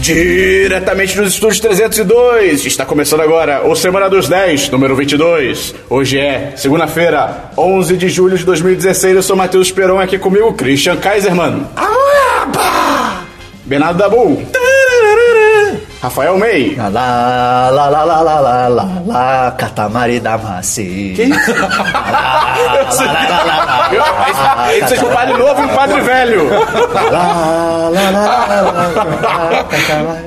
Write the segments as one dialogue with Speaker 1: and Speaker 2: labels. Speaker 1: Diretamente dos estúdios 302, está começando agora o Semana dos 10, número 22. Hoje é segunda-feira, 11 de julho de 2016. Eu sou Matheus Peron, aqui comigo Christian Kaiserman. Bernardo Dabu. Rafael May.
Speaker 2: Lá, lá, lá, lá, lá, lá, lá, lá, lá, catamari da macia. Que isso?
Speaker 1: Eu-
Speaker 3: Ah,
Speaker 1: esse- esse
Speaker 3: tá.
Speaker 1: seja um padre novo e um padre velho.
Speaker 2: Lá, lá, lá, lá, lá, lá, lá, catamari.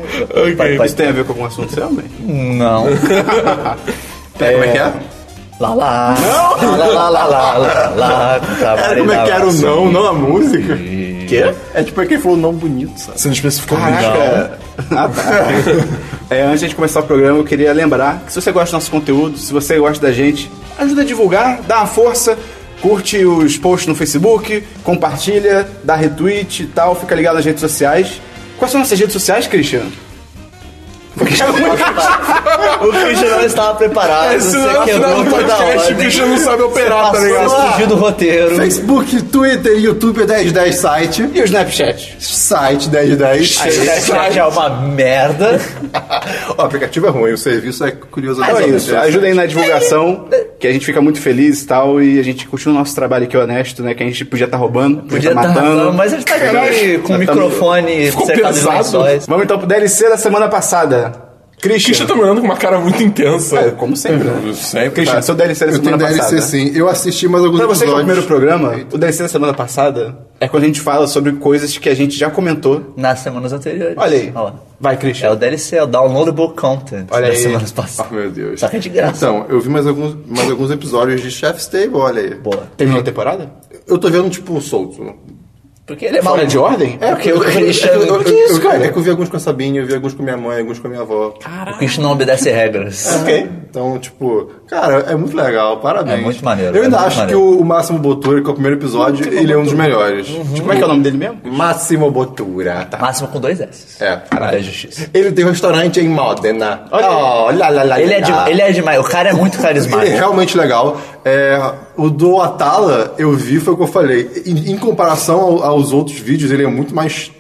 Speaker 1: Isso tem a ver com algum assunto seu, May?
Speaker 2: Não.
Speaker 1: É, como é que é?
Speaker 2: Lá, lá, lá, lá, lá, lá, lá, lá, catamari
Speaker 3: Cara, como é
Speaker 2: da
Speaker 3: que era o
Speaker 2: macia.
Speaker 3: não, não
Speaker 1: assim.
Speaker 3: a música?
Speaker 1: Quê?
Speaker 3: É tipo aquele falou não bonito, sabe?
Speaker 4: Você não especificou legal.
Speaker 1: Caraca! Ah, tá. É, antes de começar o programa, eu queria lembrar que se você gosta do nosso conteúdo, se você gosta da gente, ajuda a divulgar, dá uma força, curte os posts no Facebook, compartilha, dá retweet e tal, fica ligado nas redes sociais. Quais são nossas redes sociais, Cristiano?
Speaker 2: O Christian não estava preparado,
Speaker 4: Esse não
Speaker 2: você
Speaker 4: é o final
Speaker 2: quebrou
Speaker 4: do
Speaker 2: toda a
Speaker 4: podcast, o
Speaker 2: ordem.
Speaker 4: bicho não sabe operar, tá
Speaker 2: Passou,
Speaker 4: ligado?
Speaker 2: Você fugiu do roteiro.
Speaker 3: Facebook, Twitter, YouTube 1010 site.
Speaker 1: E o Snapchat?
Speaker 3: Site 1010.
Speaker 2: Aí, o Snapchat é uma merda.
Speaker 3: o aplicativo é ruim, o serviço é curioso.
Speaker 1: Então é isso, ajuda aí na divulgação, que a gente fica muito feliz e tal, e a gente continua o nosso trabalho aqui honesto, né? Que a gente podia estar roubando, podia
Speaker 2: Podia
Speaker 1: estar
Speaker 2: estar
Speaker 1: matando.
Speaker 2: razão, mas ele tá aqui com o microfone
Speaker 4: Ficou
Speaker 2: cercado de
Speaker 4: pesado.
Speaker 2: lençóis.
Speaker 1: Vamos então pro DLC da semana passada.
Speaker 4: Christian
Speaker 1: Christian.
Speaker 4: tá me olhando com uma cara muito intensa.
Speaker 1: É, como sempre, né?
Speaker 4: Sempre. tá.
Speaker 1: Christian,
Speaker 4: Cara,
Speaker 1: seu DLC da
Speaker 3: Eu tenho
Speaker 1: semana
Speaker 3: DLC
Speaker 1: passada.
Speaker 3: sim. Eu assisti mais alguns
Speaker 1: Pra você que é o
Speaker 3: episódios.
Speaker 1: primeiro programa, o DLC da semana passada é quando a gente fala sobre coisas que a gente já comentou.
Speaker 2: Nas semanas anteriores.
Speaker 1: Olha aí.
Speaker 2: lá.
Speaker 1: Vai,
Speaker 2: É
Speaker 1: Christian.
Speaker 2: o DLC, é o Downloadable Content
Speaker 1: Olha
Speaker 2: das
Speaker 1: aí.
Speaker 2: semanas passadas.
Speaker 3: Ah, Meu Deus.
Speaker 2: Só que é de graça.
Speaker 3: Então, eu vi mais alguns, mais alguns episódios de Chef's Table, olha aí.
Speaker 2: Boa.
Speaker 1: Terminou a temporada?
Speaker 3: Eu tô vendo, tipo, solto.
Speaker 2: Porque ele é
Speaker 1: Fora
Speaker 2: maluco.
Speaker 1: de ordem?
Speaker 2: É, porque o
Speaker 3: eu-
Speaker 2: Christian,
Speaker 3: eu-
Speaker 2: o
Speaker 3: eu- eu- É que eu vi alguns com a Sabine, eu vi alguns com minha mãe, alguns com a minha avó.
Speaker 2: Christian não obedece regras.
Speaker 3: Ok. Então, tipo, cara, é muito legal, parabéns.
Speaker 2: É muito maneiro,
Speaker 3: Eu
Speaker 2: é
Speaker 3: ainda
Speaker 2: muito
Speaker 3: acho
Speaker 2: maneiro.
Speaker 3: que o, o Máximo Botura, que é o primeiro episódio, ele é um dos melhores. Tipo,
Speaker 1: Como é que é o nome dele mesmo?
Speaker 3: Máximo Botura.
Speaker 2: Máximo com dois S.
Speaker 3: É,
Speaker 2: Da
Speaker 3: caralho.
Speaker 2: justiça.
Speaker 3: Ele tem um restaurante em Modena. Oh, Olha, lá, lá, lá,
Speaker 2: Ele é,
Speaker 3: lá.
Speaker 2: de, ele é demais. O cara é muito
Speaker 3: Ele é
Speaker 2: carismático.
Speaker 3: realmente legal. É, o do Atala, eu vi, foi o que eu falei. Em, em comparação ao- aos outros vídeos, ele é muito mais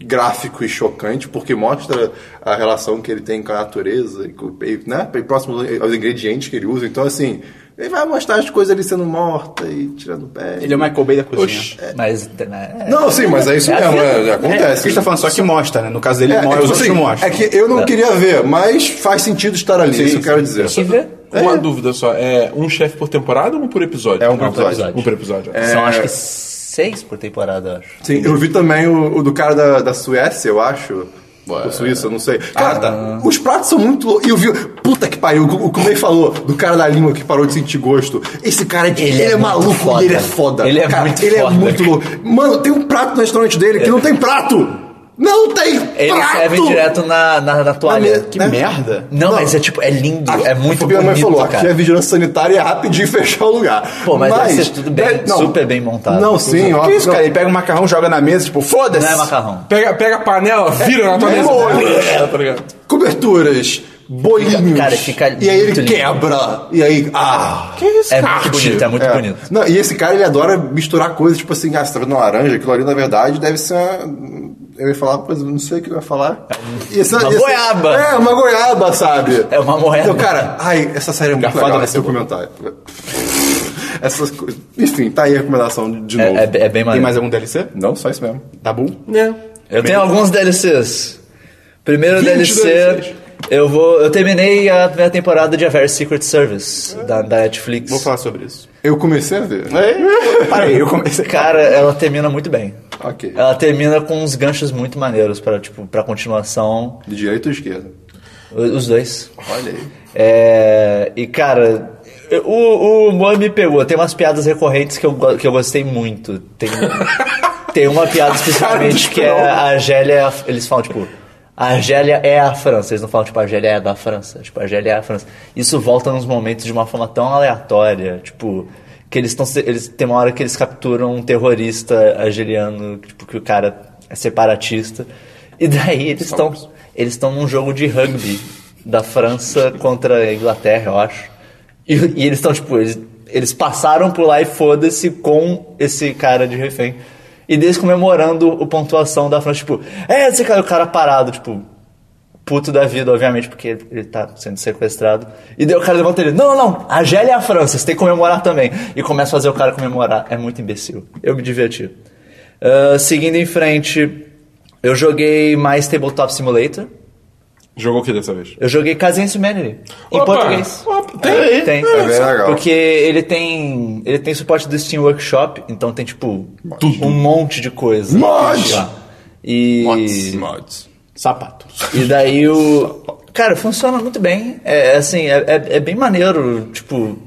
Speaker 3: gráfico e chocante, porque mostra a relação que ele tem com a natureza, e com- e, né? E próximo aos ingredientes que ele usa. Então, assim, ele vai mostrar as coisas ali sendo morta e tirando pé.
Speaker 1: Ele é o Michael Bay da cozinha.
Speaker 3: Oxi.
Speaker 2: Mas. né, é.
Speaker 3: Não, sim, mas é isso
Speaker 2: É a
Speaker 3: mesmo.
Speaker 2: vida.
Speaker 3: é,
Speaker 1: É, o
Speaker 3: acontece.
Speaker 1: Christian falando só que mostra, né? No caso dele,
Speaker 3: É,
Speaker 1: mostra,
Speaker 3: é,
Speaker 1: os
Speaker 3: tipo
Speaker 1: outros
Speaker 3: assim,
Speaker 1: não mostram.
Speaker 3: é que eu não
Speaker 2: É.
Speaker 3: queria ver, mas faz sentido estar ali,
Speaker 1: Sim,
Speaker 3: isso eu
Speaker 1: sim.
Speaker 3: quero dizer.
Speaker 2: E vê?
Speaker 4: Uma dúvida só. É um chefe por temporada ou um por episódio?
Speaker 3: É um por episódio.
Speaker 4: Um por episódio.
Speaker 3: É.
Speaker 2: São acho que seis por temporada, eu acho.
Speaker 3: Sim, eu vi também o, o do cara da, da Suécia, eu acho. Ou Suíça, eu não sei. Cara,
Speaker 2: Ah.
Speaker 3: os pratos são muito. lou- E eu vi. Puta que pariu, o Kumei falou do cara da língua que parou de sentir gosto. Esse cara é, de-
Speaker 2: Ele
Speaker 3: ele
Speaker 2: é
Speaker 3: é,
Speaker 2: muito
Speaker 3: maluco,
Speaker 2: foda.
Speaker 3: ele é foda.
Speaker 2: Ele é
Speaker 3: cara,
Speaker 2: muito
Speaker 3: ele
Speaker 2: foda.
Speaker 3: é muito louco. Mano, tem um prato no restaurante dele que não tem prato! Não tem
Speaker 2: Ele
Speaker 3: prato!
Speaker 2: serve direto na, na, na toalha.
Speaker 3: Na me-
Speaker 1: Que
Speaker 3: né?
Speaker 1: merda.
Speaker 2: Não, mas é tipo, é lindo, é muito
Speaker 3: Minha
Speaker 2: bonito,
Speaker 3: mãe falou, aqui
Speaker 2: cara.
Speaker 3: a vigilância sanitária é rapidinho fechar o lugar. é,
Speaker 2: Pô, mas deve ser tudo bem, super bem montado.
Speaker 3: Não, sim, ó.
Speaker 1: Que isso,
Speaker 3: não.
Speaker 1: cara? Ele pega um macarrão, joga na mesa, tipo, foda-se!
Speaker 2: Não é macarrão.
Speaker 4: Pega, pega a panela, vira na tua
Speaker 3: é
Speaker 4: mesa.
Speaker 3: bom.
Speaker 4: Tá ligado?
Speaker 3: coberturas, bolinhos.
Speaker 2: Cara, fica
Speaker 3: e aí ele
Speaker 2: muito lindo.
Speaker 3: quebra. E aí. Ah! Que isso,
Speaker 2: É muito bonito, é muito bonito.
Speaker 3: Não, e esse cara, ele adora misturar coisas, tipo assim, ah, você tá vendo uma laranja, aquilo ali na verdade deve ser uma. Eu ia falar, pois não sei o que eu ia falar. E essa-
Speaker 2: Uma
Speaker 3: e essa-
Speaker 2: goiaba.
Speaker 3: É, uma goiaba, sabe?
Speaker 2: É uma moeda.
Speaker 3: Então, cara, ai, essa série é muito
Speaker 1: Garfada
Speaker 3: legal,
Speaker 1: na
Speaker 3: esse documentário. Essas coisas. Enfim, tá aí a recomendação de
Speaker 2: É,
Speaker 3: novo.
Speaker 2: é- é bem
Speaker 1: Tem
Speaker 2: maneiro.
Speaker 1: mais algum DLC?
Speaker 3: Não, só isso mesmo.
Speaker 1: Tá bom?
Speaker 4: É.
Speaker 2: Eu tenho alguns DLCs. Primeiro
Speaker 4: 20
Speaker 2: DLC,
Speaker 4: DLCs.
Speaker 2: eu vou. Eu terminei a primeira temporada de A Very Secret Service da, da Netflix.
Speaker 1: Vou falar sobre isso.
Speaker 3: Eu comecei a ver.
Speaker 1: Parei, eu comecei.
Speaker 2: Cara, ela termina muito bem.
Speaker 3: Ok.
Speaker 2: Ela termina com uns ganchos muito maneiros pra, tipo, pra continuação.
Speaker 3: De direita ou esquerda?
Speaker 2: O- Os dois.
Speaker 3: Olha aí.
Speaker 2: É, e cara, o, o humor me pegou. Tem umas piadas recorrentes que eu, go- que eu gostei muito. Tem, tem uma piada especificamente que é a Argélia. Eles falam tipo. A Argélia é a França. Eles não falam, tipo, a Argélia é da França. Tipo, a Argélia é a França. Isso volta nos momentos de uma forma tão aleatória. Tipo, que eles estão. Eles, tem uma hora que eles capturam um terrorista argeliano, tipo, que o cara é separatista. E daí eles estão. Eles estão num jogo de rugby da França contra a Inglaterra, eu acho. E, e eles estão, tipo, eles, eles passaram por lá e foda-se com esse cara de refém. E deles comemorando a pontuação da França, tipo, é, esse cara, o cara parado, tipo, puto da vida, obviamente, porque ele, ele tá sendo sequestrado. E daí o cara levanta ele, não, não, não, a Gélia é a França, você tem que comemorar também. E começa a fazer o cara comemorar. É muito imbecil. Eu me diverti. Ah, seguindo em frente, eu joguei mais Tabletop Simulator.
Speaker 4: Jogou o que dessa vez?
Speaker 2: Eu joguei Casinha Humanity. Em
Speaker 4: Opa!
Speaker 2: português.
Speaker 4: Opa, tem aí.
Speaker 2: Tem.
Speaker 3: É bem legal.
Speaker 2: Porque ele tem. Ele tem suporte do Steam Workshop, então tem tipo um monte de coisa.
Speaker 3: Monte!
Speaker 2: Lá. E.
Speaker 4: Mods.
Speaker 1: Sapato.
Speaker 2: E daí o. Cara, funciona muito bem. É assim, é, é- é bem maneiro, tipo.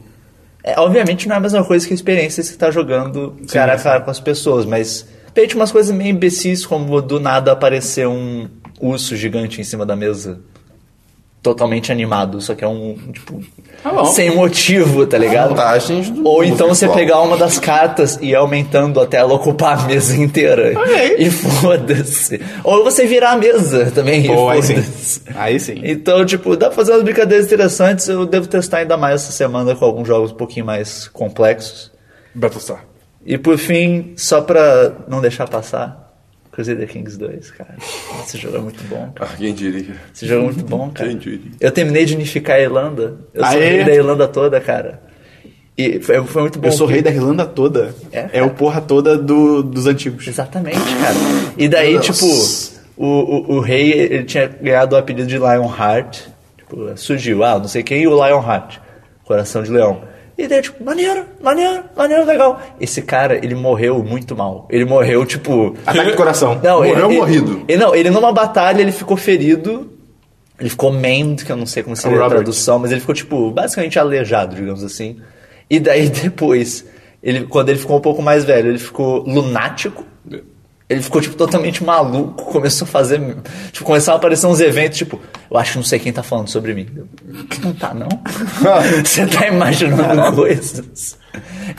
Speaker 2: é, obviamente não é a mesma coisa que a experiência que você tá jogando cara a cara com as pessoas, mas tem tipo, umas coisas meio imbecis, como do nada aparecer um urso gigante em cima da mesa. Totalmente animado, só que é um, tipo.
Speaker 1: bom.
Speaker 2: sem motivo, tá ligado?
Speaker 3: Vantagens do
Speaker 2: Ou
Speaker 3: mundo
Speaker 2: então você
Speaker 3: virtual.
Speaker 2: pegar uma das cartas e ir aumentando até ela ocupar a mesa inteira. E foda-se. Ou você virar a mesa também. e
Speaker 1: Pô, aí sim.
Speaker 2: foda-se.
Speaker 1: Aí sim.
Speaker 2: Então, tipo, dá pra fazer umas brincadeiras interessantes. Eu devo testar ainda mais essa semana com alguns jogos um pouquinho mais complexos.
Speaker 4: Battlestar.
Speaker 2: E por fim, só pra não deixar passar, Crusader Kings 2, cara. Esse jogo é muito bom, cara.
Speaker 3: Ah, quem diria?
Speaker 2: Esse jogo é muito bom, cara.
Speaker 3: Entendi.
Speaker 2: Eu terminei de unificar a Irlanda. Eu sou
Speaker 1: Aê!
Speaker 2: rei da Irlanda toda, cara. E foi, foi muito bom.
Speaker 1: Eu sou
Speaker 2: porque-
Speaker 1: rei da Irlanda toda.
Speaker 2: É?
Speaker 1: É, o porra toda do- dos antigos.
Speaker 2: Exatamente, cara. E daí,
Speaker 3: Nossa.
Speaker 2: tipo, o, o, o rei ele tinha ganhado o apelido de Lionheart. Tipo, surgiu, ah, não sei quem, o Lionheart. Coração de leão. E daí, tipo, maneiro, maneiro, maneiro, legal. Esse cara, ele morreu muito mal. Ele morreu, tipo.
Speaker 1: Ataque do coração.
Speaker 2: Não,
Speaker 3: Morreu
Speaker 2: ele,
Speaker 3: morrido.
Speaker 2: Ele, não, ele numa batalha ele ficou ferido. Ele ficou maimed, que eu não sei
Speaker 3: É
Speaker 2: como seria a
Speaker 1: Robert.
Speaker 2: tradução, mas ele ficou, tipo, basicamente aleijado, digamos assim. E daí depois, ele, quando ele ficou um pouco mais velho, ele ficou lunático. Ele ficou, tipo, totalmente maluco, começou a fazer. Tipo, começaram a aparecer uns eventos, tipo, eu acho que não sei quem tá falando sobre mim. Eu, Não tá, não? Você tá imaginando coisas.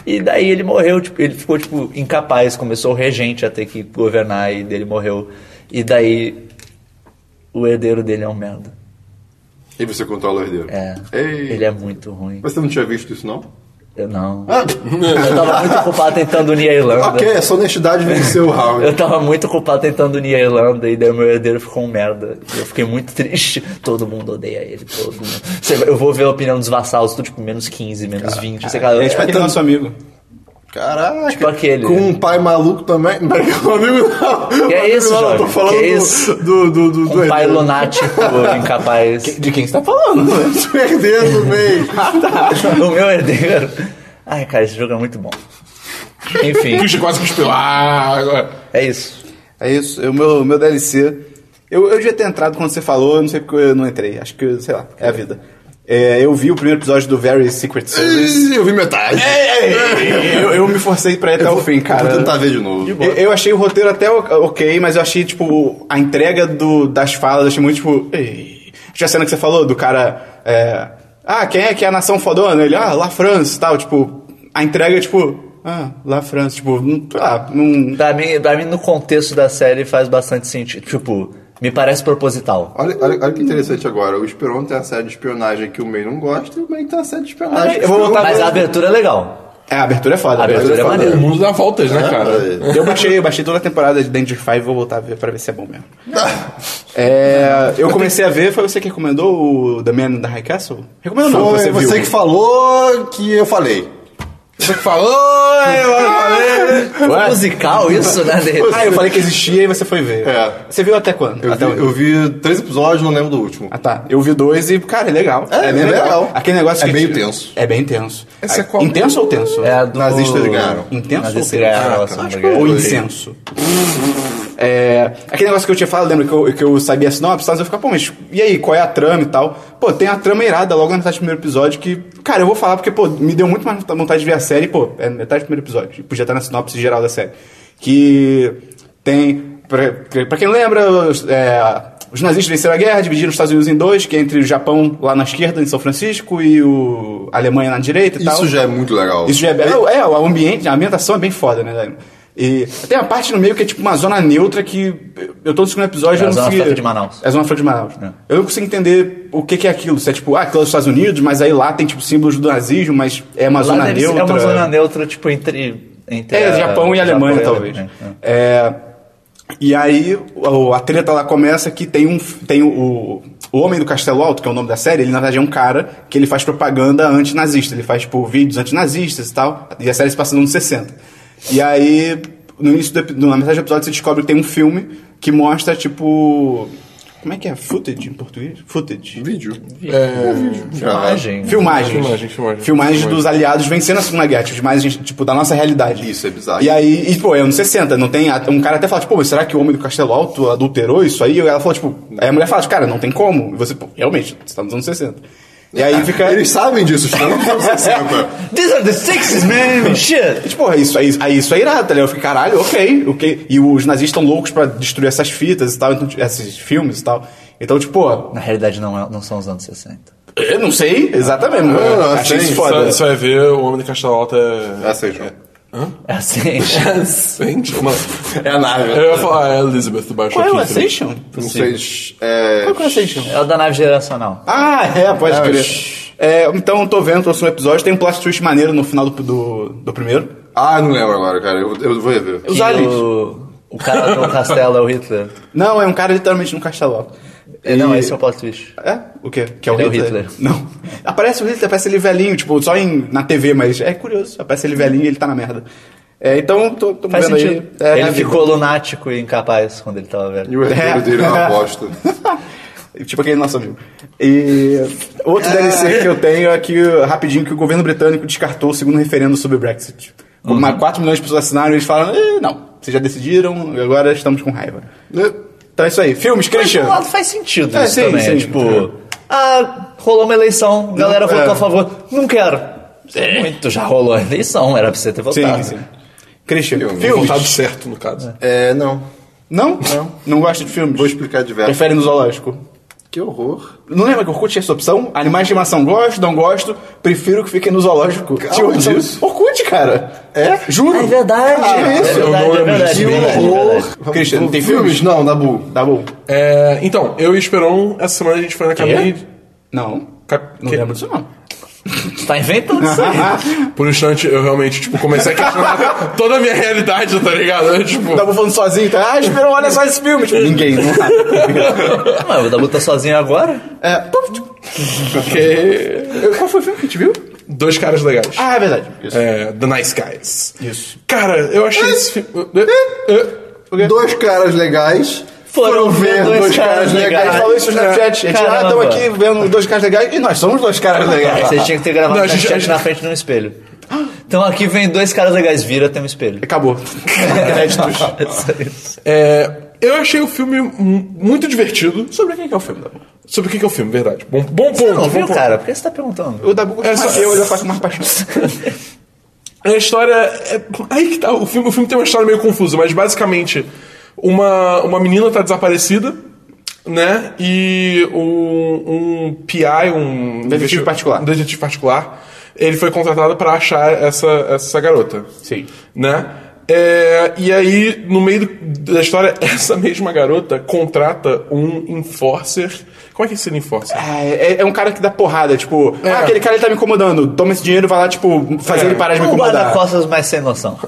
Speaker 2: E daí ele morreu, tipo, ele ficou, tipo, incapaz, começou o regente a ter que governar e dele morreu. E daí o herdeiro dele é um merda.
Speaker 3: E você controla o herdeiro.
Speaker 2: É.
Speaker 3: Ei.
Speaker 2: Ele é Ah! muito ruim.
Speaker 3: Mas você não tinha visto isso, não?
Speaker 2: Eu não. Eu tava muito ocupado tentando unir a Irlanda.
Speaker 3: ok, essa honestidade venceu o round.
Speaker 2: Eu tava muito ocupado tentando unir a Irlanda e daí o meu herdeiro ficou um merda. E eu fiquei muito triste. Todo mundo odeia ele, todo mundo. Você- Eu vou ver a opinião dos vassalos, tudo tipo menos 15, menos 20. Você, cara,
Speaker 1: É tipo aquele
Speaker 2: é-
Speaker 1: nosso amigo.
Speaker 3: Caraca.
Speaker 2: Tipo aquele.
Speaker 3: Com um pai maluco também. Não, é não, um amigo não. Um
Speaker 2: Que é
Speaker 3: Amigo
Speaker 2: isso,
Speaker 3: não, eu tô
Speaker 2: Jorge?
Speaker 3: falando
Speaker 2: Que é
Speaker 3: do-
Speaker 2: isso?
Speaker 3: do, do, do, do
Speaker 2: um pai
Speaker 3: herdeiro.
Speaker 2: lunático incapaz.
Speaker 1: De quem você tá falando?
Speaker 2: né?
Speaker 3: Do herdeiro do meio.
Speaker 2: O meu herdeiro. Ai, cara, esse jogo é muito bom. Enfim,
Speaker 4: Puxa, quase cuspiu. Ah, agora.
Speaker 2: é isso.
Speaker 1: É isso. O meu, meu DLC. Eu, eu devia ter entrado quando você falou, eu não sei porque eu não entrei. Acho que, sei lá, é a vida. É, eu vi o primeiro episódio do Very Secret Service.
Speaker 3: Ih, Eu vi metade.
Speaker 1: eu, eu me forcei pra ir até o fim, cara.
Speaker 3: Vou tentar ver de novo.
Speaker 1: Eu, eu achei o roteiro até o- ok, mas eu achei, tipo, a entrega do, das falas, eu achei muito, tipo... Ei. Achei a cena que você falou do cara... é, ah, quem é que é a nação fodona? Ele, ah, La France, tal. Tipo, a entrega, tipo... Ah, La France, tipo... Não, sei lá, não...
Speaker 2: Pra mim, pra mim, no contexto da série, faz bastante sentido. Tipo, me parece proposital.
Speaker 3: Olha, olha, olha que interessante agora. O Esperon tem a série de espionagem que o May não gosta e o May tem a série de espionagem. que
Speaker 1: eu vou
Speaker 3: o Esperon
Speaker 1: voltar-
Speaker 2: Mas a abertura é legal.
Speaker 1: É, a abertura é foda.
Speaker 2: A
Speaker 1: a
Speaker 2: abertura é
Speaker 1: foda.
Speaker 4: O
Speaker 2: maneira.
Speaker 4: mundo dá voltas,
Speaker 3: É.
Speaker 4: né, cara?
Speaker 1: Eu baixei, eu baixei toda a temporada de Danger 5 e vou voltar a ver pra ver se é bom mesmo. É, eu comecei a ver, foi você que recomendou o The Man in the High Castle? Recomendo não,
Speaker 3: Foi
Speaker 1: você,
Speaker 3: você,
Speaker 1: viu.
Speaker 3: que falou que eu falei.
Speaker 4: Você que falou, eu falei.
Speaker 1: Ué?
Speaker 2: Musical isso, né? De repente.
Speaker 1: Ah, eu falei que existia e você foi ver.
Speaker 3: É.
Speaker 1: Você viu até quando?
Speaker 3: Eu,
Speaker 1: até
Speaker 3: vi,
Speaker 1: onde?
Speaker 3: eu vi três episódios, não lembro do último.
Speaker 1: Ah tá, eu vi dois e, cara, é legal.
Speaker 3: É,
Speaker 1: bem
Speaker 3: é legal.
Speaker 1: Aquele negócio
Speaker 3: É
Speaker 1: que-
Speaker 3: meio tenso.
Speaker 1: É bem tenso.
Speaker 4: Essa
Speaker 1: Ah,
Speaker 4: é qual?
Speaker 1: Intenso ou tenso?
Speaker 2: É a do...
Speaker 3: Nazistas ganharam.
Speaker 1: Intenso ou
Speaker 2: Nazistas
Speaker 1: tenso?
Speaker 3: é-
Speaker 1: É,
Speaker 2: ganharam.
Speaker 4: Caraca,
Speaker 2: acho
Speaker 1: Ou Tipo, incenso. É, aquele negócio que eu tinha falado, lembra que eu, que eu sabia a sinopse, mas eu ficava, pô, mas e aí, qual é a trama e tal? Pô, tem a trama irada logo na metade do primeiro episódio que, cara, eu vou falar porque, pô, me deu muito mais vontade de ver a série, pô, é metade do primeiro episódio, podia estar na sinopse geral da série. Que tem, pra, pra quem lembra, os- é, os nazistas venceram a guerra, dividiram os Estados Unidos em dois, que é entre o Japão lá na esquerda, em São Francisco, e o a Alemanha na direita e tal.
Speaker 3: Isso já é muito legal.
Speaker 1: Isso já é, bem- é, o ambiente, a ambientação é bem foda, né, Daimon? E tem uma parte no meio que é tipo uma zona neutra que eu tô no segundo episódio
Speaker 2: É
Speaker 1: eu
Speaker 2: a
Speaker 1: não
Speaker 2: Zona
Speaker 1: consegui...
Speaker 2: Franca de Manaus.
Speaker 1: É a Zona Franca de Manaus. Eu não consigo entender o que, que é aquilo. Se é tipo, ah, aquilo é dos Estados Unidos, mas aí lá tem tipo símbolos do nazismo, mas é uma
Speaker 2: Lá
Speaker 1: zona
Speaker 2: deve ser-
Speaker 1: neutra.
Speaker 2: É uma zona neutra, tipo, entre... entre
Speaker 1: É,
Speaker 2: a-
Speaker 1: Japão e Alemanha,
Speaker 2: Japão né?
Speaker 1: talvez.
Speaker 2: Alemanha, é.
Speaker 1: É, E aí o- a treta lá começa que tem um. Tem o, o Homem do Castelo Alto, que é o nome da série, ele na verdade é um cara que ele faz propaganda antinazista. Ele faz, tipo, vídeos antinazistas e tal. E a série se passa nos anos 60. E aí, no início do, epi- na metade do episódio, você descobre que tem um filme que mostra, tipo. Como é que é? Footage em português? Footage.
Speaker 3: Vídeo.
Speaker 4: É.
Speaker 3: É.
Speaker 1: É.
Speaker 2: Imagem.
Speaker 1: Filmagens.
Speaker 4: Filmagem, filmagem.
Speaker 1: Filmagens
Speaker 4: Filmagem.
Speaker 1: dos aliados vencendo a Segunda Guerra, tipo, imagens, tipo, da nossa realidade.
Speaker 3: Isso, é bizarro.
Speaker 1: E aí, e, pô, é anos 60, não tem. Um cara até fala, tipo, pô, mas será que o homem do Castelo Alto adulterou isso aí? E ela falou, tipo, aí a mulher fala, cara, não tem como. E você, pô, realmente, você tá nos anos 60. E aí fica.
Speaker 3: Eles sabem disso, estão nos anos 60.
Speaker 2: These are the sixes, man! Shit!
Speaker 1: Tipo, é isso, é isso, aí isso é irado, tá ligado? Eu fiquei, caralho, ok, ok. E os nazistas estão loucos pra destruir essas fitas e tal, então, esses filmes e tal. Então, tipo, pô,
Speaker 2: Na realidade, não, é- não são os anos 60.
Speaker 1: eu não sei exatamente, mas
Speaker 3: Não, não,
Speaker 1: achei
Speaker 3: sim,
Speaker 1: isso
Speaker 4: Só,
Speaker 1: foda.
Speaker 4: só é ver o Homem de Castelo Alto é...
Speaker 3: Ah, sei, João.
Speaker 2: É assim.
Speaker 4: Ascend? Como é?
Speaker 3: É a nave.
Speaker 4: Eu ia falar é Elizabeth do Baixo
Speaker 1: Qual é o
Speaker 4: aqui, tá também.
Speaker 1: Ascension?
Speaker 3: Não sei. É...
Speaker 1: Qual é o Ascension?
Speaker 2: É o da nave geracional.
Speaker 1: Ah, é, pode
Speaker 3: É,
Speaker 1: crer.
Speaker 3: shh.
Speaker 1: É, então, tô vendo, trouxe um episódio, tem um plot twist maneiro no final do, do, do primeiro.
Speaker 3: Ah, não lembro agora, cara. Eu, eu vou rever.
Speaker 1: Os
Speaker 2: Que
Speaker 1: aliens.
Speaker 2: O, o cara do castelo é o Hitler.
Speaker 1: Não, é um cara literalmente no castelo alto.
Speaker 2: É, Não, esse é o plot twist.
Speaker 1: É? O quê? Que é o
Speaker 2: Ele é o
Speaker 1: Hitler?
Speaker 2: Hitler.
Speaker 1: Não. Aparece o Hitler, aparece ele velhinho, tipo, só em, na TV, mas é curioso. Aparece ele velhinho e ele tá na merda. É, então, tô, tô
Speaker 2: Faz
Speaker 1: vendo
Speaker 2: sentido.
Speaker 1: aí. É,
Speaker 2: ele
Speaker 1: né,
Speaker 2: ficou lunático e incapaz quando ele tava
Speaker 3: E
Speaker 2: velho.
Speaker 3: o herdeiro
Speaker 1: É.
Speaker 3: dele é uma bosta.
Speaker 1: Tipo aquele nosso amigo. E outro DLC que eu tenho é que, rapidinho, que o governo britânico descartou o segundo referendo sobre o Brexit. Como mais 4 milhões de pessoas assinaram, eles falaram, "Eh, não, vocês já decidiram, agora estamos com raiva. Então é isso aí. Filmes,
Speaker 2: Mas, por um
Speaker 1: Christian!
Speaker 2: lado, faz sentido
Speaker 1: É,
Speaker 2: isso
Speaker 1: sim,
Speaker 2: também.
Speaker 1: sim.
Speaker 2: tipo, ah, rolou uma eleição, galera
Speaker 1: Não,
Speaker 2: votou
Speaker 1: é.
Speaker 2: a favor. Não quero. É, Muito, já rolou a eleição, era pra você ter votado.
Speaker 1: Sim, sim. Christian,
Speaker 3: Eu não
Speaker 1: filmes?
Speaker 4: Contado certo, no caso.
Speaker 3: É, não.
Speaker 1: Não? Não. Não gosta de filmes?
Speaker 3: Vou explicar de verso.
Speaker 1: Prefere no zoológico?
Speaker 3: Que horror.
Speaker 1: Não lembra que o Orkut tinha essa opção? Animais de animação gosto, não gosto, prefiro que fiquem no zoológico. Tinha uma opção-
Speaker 3: disso.
Speaker 1: Orkut, cara. É? Juro.
Speaker 2: É verdade.
Speaker 1: Ah, é
Speaker 2: é
Speaker 1: isso.
Speaker 2: verdade,
Speaker 4: eu não
Speaker 2: é
Speaker 4: lembro
Speaker 2: verdade,
Speaker 4: disso.
Speaker 2: é verdade, é verdade.
Speaker 1: Christian, não tem filmes?
Speaker 3: Não, Nabu.
Speaker 1: Tá bom.
Speaker 4: É, então, eu e o Esperon, essa semana a gente foi na cabine...
Speaker 1: Não.
Speaker 4: Cap...
Speaker 1: Não
Speaker 4: que-
Speaker 1: lembro disso, não.
Speaker 2: Tu tá inventando isso aí.
Speaker 4: Por um instante, eu realmente, tipo, comecei a questionar toda a minha realidade, tá ligado? Eu, tipo...
Speaker 1: Tava falando sozinho, tá? Ah, Esperão, olha só esse filme. Tipo, ninguém, não sabe.
Speaker 2: Não, o Dabu tá sozinho agora?
Speaker 1: É, pô, tipo,
Speaker 4: Porque...
Speaker 1: eu- qual foi o filme que a gente viu?
Speaker 4: Dois caras legais.
Speaker 1: Ah, é verdade. Isso.
Speaker 4: É, The Nice Guys.
Speaker 1: Isso.
Speaker 4: Cara, eu achei esse filme...
Speaker 3: Dois caras legais foram, ver dois, caras legais.
Speaker 1: Ele né, falou isso no Snapchat. A gente, ah,
Speaker 2: Caramba.
Speaker 1: estamos aqui vendo dois caras legais. E nós somos dois caras legais.
Speaker 2: Vocês tinham que ter gravado
Speaker 4: Não,
Speaker 2: o
Speaker 4: a gente-
Speaker 2: Snapchat
Speaker 4: a gente-
Speaker 2: na frente de um espelho. Então aqui vem dois caras legais, vira, tem um espelho.
Speaker 1: Acabou. Créditos.
Speaker 4: É, eu achei o filme mu- muito divertido.
Speaker 1: Sobre o que é o filme, Dabu?
Speaker 4: Sobre o que que é o filme, verdade. Bom, bom ponto,
Speaker 2: Não,
Speaker 4: bom
Speaker 2: viu,
Speaker 4: ponto.
Speaker 2: cara? Por que você tá perguntando?
Speaker 1: O Dabu
Speaker 4: É, só-
Speaker 1: gosta eu, ele faz com mais paixão.
Speaker 4: A história. É... Aí que tá. O filme, o filme tem uma história meio confusa, mas basicamente, uma, uma menina tá desaparecida, né? E um, um PI, um. investi-
Speaker 1: particular.
Speaker 4: Um detetive particular. Ele foi contratado pra achar essa, essa garota.
Speaker 1: Sim.
Speaker 4: Né? É, e aí, no meio do- da história, essa mesma garota contrata um enforcer. Como é que é esse enforcer?
Speaker 1: Ah, é, é um cara que dá porrada, tipo,
Speaker 4: É.
Speaker 1: ah, aquele cara ele tá me incomodando, toma esse dinheiro e vai lá, tipo, fazer
Speaker 4: É.
Speaker 1: ele parar de me
Speaker 2: Um
Speaker 1: incomodar.
Speaker 2: guarda-costas mais sem noção.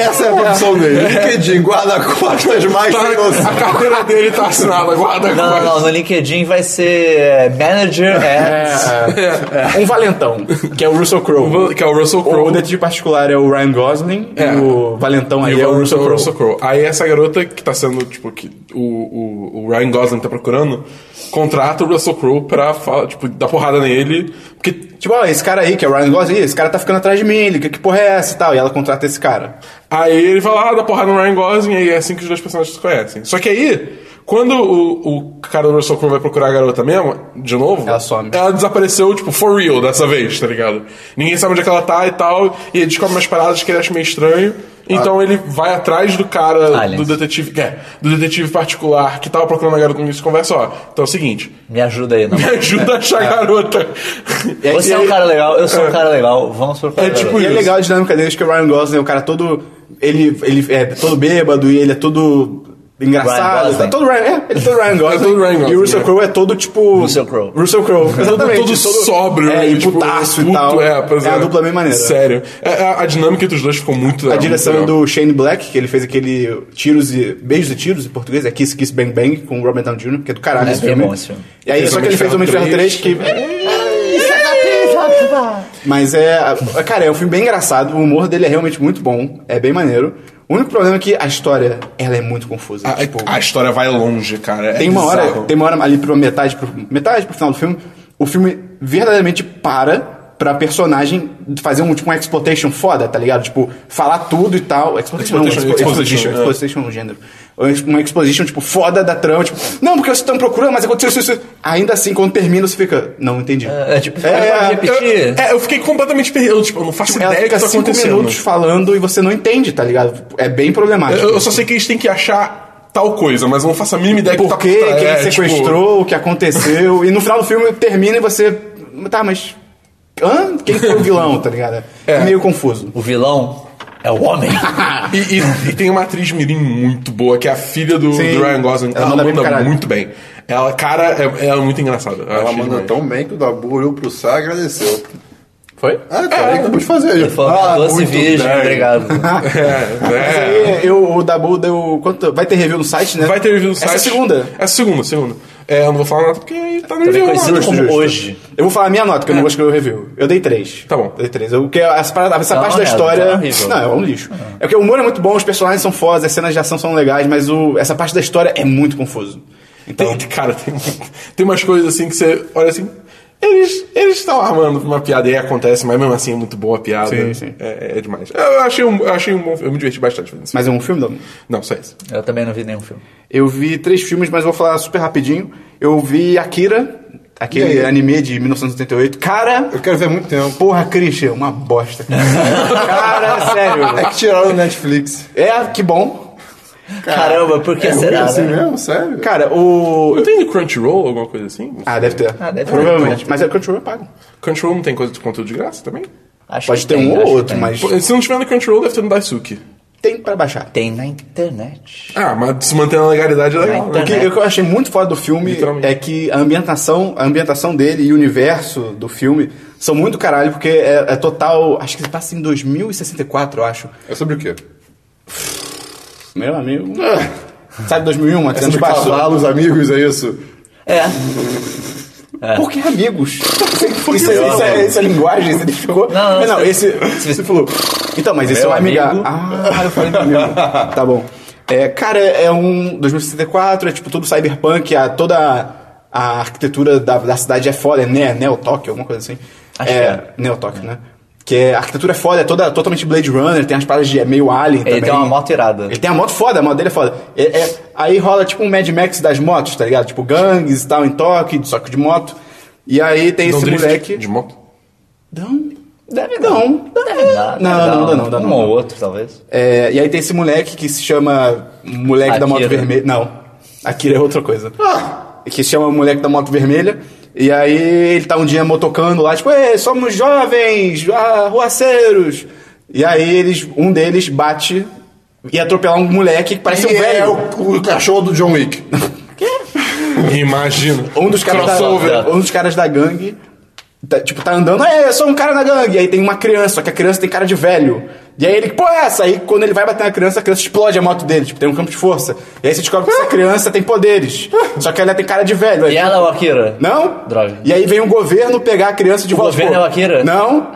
Speaker 3: Essa é a profissão dele. LinkedIn, guarda-costas mais
Speaker 4: Tá-
Speaker 3: sem
Speaker 4: a
Speaker 3: noção.
Speaker 4: carteira dele tá assinada, guarda
Speaker 2: Não, não, não, no LinkedIn vai ser é, manager ads.
Speaker 1: É, é, um valentão, que é o Russell Crowe.
Speaker 4: Que é o Russell
Speaker 1: O
Speaker 4: Crowe.
Speaker 1: detetive particular é o Ryan Gosling
Speaker 4: É.
Speaker 1: e o valentão aí
Speaker 4: E
Speaker 1: é o Russell Crowe.
Speaker 4: Aí essa garota que tá sendo, tipo, que o, o, o Ryan Gosling tá procurando, contrata o Russell Crowe pra, fala- tipo, dar porrada nele. Porque
Speaker 1: Tipo, ó, esse cara aí, que é o Ryan Gosling, ih, esse cara tá ficando atrás de mim, ele, que, que porra é essa e tal, e ela contrata esse cara.
Speaker 4: aí ele vai lá, dá porrada no Ryan Gosling, aí é assim que os dois personagens se conhecem. Só que aí, quando o, o cara do Russell Crowe vai procurar a garota mesmo, de novo...
Speaker 1: Ela some.
Speaker 4: Ela desapareceu, tipo, for real dessa vez, tá ligado? Ninguém sabe onde é que ela tá e tal, e ele descobre umas paradas que ele acha meio estranho. Então ele vai atrás do cara,
Speaker 2: Aliens.
Speaker 4: do detetive, é, do detetive particular que tava procurando a garota no início de conversa, ó. Então é o seguinte,
Speaker 2: Me ajuda aí,
Speaker 1: É
Speaker 2: não.
Speaker 4: me ajuda a achar a garota.
Speaker 2: Você é um cara legal, eu sou um cara legal, vamos procurar.
Speaker 4: É tipo
Speaker 2: agora.
Speaker 1: E é
Speaker 4: Isso.
Speaker 1: legal a um dinâmica deles, que o Ryan Gosling é o cara todo. Ele, ele é todo bêbado e ele é todo. engraçado.
Speaker 2: Gosling.
Speaker 1: tá todo Ryan, é, ele é todo Ryan Gosling.
Speaker 4: É todo Ryan
Speaker 1: E
Speaker 4: Gosling,
Speaker 1: o Russell
Speaker 4: é.
Speaker 1: Crowe é todo tipo.
Speaker 2: Russell Crowe.
Speaker 1: Russell Crowe, exatamente.
Speaker 4: todo sóbrio,
Speaker 1: É, e
Speaker 4: tipo,
Speaker 1: putaço e
Speaker 4: puto,
Speaker 1: tal.
Speaker 4: É, pois é.
Speaker 1: a dupla bem maneira.
Speaker 4: Sério. É, a, a dinâmica entre os dois ficou muito
Speaker 1: A
Speaker 4: legal,
Speaker 1: direção
Speaker 4: muito
Speaker 1: é
Speaker 4: legal.
Speaker 1: do Shane Black, que ele fez aquele tiros e. Beijos e tiros em português, é Kiss Kiss Bang Bang com o Robert Downey Jr., que é do caralho
Speaker 2: É
Speaker 1: esse
Speaker 2: bem
Speaker 1: filme.
Speaker 2: bom esse filme.
Speaker 1: E aí, só que ele fez o Homem de Ferro 3, que. Mas é. Cara, é um filme bem engraçado, o humor dele é realmente muito bom, é bem maneiro. O único problema é que a história, ela é muito confusa.
Speaker 4: A,
Speaker 1: tipo,
Speaker 4: a história vai longe, cara. É
Speaker 1: tem uma hora,
Speaker 4: bizarro.
Speaker 1: tem uma hora ali pra metade, pro, metade pro final do filme, o filme verdadeiramente para pra personagem fazer um tipo um exploitation foda, tá ligado? Tipo, falar tudo e tal. Exploitation, não,
Speaker 4: Exploitation,
Speaker 1: expo-
Speaker 4: exposition,
Speaker 1: exposition,
Speaker 4: é.
Speaker 1: exposition no gênero. Uma exposition, tipo, foda da trama, tipo, não, porque vocês estão procurando, mas aconteceu isso, isso. isso." Ainda assim, quando termina, você fica, não entendi.
Speaker 2: É, tipo, pode repetir?
Speaker 4: Eu, é, eu fiquei completamente perdido. Tipo, eu não faço
Speaker 1: é, Ela
Speaker 4: ideia do que
Speaker 1: fica
Speaker 4: tá
Speaker 1: cinco
Speaker 4: acontecendo.
Speaker 1: minutos falando e você não entende, tá ligado? É bem problemático.
Speaker 4: Eu, eu só sei que eles têm que achar tal coisa, mas eu não faço a mínima ideia
Speaker 1: por
Speaker 4: que tá
Speaker 1: quê,
Speaker 4: por trás.
Speaker 1: quem
Speaker 4: É,
Speaker 1: sequestrou, o que aconteceu. e no final do filme termina e você. Tá, mas. Hã? Quem foi o vilão, tá ligado? É, meio confuso.
Speaker 2: O vilão é o homem.
Speaker 4: tipo, e, e- e tem uma atriz mirim muito boa, que é a filha do,
Speaker 1: Sim.
Speaker 4: do Ryan Gosling.
Speaker 1: Ela
Speaker 4: Ela,
Speaker 1: manda bem
Speaker 4: manda
Speaker 1: pra caralho.
Speaker 4: muito bem. Ela, cara, é, ela é muito engraçada. Eu
Speaker 3: Ela
Speaker 4: achei
Speaker 3: manda
Speaker 4: demais.
Speaker 3: tão bem que o Dabu olhou pro Sá e agradeceu.
Speaker 4: Foi?
Speaker 3: Ah,
Speaker 1: tá.
Speaker 3: cara,
Speaker 4: né?
Speaker 3: é, acabou de fazer.
Speaker 2: Ele falou, ah, doce virgem, obrigado.
Speaker 1: Mas
Speaker 4: É, é.
Speaker 1: aí eu, o Dabu deu. Quanto, vai ter review no site, né?
Speaker 4: Vai ter review no site.
Speaker 1: Essa é segunda.
Speaker 4: Essa é segunda, segunda. É, eu não vou falar nada porque aí tá no
Speaker 2: Também
Speaker 4: review.
Speaker 2: conhecido
Speaker 4: lá.
Speaker 2: como hoje.
Speaker 1: Eu vou falar a minha nota, que eu não vou escrever o review. Eu dei três.
Speaker 4: É. Tá bom.
Speaker 1: Eu dei três. Eu, porque essa, parada- essa
Speaker 2: Tá
Speaker 1: parte da
Speaker 2: uma merda,
Speaker 1: história.
Speaker 2: tá horrível. Ah.
Speaker 1: não, é um lixo. É porque o humor é muito bom, os personagens são fodas, as cenas de ação são legais, mas o- essa parte da história é muito confuso. Então.
Speaker 4: Tem, cara, tem, tem umas coisas assim que você olha assim. Eles eles estão armando uma piada e aí acontece, mas mesmo assim é muito boa a piada.
Speaker 1: Sim, sim.
Speaker 4: É, é demais. Eu achei um, eu achei um bom filme, eu me diverti bastante fazendo isso.
Speaker 1: Mas é um filme, Dabu?
Speaker 4: Não, só isso.
Speaker 2: Eu também não vi nenhum filme.
Speaker 1: Eu vi três filmes, mas vou falar super rapidinho. Eu vi Akira,
Speaker 3: E
Speaker 1: aquele
Speaker 3: aí?
Speaker 1: anime de 1988. Cara,
Speaker 3: Eu quero ver há muito tempo.
Speaker 1: porra, Christian, uma bosta. Cara,
Speaker 3: É
Speaker 1: sério.
Speaker 3: que tiraram o Netflix.
Speaker 1: É, que bom.
Speaker 2: Caramba, por que
Speaker 3: É
Speaker 2: será?
Speaker 3: assim
Speaker 2: né?
Speaker 3: mesmo? Sério?
Speaker 1: Cara, o.
Speaker 4: Não tem Crunchyroll, alguma coisa assim?
Speaker 1: Ah, deve ter.
Speaker 2: Ah, deve ter.
Speaker 1: Provavelmente. Mas é o Crunchyroll eu pago.
Speaker 4: Crunchyroll não tem coisa de conteúdo de graça também?
Speaker 2: Acho
Speaker 1: Pode
Speaker 2: que
Speaker 1: ter um
Speaker 2: tem,
Speaker 1: ou
Speaker 2: acho que
Speaker 1: outro,
Speaker 2: tem.
Speaker 1: mas
Speaker 4: Pô, Se não tiver no Crunchyroll, deve ter no Daisuke.
Speaker 1: tem pra baixar.
Speaker 2: Tem na internet.
Speaker 4: Ah, mas se manter na legalidade é legal.
Speaker 1: O
Speaker 4: Né?
Speaker 1: que, o que eu achei muito foda do filme
Speaker 4: Literalmente.
Speaker 1: é que a ambientação, a ambientação dele e o universo do filme são muito caralho, porque é, é total. Acho que se passa em 2064, eu acho.
Speaker 3: É sobre o quê?
Speaker 1: Meu amigo. Sabe 2001,
Speaker 3: É
Speaker 1: anos
Speaker 3: sobre
Speaker 1: passou.
Speaker 3: cavalos, amigos, é isso?
Speaker 2: É.
Speaker 1: Por que amigos? Isso, isso,
Speaker 2: eu
Speaker 1: isso é,
Speaker 2: amo.
Speaker 1: isso é linguagem, você identificou?
Speaker 2: Não, não,
Speaker 1: não esse.
Speaker 2: você-
Speaker 1: Você falou. Então, mas esse é
Speaker 2: Meu
Speaker 1: um amiga.
Speaker 2: amigo.
Speaker 1: Ah, eu falei meu amigo. tá bom. É, cara, é um 2064, é tipo todo cyberpunk, a, toda a arquitetura da, da cidade é foda, é ne, Neo-Tóquio, alguma coisa assim.
Speaker 2: Acho
Speaker 1: é,
Speaker 2: que é.
Speaker 1: Neo-Tóquio, né? Que é, a arquitetura é foda, é toda, totalmente Blade Runner, tem as paradas de é meio Alien
Speaker 2: Ele
Speaker 1: também.
Speaker 2: tem uma moto irada.
Speaker 1: Ele tem a moto foda, a moto dele é foda. É- é- aí rola tipo um Mad Max das motos, tá ligado? Tipo gangues e tal, em toque, só que de moto. E aí tem
Speaker 4: Não
Speaker 1: esse
Speaker 4: drift
Speaker 1: moleque.
Speaker 4: De moto?
Speaker 1: Não. Deve não.
Speaker 2: Deve
Speaker 1: Não, não,
Speaker 2: dar. deve dar
Speaker 1: não, não, não,
Speaker 2: Um
Speaker 1: não.
Speaker 2: ou outro, talvez.
Speaker 1: É, e aí tem esse moleque que se chama Moleque da Moto
Speaker 2: Akira.
Speaker 1: Vermelha. Não. Akira é outra coisa.
Speaker 3: Ah!
Speaker 1: Que se chama Moleque da Moto Vermelha. E aí ele tá um dia motocando lá, tipo, Ê, somos jovens, arruaceiros. E aí eles, um deles bate e atropelar um moleque que parece um
Speaker 3: E é
Speaker 1: velho.
Speaker 3: o, o cachorro do John Wick.
Speaker 4: Imagina.
Speaker 1: Um dos caras
Speaker 4: Crossover.
Speaker 1: da, um dos caras da gangue, tá, tipo, tá andando, é, eu sou um cara na gangue. Aí tem uma criança, só que a criança tem cara de velho. E aí ele, pô, é essa? Aí quando ele vai bater na criança, a criança explode a moto dele, tipo, tem um campo de força. E aí você descobre que essa criança tem poderes. Só que ela tem cara de velho. Aí-
Speaker 2: E é ela, o Akira?
Speaker 1: Não?
Speaker 2: Droga.
Speaker 1: E aí vem o governo pegar a criança de
Speaker 2: O
Speaker 1: volta.
Speaker 2: governo
Speaker 1: tipo,
Speaker 2: é Ah. o Akira?
Speaker 1: Não.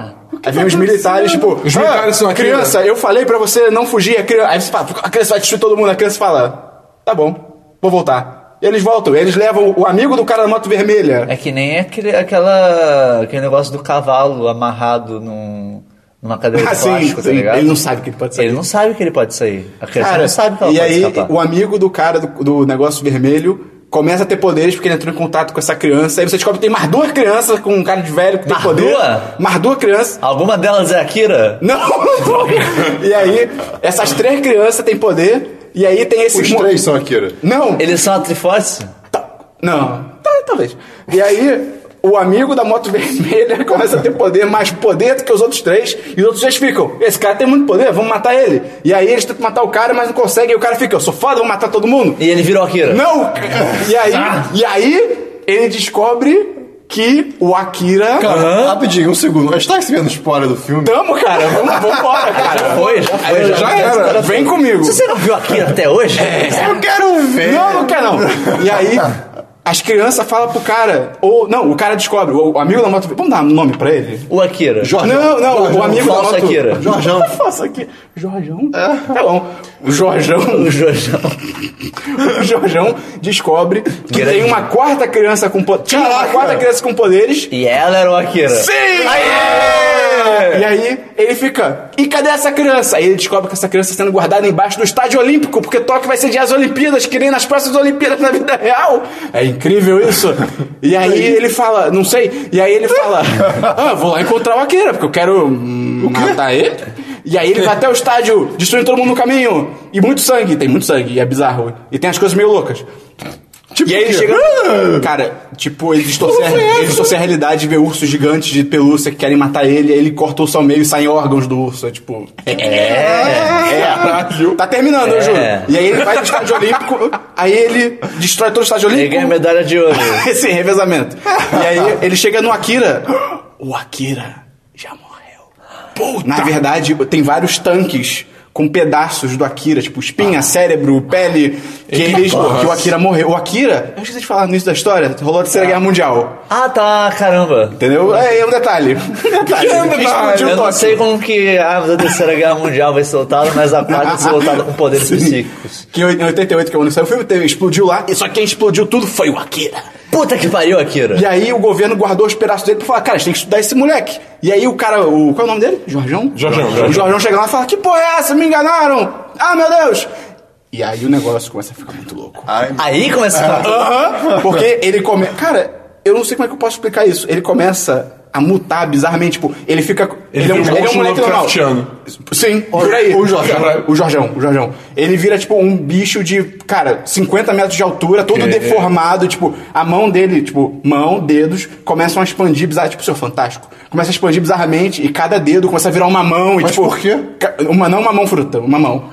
Speaker 1: Aí vem os militares, tipo,
Speaker 4: Os militares são Akira."
Speaker 1: criança, eu falei pra você não fugir, a criança. Aí você fala, a criança vai destruir todo mundo, a criança fala, tá bom, vou voltar. E eles voltam, eles levam o amigo do cara da moto vermelha.
Speaker 2: É que nem aquele, aquela, aquele negócio do cavalo amarrado num, numa cadeira
Speaker 1: Ah,
Speaker 2: de
Speaker 1: sim,
Speaker 2: plástico, tá
Speaker 1: sim.
Speaker 2: ligado?
Speaker 1: Ele não sabe que ele pode sair.
Speaker 2: Ele não sabe que ele pode sair. A criança não sabe que ela
Speaker 1: e
Speaker 2: pode
Speaker 1: aí
Speaker 2: escapar.
Speaker 1: o amigo do cara do, do negócio vermelho começa a ter poderes porque ele entrou em contato com essa criança. Aí você descobre que tem mais duas crianças com um cara de velho que tem
Speaker 2: Mais
Speaker 1: poder.
Speaker 2: duas?
Speaker 1: Mais duas crianças.
Speaker 2: Alguma delas é Akira?
Speaker 1: Não, não tô. E aí, essas três crianças têm poder. E aí tem esse...
Speaker 3: Os
Speaker 1: mo-
Speaker 3: três são Akira.
Speaker 2: é
Speaker 1: Não.
Speaker 2: Eles são a Triforce?
Speaker 1: Não. Tá, talvez. E aí, o amigo da moto vermelha começa a ter poder, mais poder do que os outros três, e os outros três ficam, esse cara tem muito poder, vamos matar ele. E aí eles tentam matar o cara, mas não conseguem, e o cara fica, eu sou foda, vou matar todo mundo.
Speaker 2: E ele virou Akira.
Speaker 1: Não! E aí, e aí ele descobre que o Akira...
Speaker 3: Cara, rapidinho, um segundo. A gente tá recebendo spoiler do filme.
Speaker 1: Tamo, cara, vamos vambora, cara.
Speaker 2: Foi, já foi.
Speaker 1: Já era, É. vem comigo.
Speaker 2: Se você não viu Akira até hoje,
Speaker 1: Eu quero ver! Não, não quero não! E aí, as crianças falam pro cara, ou. Não, o cara descobre, o amigo da moto. Vamos dar um nome pra ele?
Speaker 2: o Akira.
Speaker 3: Jorge.
Speaker 1: não, não, o
Speaker 2: Jorjão,
Speaker 1: amigo da
Speaker 2: falso
Speaker 1: moto.
Speaker 2: Akira.
Speaker 3: Jorjão.
Speaker 1: Faça aqui. Jorjão? Tá bom. O Jorjão,
Speaker 2: O Jorjão.
Speaker 1: o Jorjão descobre que
Speaker 2: Grande.
Speaker 1: tem uma quarta criança com poderes. Tinha uma
Speaker 3: Caraca.
Speaker 1: quarta criança com poderes.
Speaker 2: E ela era o Akira.
Speaker 1: Sim! E aí ele fica, e cadê essa criança? Aí ele descobre que essa criança está sendo guardada embaixo do estádio olímpico, porque Tóquio vai sediar as Olimpíadas, que nem nas próximas Olimpíadas na vida real. É incrível isso. E aí ele fala, não sei, e aí ele fala, ah, vou lá encontrar o Akira, porque eu quero hum, matar ele. E aí ele vai até o estádio, destruindo todo mundo no caminho. E muito sangue, tem muito sangue, e é bizarro. E tem as coisas meio loucas.
Speaker 4: Tipo
Speaker 1: e aí ele chega. Cara, tipo, ele distorce, a, ele distorce a realidade e vê ursos gigantes de pelúcia que querem matar ele, aí ele corta o urso ao meio e saem órgãos do urso. É tipo. É, tá terminando, eu juro.
Speaker 2: É.
Speaker 1: E aí ele vai pro estádio olímpico, aí ele destrói todo o estádio
Speaker 2: Ele ganha
Speaker 1: olímpico.
Speaker 2: medalha de ouro.
Speaker 1: Esse revezamento. E aí ele chega no Akira. O Akira já morreu. Na verdade, tem vários tanques com pedaços do Akira, tipo espinha,
Speaker 2: Ah.
Speaker 1: cérebro, pele, que, eles, que o Akira morreu. O Akira, eu esqueci de falar no início da história, rolou a Terceira Guerra Mundial.
Speaker 2: Ah, tá, caramba.
Speaker 1: Entendeu? É, é um detalhe. Um detalhe. Explodiu
Speaker 2: Eu não
Speaker 1: Tóquio.
Speaker 2: sei como que a da terceira guerra mundial vai ser lutada, mas a quarta vai ser lutada com poderes
Speaker 1: Sim.
Speaker 2: psíquicos.
Speaker 1: Que em 88, que é quando saiu o filme, teve, explodiu lá, e só quem explodiu tudo foi o Akira.
Speaker 2: Puta que pariu, Akira.
Speaker 1: E aí o governo guardou os pedaços dele pra falar, cara, a gente tem que estudar esse moleque. E aí o cara, o, qual é o nome dele? Jorjão?
Speaker 4: Jorjão,
Speaker 1: O
Speaker 4: Jorjão.
Speaker 1: Jorjão chega lá e fala, que porra é essa? Me enganaram! Ah, meu Deus! E aí o negócio começa a ficar muito louco.
Speaker 4: Ah.
Speaker 3: Ai,
Speaker 2: Aí começa
Speaker 1: Ah.
Speaker 2: a falar.
Speaker 1: Aham! Porque ele começa... Cara, eu não sei como é que eu posso explicar isso. Ele começa a mutar bizarramente, tipo, ele fica...
Speaker 4: Ele
Speaker 1: é um,
Speaker 4: vira
Speaker 1: ele
Speaker 4: um
Speaker 1: é um
Speaker 4: monstro
Speaker 1: moleque normal.
Speaker 4: Lovecraftiano.
Speaker 1: Sim, por aí.
Speaker 4: o Jorjão.
Speaker 1: Caralho. O Jorjão, o Jorjão. Ele vira, tipo, um bicho de, cara, 50 metros de altura,
Speaker 3: É.
Speaker 1: todo deformado, tipo, a mão dele, tipo, mão, dedos, começam a expandir bizarro, tipo, seu fantástico. Começa a expandir bizarramente e cada dedo começa a virar uma mão e,
Speaker 3: Mas
Speaker 1: tipo.
Speaker 3: por quê?
Speaker 1: ca- Uma, não uma mão fruta, uma mão.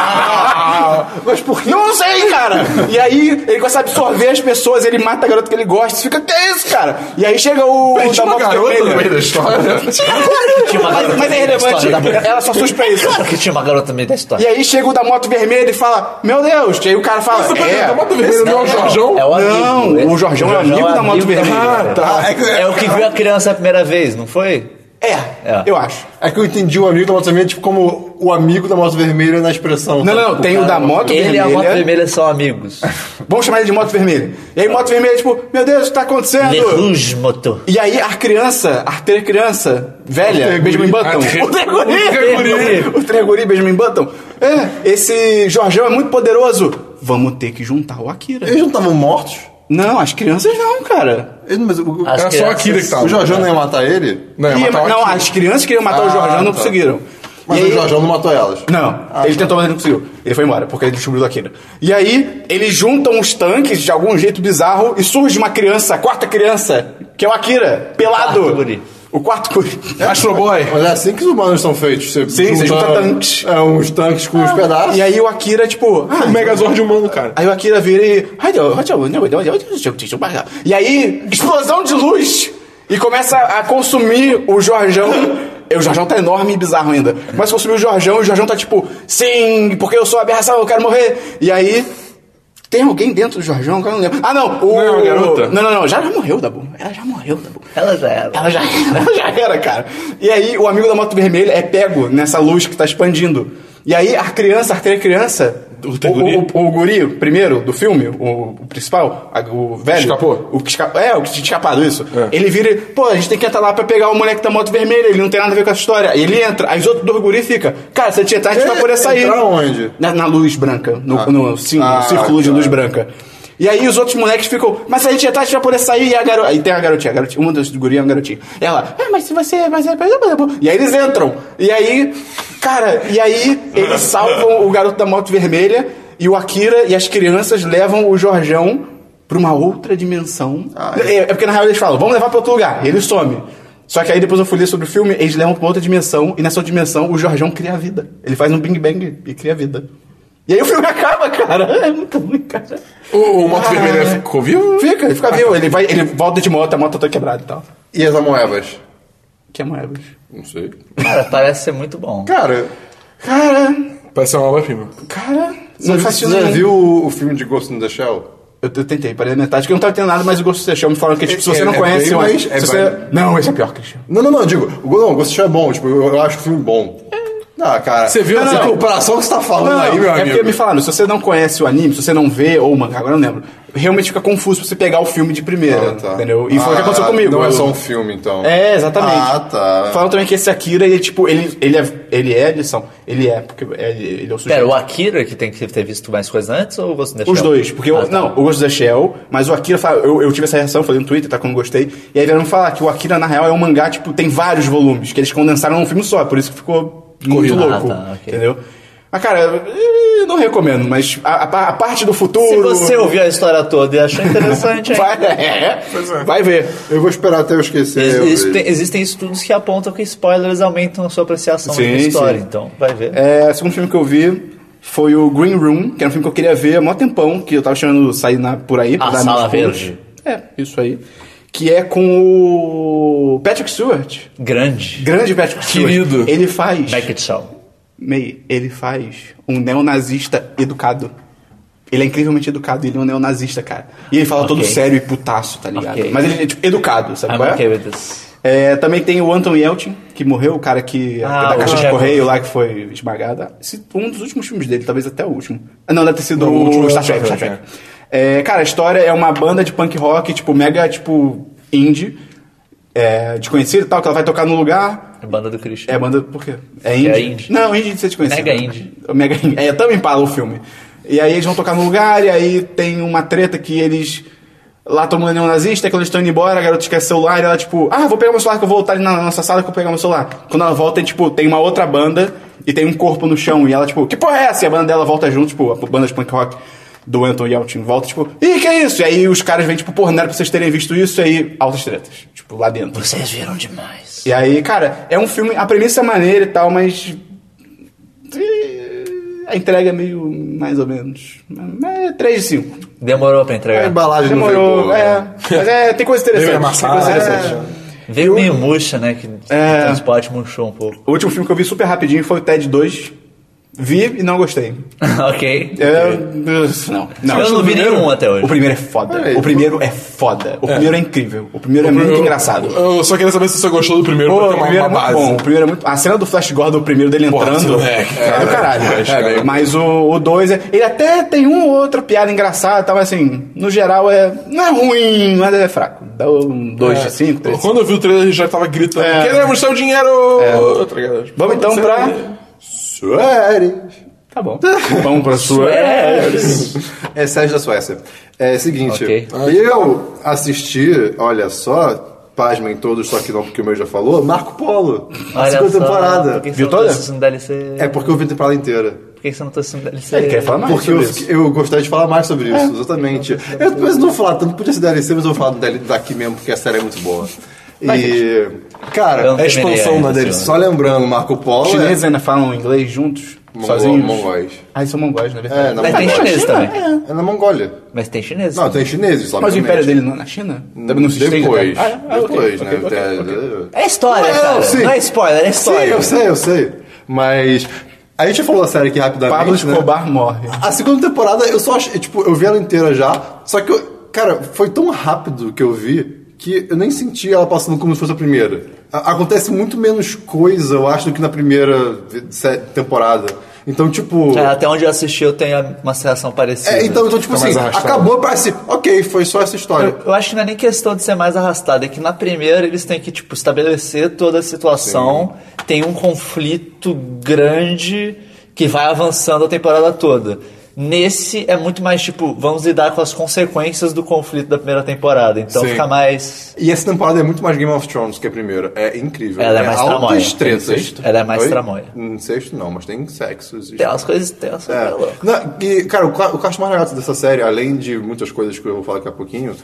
Speaker 3: mas por que?
Speaker 1: Não sei, cara! E aí, ele começa a absorver as pessoas, ele mata a garota que ele gosta, fica, que é isso, cara? E aí chega o.
Speaker 4: Mas tinha Tipo uma
Speaker 1: moto
Speaker 4: garota no
Speaker 1: vermelha.
Speaker 4: meio da história.
Speaker 2: Tinha uma
Speaker 1: Mas,
Speaker 2: garota
Speaker 1: mas é
Speaker 2: no meio da
Speaker 1: relevante,
Speaker 2: história, tá bom.
Speaker 1: ela só suspeita isso.
Speaker 2: Claro que tinha uma garota no meio da história.
Speaker 1: E aí chega o da moto vermelha e fala, meu Deus, e aí o cara fala,
Speaker 4: Mas tá
Speaker 1: é,
Speaker 4: da moto vermelha não é o Jorjão?
Speaker 2: É o amigo.
Speaker 1: Não,
Speaker 2: Esse-
Speaker 1: o Jorjão é amigo da moto vermelha.
Speaker 2: Ah, tá. É o que viu a criança a primeira vez, não foi?
Speaker 1: é,
Speaker 2: É.
Speaker 1: eu acho.
Speaker 3: É que eu entendi o amigo da Moto Vermelha tipo como o amigo da Moto Vermelha na expressão.
Speaker 1: Não,
Speaker 3: sabe?
Speaker 1: não, não, tem o da é moto
Speaker 2: Ah, Ele e a moto
Speaker 1: vermelha,
Speaker 2: vermelha são amigos.
Speaker 1: vamos chamar ele de moto vermelha. E aí moto vermelha, tipo, meu Deus, o que tá acontecendo?
Speaker 2: Le Rouge Moto.
Speaker 1: E aí a criança, a ter criança, velha,
Speaker 3: Arthur
Speaker 1: Benjamin
Speaker 3: Guri.
Speaker 1: Button.
Speaker 4: Arthur-
Speaker 1: O Treguri!
Speaker 4: O Treguri.
Speaker 1: O Treguri, Benjamin Button. É, esse Jorjão é muito poderoso. Vamos ter que juntar o Akira.
Speaker 3: Eles não estavam mortos?
Speaker 1: Não, as crianças não, cara.
Speaker 3: Eles- mas o,
Speaker 2: As
Speaker 4: Era só
Speaker 2: crianças-
Speaker 4: Akira que tava.
Speaker 3: o Jorjão não ia matar ele?
Speaker 4: Não, é, tá ia
Speaker 1: E-
Speaker 4: matar o
Speaker 1: não,
Speaker 4: Akira.
Speaker 1: as crianças queriam matar o
Speaker 3: Ah,
Speaker 1: Jorjão, não
Speaker 3: tá.
Speaker 1: conseguiram.
Speaker 3: Mas
Speaker 1: E aí-
Speaker 3: o Jorjão não matou elas?
Speaker 1: Não, ele tentou, mas ele não conseguiu. Ele foi embora, porque ele descobriu daquilo. E aí, eles juntam os tanques de algum jeito bizarro e surge uma criança, a quarta criança, que é o Akira, pelado.
Speaker 2: quarto guri.
Speaker 1: O quarto guri.
Speaker 4: Astro Boy.
Speaker 3: Mas é assim que os humanos são feitos. Você
Speaker 1: Sim, você junta tanques.
Speaker 3: É, uns tanques com
Speaker 2: Ah,
Speaker 3: uns pedaços.
Speaker 1: E aí o Akira, tipo. ah,
Speaker 4: O Megazord humano, cara.
Speaker 1: Aí o Akira vira e. "Ai, Deus, ai, Deus, não, Deus, Deus, Deus, Deus, Deus, Deus." E aí, explosão de luz! E começa a consumir o Jorjão. E O Jorjão tá enorme e bizarro ainda. Começa a consumir o Jorjão e o Jorjão tá tipo, sim, porque eu sou aberração, eu quero morrer. E aí. Tem alguém dentro do Jorjão? Agora eu não lembro. Ah, não! O...
Speaker 4: Não, a garota.
Speaker 1: Não, não, não. Já, já morreu, Dabu. Ela já morreu, Dabu.
Speaker 2: Ela já era.
Speaker 1: Ela já era, ela já era, cara. E aí o amigo da moto vermelha é pego nessa luz que tá expandindo. E aí a criança, a arteira criança,
Speaker 4: O
Speaker 1: o,
Speaker 4: tem guri?
Speaker 1: o, o guri primeiro do filme, o, o principal, a- o velho.
Speaker 4: Escapou?
Speaker 1: O que esca- É, o que tinha escapado, isso.
Speaker 4: É.
Speaker 1: Ele vira, e, pô, a gente tem que entrar lá pra pegar o moleque da moto vermelha, ele não tem nada a ver com essa história. E ele entra, aí os outros dois guri ficam, cara, se a gente entrar, a gente vai poder sair.
Speaker 3: Entrar onde?
Speaker 1: Na, na luz branca, no,
Speaker 3: Ah.
Speaker 1: no sim-
Speaker 3: Ah,
Speaker 1: círculo de
Speaker 3: tá.
Speaker 1: luz um branca. E aí os outros moleques ficam, mas se a gente entrar, a gente vai poder sair. E a garota. Aí tem a garotinha, a garotinha uma das gurias é uma garotinha. Ela, ah, mas se você. Mas é... E aí eles entram. E aí, cara, e aí eles salvam o garoto da moto vermelha. E o Akira e as crianças levam o Jorjão pra uma outra dimensão. é. é porque na real eles falam, vamos levar pra outro lugar. E ele some. Só que aí depois eu fui ler sobre o filme, eles levam pra outra dimensão, e nessa outra dimensão o Jorjão cria a vida. Ele faz um Big Bang e cria a vida. E aí o filme acaba, cara. É muito ruim, cara.
Speaker 4: O, o Moto
Speaker 1: Ah.
Speaker 4: Vermelho é ficou vivo?
Speaker 1: Fica, ele fica vivo. Ele, vai, ele volta de moto, a moto tá quebrada e tal.
Speaker 3: E as Amoebas?
Speaker 1: Que é Moebus.
Speaker 4: Não sei.
Speaker 2: Cara, parece ser muito bom.
Speaker 3: Cara,
Speaker 1: Cara,
Speaker 4: Parece uma obra-prima.
Speaker 1: cara.
Speaker 3: você
Speaker 1: Não faz
Speaker 3: já
Speaker 1: sentido.
Speaker 3: viu o, o filme de Ghost in the Shell?
Speaker 1: Eu, eu tentei, parei na metade, que eu não tava tendo nada, mas o Ghost of the Shell me falaram que, tipo, se
Speaker 3: É-
Speaker 1: você
Speaker 3: é-
Speaker 1: não
Speaker 3: é
Speaker 1: conhece,
Speaker 3: bem
Speaker 1: eu
Speaker 3: mais-
Speaker 1: acho.
Speaker 3: é
Speaker 1: se você-
Speaker 3: bem-
Speaker 1: Não, esse é pior, Cristian.
Speaker 3: Não, não, não, eu digo, o, não, o Ghost in the Shell é bom, tipo, eu, eu acho o filme bom. Ah, cara.
Speaker 4: Você viu
Speaker 3: essa
Speaker 4: essa
Speaker 3: comparação que você tá falando
Speaker 1: Não,
Speaker 3: aí, meu
Speaker 1: é
Speaker 3: amigo?
Speaker 1: porque me falaram, se você não conhece o anime, se você não vê ou o mangá, agora eu não lembro, realmente fica confuso pra você pegar o filme de primeira,
Speaker 3: Ah, tá.
Speaker 1: entendeu? E foi o
Speaker 3: Ah,
Speaker 1: que aconteceu comigo.
Speaker 3: Não é
Speaker 1: Eu-
Speaker 3: só um filme, então.
Speaker 1: É, exatamente.
Speaker 3: Ah, tá.
Speaker 1: Falam também que esse Akira, ele, tipo, ele, ele, é, ele é lição. Ele é, porque ele, ele é o sujeito.
Speaker 2: Pera, o Akira que tem que ter visto mais coisas antes ou o Ghost in the
Speaker 1: Os
Speaker 2: Shell?
Speaker 1: dois, porque eu,
Speaker 2: Ah, tá.
Speaker 1: não, eu gosto da Shell, mas o Akira, fala- eu, eu tive essa reação, falei no Twitter, tá, como gostei, e aí vieram falar que o Akira, na real, é um mangá, tipo, tem vários volumes, que eles condensaram num filme só, por isso que ficou muito
Speaker 2: Corrido.
Speaker 1: louco,
Speaker 2: Ah, tá, ok.
Speaker 1: entendeu? Mas, cara, eu não recomendo, mas a, a- a parte do futuro...
Speaker 2: Se você é ouviu a história toda e achou interessante, hein?
Speaker 1: Vai, é,
Speaker 4: Pois é.
Speaker 1: vai ver.
Speaker 3: Eu vou esperar até eu esquecer.
Speaker 2: é. Ex-
Speaker 3: eu
Speaker 2: ex-
Speaker 3: vejo.
Speaker 2: tem- existem estudos que apontam que spoilers aumentam a sua apreciação
Speaker 1: Sim,
Speaker 2: da história,
Speaker 1: sim.
Speaker 2: então vai ver.
Speaker 1: É, o segundo filme que eu vi foi o Green Room, que era um filme que eu queria ver há mó tempão, que eu tava esperando sair na- por aí. pra
Speaker 2: A
Speaker 1: dar
Speaker 2: Ah, Sala
Speaker 1: meus pulos.
Speaker 2: Verde.
Speaker 1: É, isso aí. Que é com o Patrick Stewart.
Speaker 2: Grande.
Speaker 1: Grande Patrick Stewart.
Speaker 4: Querido.
Speaker 1: Ele faz...
Speaker 2: Back it Shell.
Speaker 1: May, ele faz um neonazista educado. Ele é incrivelmente educado, ele é um neonazista, cara. E ele fala todo
Speaker 2: Ok.
Speaker 1: sério e putaço, tá ligado?
Speaker 2: Ok.
Speaker 1: Mas ele é, tipo, educado, sabe
Speaker 2: I'm
Speaker 1: qual é?
Speaker 2: okay with this.
Speaker 1: É, também tem o Anton Yelchin, que morreu, o cara que
Speaker 2: Ah,
Speaker 1: da
Speaker 2: o
Speaker 1: caixa de
Speaker 2: Chekhov.
Speaker 1: correio lá que foi esmagada. Esse- um dos últimos filmes dele, talvez até o último. Ah, Não, deve ter sido
Speaker 4: Não,
Speaker 1: o
Speaker 4: o último
Speaker 1: último
Speaker 4: é o
Speaker 1: Star Trek.
Speaker 4: Star
Speaker 1: Star
Speaker 4: Trek,
Speaker 1: Trek. É, cara, a história é uma banda de punk rock, tipo, mega, tipo, indie, é, desconhecida e tal, que ela vai tocar num lugar.
Speaker 2: A Banda do Christian.
Speaker 1: É banda, por quê? É indie?
Speaker 2: É indie.
Speaker 1: Não, indie de ser desconhecido.
Speaker 2: Mega indie.
Speaker 1: O Mega indie. É, também empala o filme. E aí eles vão tocar no lugar, e aí tem uma treta que eles... Lá todo mundo é neonazista, e quando eles estão indo embora, a garota esquece o celular, e ela tipo... Ah, vou pegar meu celular, que eu vou voltar ali na nossa sala que eu vou pegar meu celular. Quando ela volta, é, tipo, tem uma outra banda, e tem um corpo no chão, e ela tipo... Que porra é essa? E a banda dela volta junto, tipo, a banda de punk rock do Anton Yelchin volta, tipo... Ih, que é isso? E aí os caras vêm tipo... Porra, não era pra vocês terem visto isso, e aí... Altas tretas, tipo, lá dentro.
Speaker 2: Vocês viram demais.
Speaker 1: E aí, cara, é um filme, a premissa é maneira e tal, mas. e- A entrega é meio mais ou menos. É 3 de 5.
Speaker 2: Demorou pra
Speaker 3: A
Speaker 2: entregar.
Speaker 3: embalagem não veio
Speaker 1: Demorou.
Speaker 3: boa,
Speaker 1: É,
Speaker 3: né?
Speaker 1: mas é, tem coisa interessante.
Speaker 4: Meio
Speaker 1: tem
Speaker 4: amassado,
Speaker 1: coisa
Speaker 4: né?
Speaker 1: interessante.
Speaker 2: Veio meio murcha, né? Que
Speaker 1: É.
Speaker 2: o transporte murchou um pouco.
Speaker 1: O último filme que eu vi super rapidinho foi o Ted 2. Vi e não gostei.
Speaker 2: ok.
Speaker 1: É, não, não.
Speaker 2: Eu não vi nenhum até hoje.
Speaker 1: O primeiro é foda.
Speaker 3: Peraí.
Speaker 1: o primeiro é foda. O primeiro é incrível. O primeiro é muito
Speaker 4: Eu-
Speaker 1: engraçado.
Speaker 4: Eu só queria saber se você gostou do primeiro
Speaker 1: Pô,
Speaker 4: pra
Speaker 1: o
Speaker 4: ter uma,
Speaker 1: primeiro é
Speaker 4: uma
Speaker 1: muito
Speaker 4: base.
Speaker 1: bom. O primeiro é muito... A cena do Flash Gordon, o primeiro dele
Speaker 4: Porra,
Speaker 1: entrando,
Speaker 4: esse moleque,
Speaker 1: é
Speaker 4: cara.
Speaker 1: do caralho.
Speaker 4: É,
Speaker 1: cara.
Speaker 4: velho.
Speaker 1: Mas o 2, é... ele até tem uma ou outra piada engraçada, e tal, mas assim, no geral é... Não é ruim, mas é fraco. Dá um 2
Speaker 4: É.
Speaker 1: de 5, 3
Speaker 4: Quando eu vi o trailer, ele já tava gritando:
Speaker 1: É.
Speaker 4: Queremos seu dinheiro! Tá ligado?
Speaker 1: Vamos então
Speaker 4: Você-
Speaker 1: pra...
Speaker 3: Suéres.
Speaker 1: Tá bom. é, Vamos pra sua...
Speaker 3: É Sérgio da Suécia. É seguinte,
Speaker 2: Ok.
Speaker 3: eu assisti, olha só, pasmem todos, só que não porque o meu já falou, Marco Polo. A
Speaker 2: Olha
Speaker 3: segunda
Speaker 2: só,
Speaker 3: temporada.
Speaker 2: Por que você
Speaker 1: Viu
Speaker 2: não tá
Speaker 1: toda?
Speaker 2: assistindo DLC?
Speaker 3: É porque eu vi a temporada inteira.
Speaker 2: Por que você não tá assistindo DLC?
Speaker 1: Ele quer falar mais
Speaker 3: Porque eu,
Speaker 1: sobre isso. É.
Speaker 3: eu gostaria de falar mais sobre isso, exatamente. Eu, mas não vou falar tanto, podia ser DLC, mas eu vou falar dele- daqui mesmo, porque a série é muito boa. E,
Speaker 2: Eu não
Speaker 3: cara,
Speaker 4: É expansão
Speaker 2: terminei
Speaker 4: na
Speaker 2: ainda,
Speaker 4: DLC.
Speaker 2: senhor.
Speaker 3: só lembrando, Marco Polo
Speaker 1: Os
Speaker 3: é
Speaker 1: chineses ainda falam inglês juntos?
Speaker 3: Mongol-
Speaker 1: sozinhos?
Speaker 3: mongóis.
Speaker 1: Ah, eles são mongóis, na verdade.
Speaker 3: É, na
Speaker 2: Mas tem
Speaker 3: Mongólia.
Speaker 2: chinês também.
Speaker 3: É na Mongólia.
Speaker 2: Mas tem chinês.
Speaker 3: Não, tem chineses lá.
Speaker 1: Mas o império dele não é na China? Também não se estende
Speaker 3: Depois.
Speaker 1: até- Ah, ah, ok,
Speaker 3: depois,
Speaker 1: ok,
Speaker 3: né?
Speaker 1: ok,
Speaker 3: Até-
Speaker 1: ok.
Speaker 2: É história,
Speaker 3: Não,
Speaker 2: cara.
Speaker 3: sim.
Speaker 2: Não é spoiler, é
Speaker 3: Sim,
Speaker 2: história.
Speaker 3: eu sei, eu sei. Mas a gente já falou da série aqui rapidamente.
Speaker 1: Pablo
Speaker 3: né?
Speaker 1: Escobar morre.
Speaker 3: A segunda temporada eu só achei, tipo, eu vi ela inteira já, só que, eu, cara, foi tão rápido que eu vi que eu nem senti ela passando como se fosse a primeira. A- acontece muito menos coisa, eu acho, do que na primeira sé- temporada. Então, tipo.
Speaker 2: É, né? até onde eu assisti, eu tenho uma sensação parecida.
Speaker 3: é, então, então, tipo
Speaker 4: Fica
Speaker 3: assim,
Speaker 4: mais arrastado.
Speaker 3: acabou, parece, ok, foi só essa história.
Speaker 2: Eu acho que não é nem questão de ser mais arrastado, é que na primeira eles têm que, tipo, estabelecer toda a situação, tem um conflito grande que vai avançando a temporada toda. Nesse é muito mais tipo, vamos lidar com as consequências do conflito da primeira temporada. Então
Speaker 3: Sim.
Speaker 2: fica mais.
Speaker 3: E essa temporada é muito mais Game of Thrones que a primeira. É incrível.
Speaker 2: Ela é mais
Speaker 3: altas
Speaker 2: tramóia. Tem
Speaker 3: tretas.
Speaker 2: sexto. Ela é mais
Speaker 3: Oi?
Speaker 2: tramóia.
Speaker 3: Hum, Sexto não, mas tem sexos. e-
Speaker 2: Tem umas coisas tensas.
Speaker 3: É.
Speaker 2: né, louco?
Speaker 3: Não, e, cara, o, ca- o que eu acho mais legal dessa série, além de muitas coisas que eu vou falar daqui a pouquinho,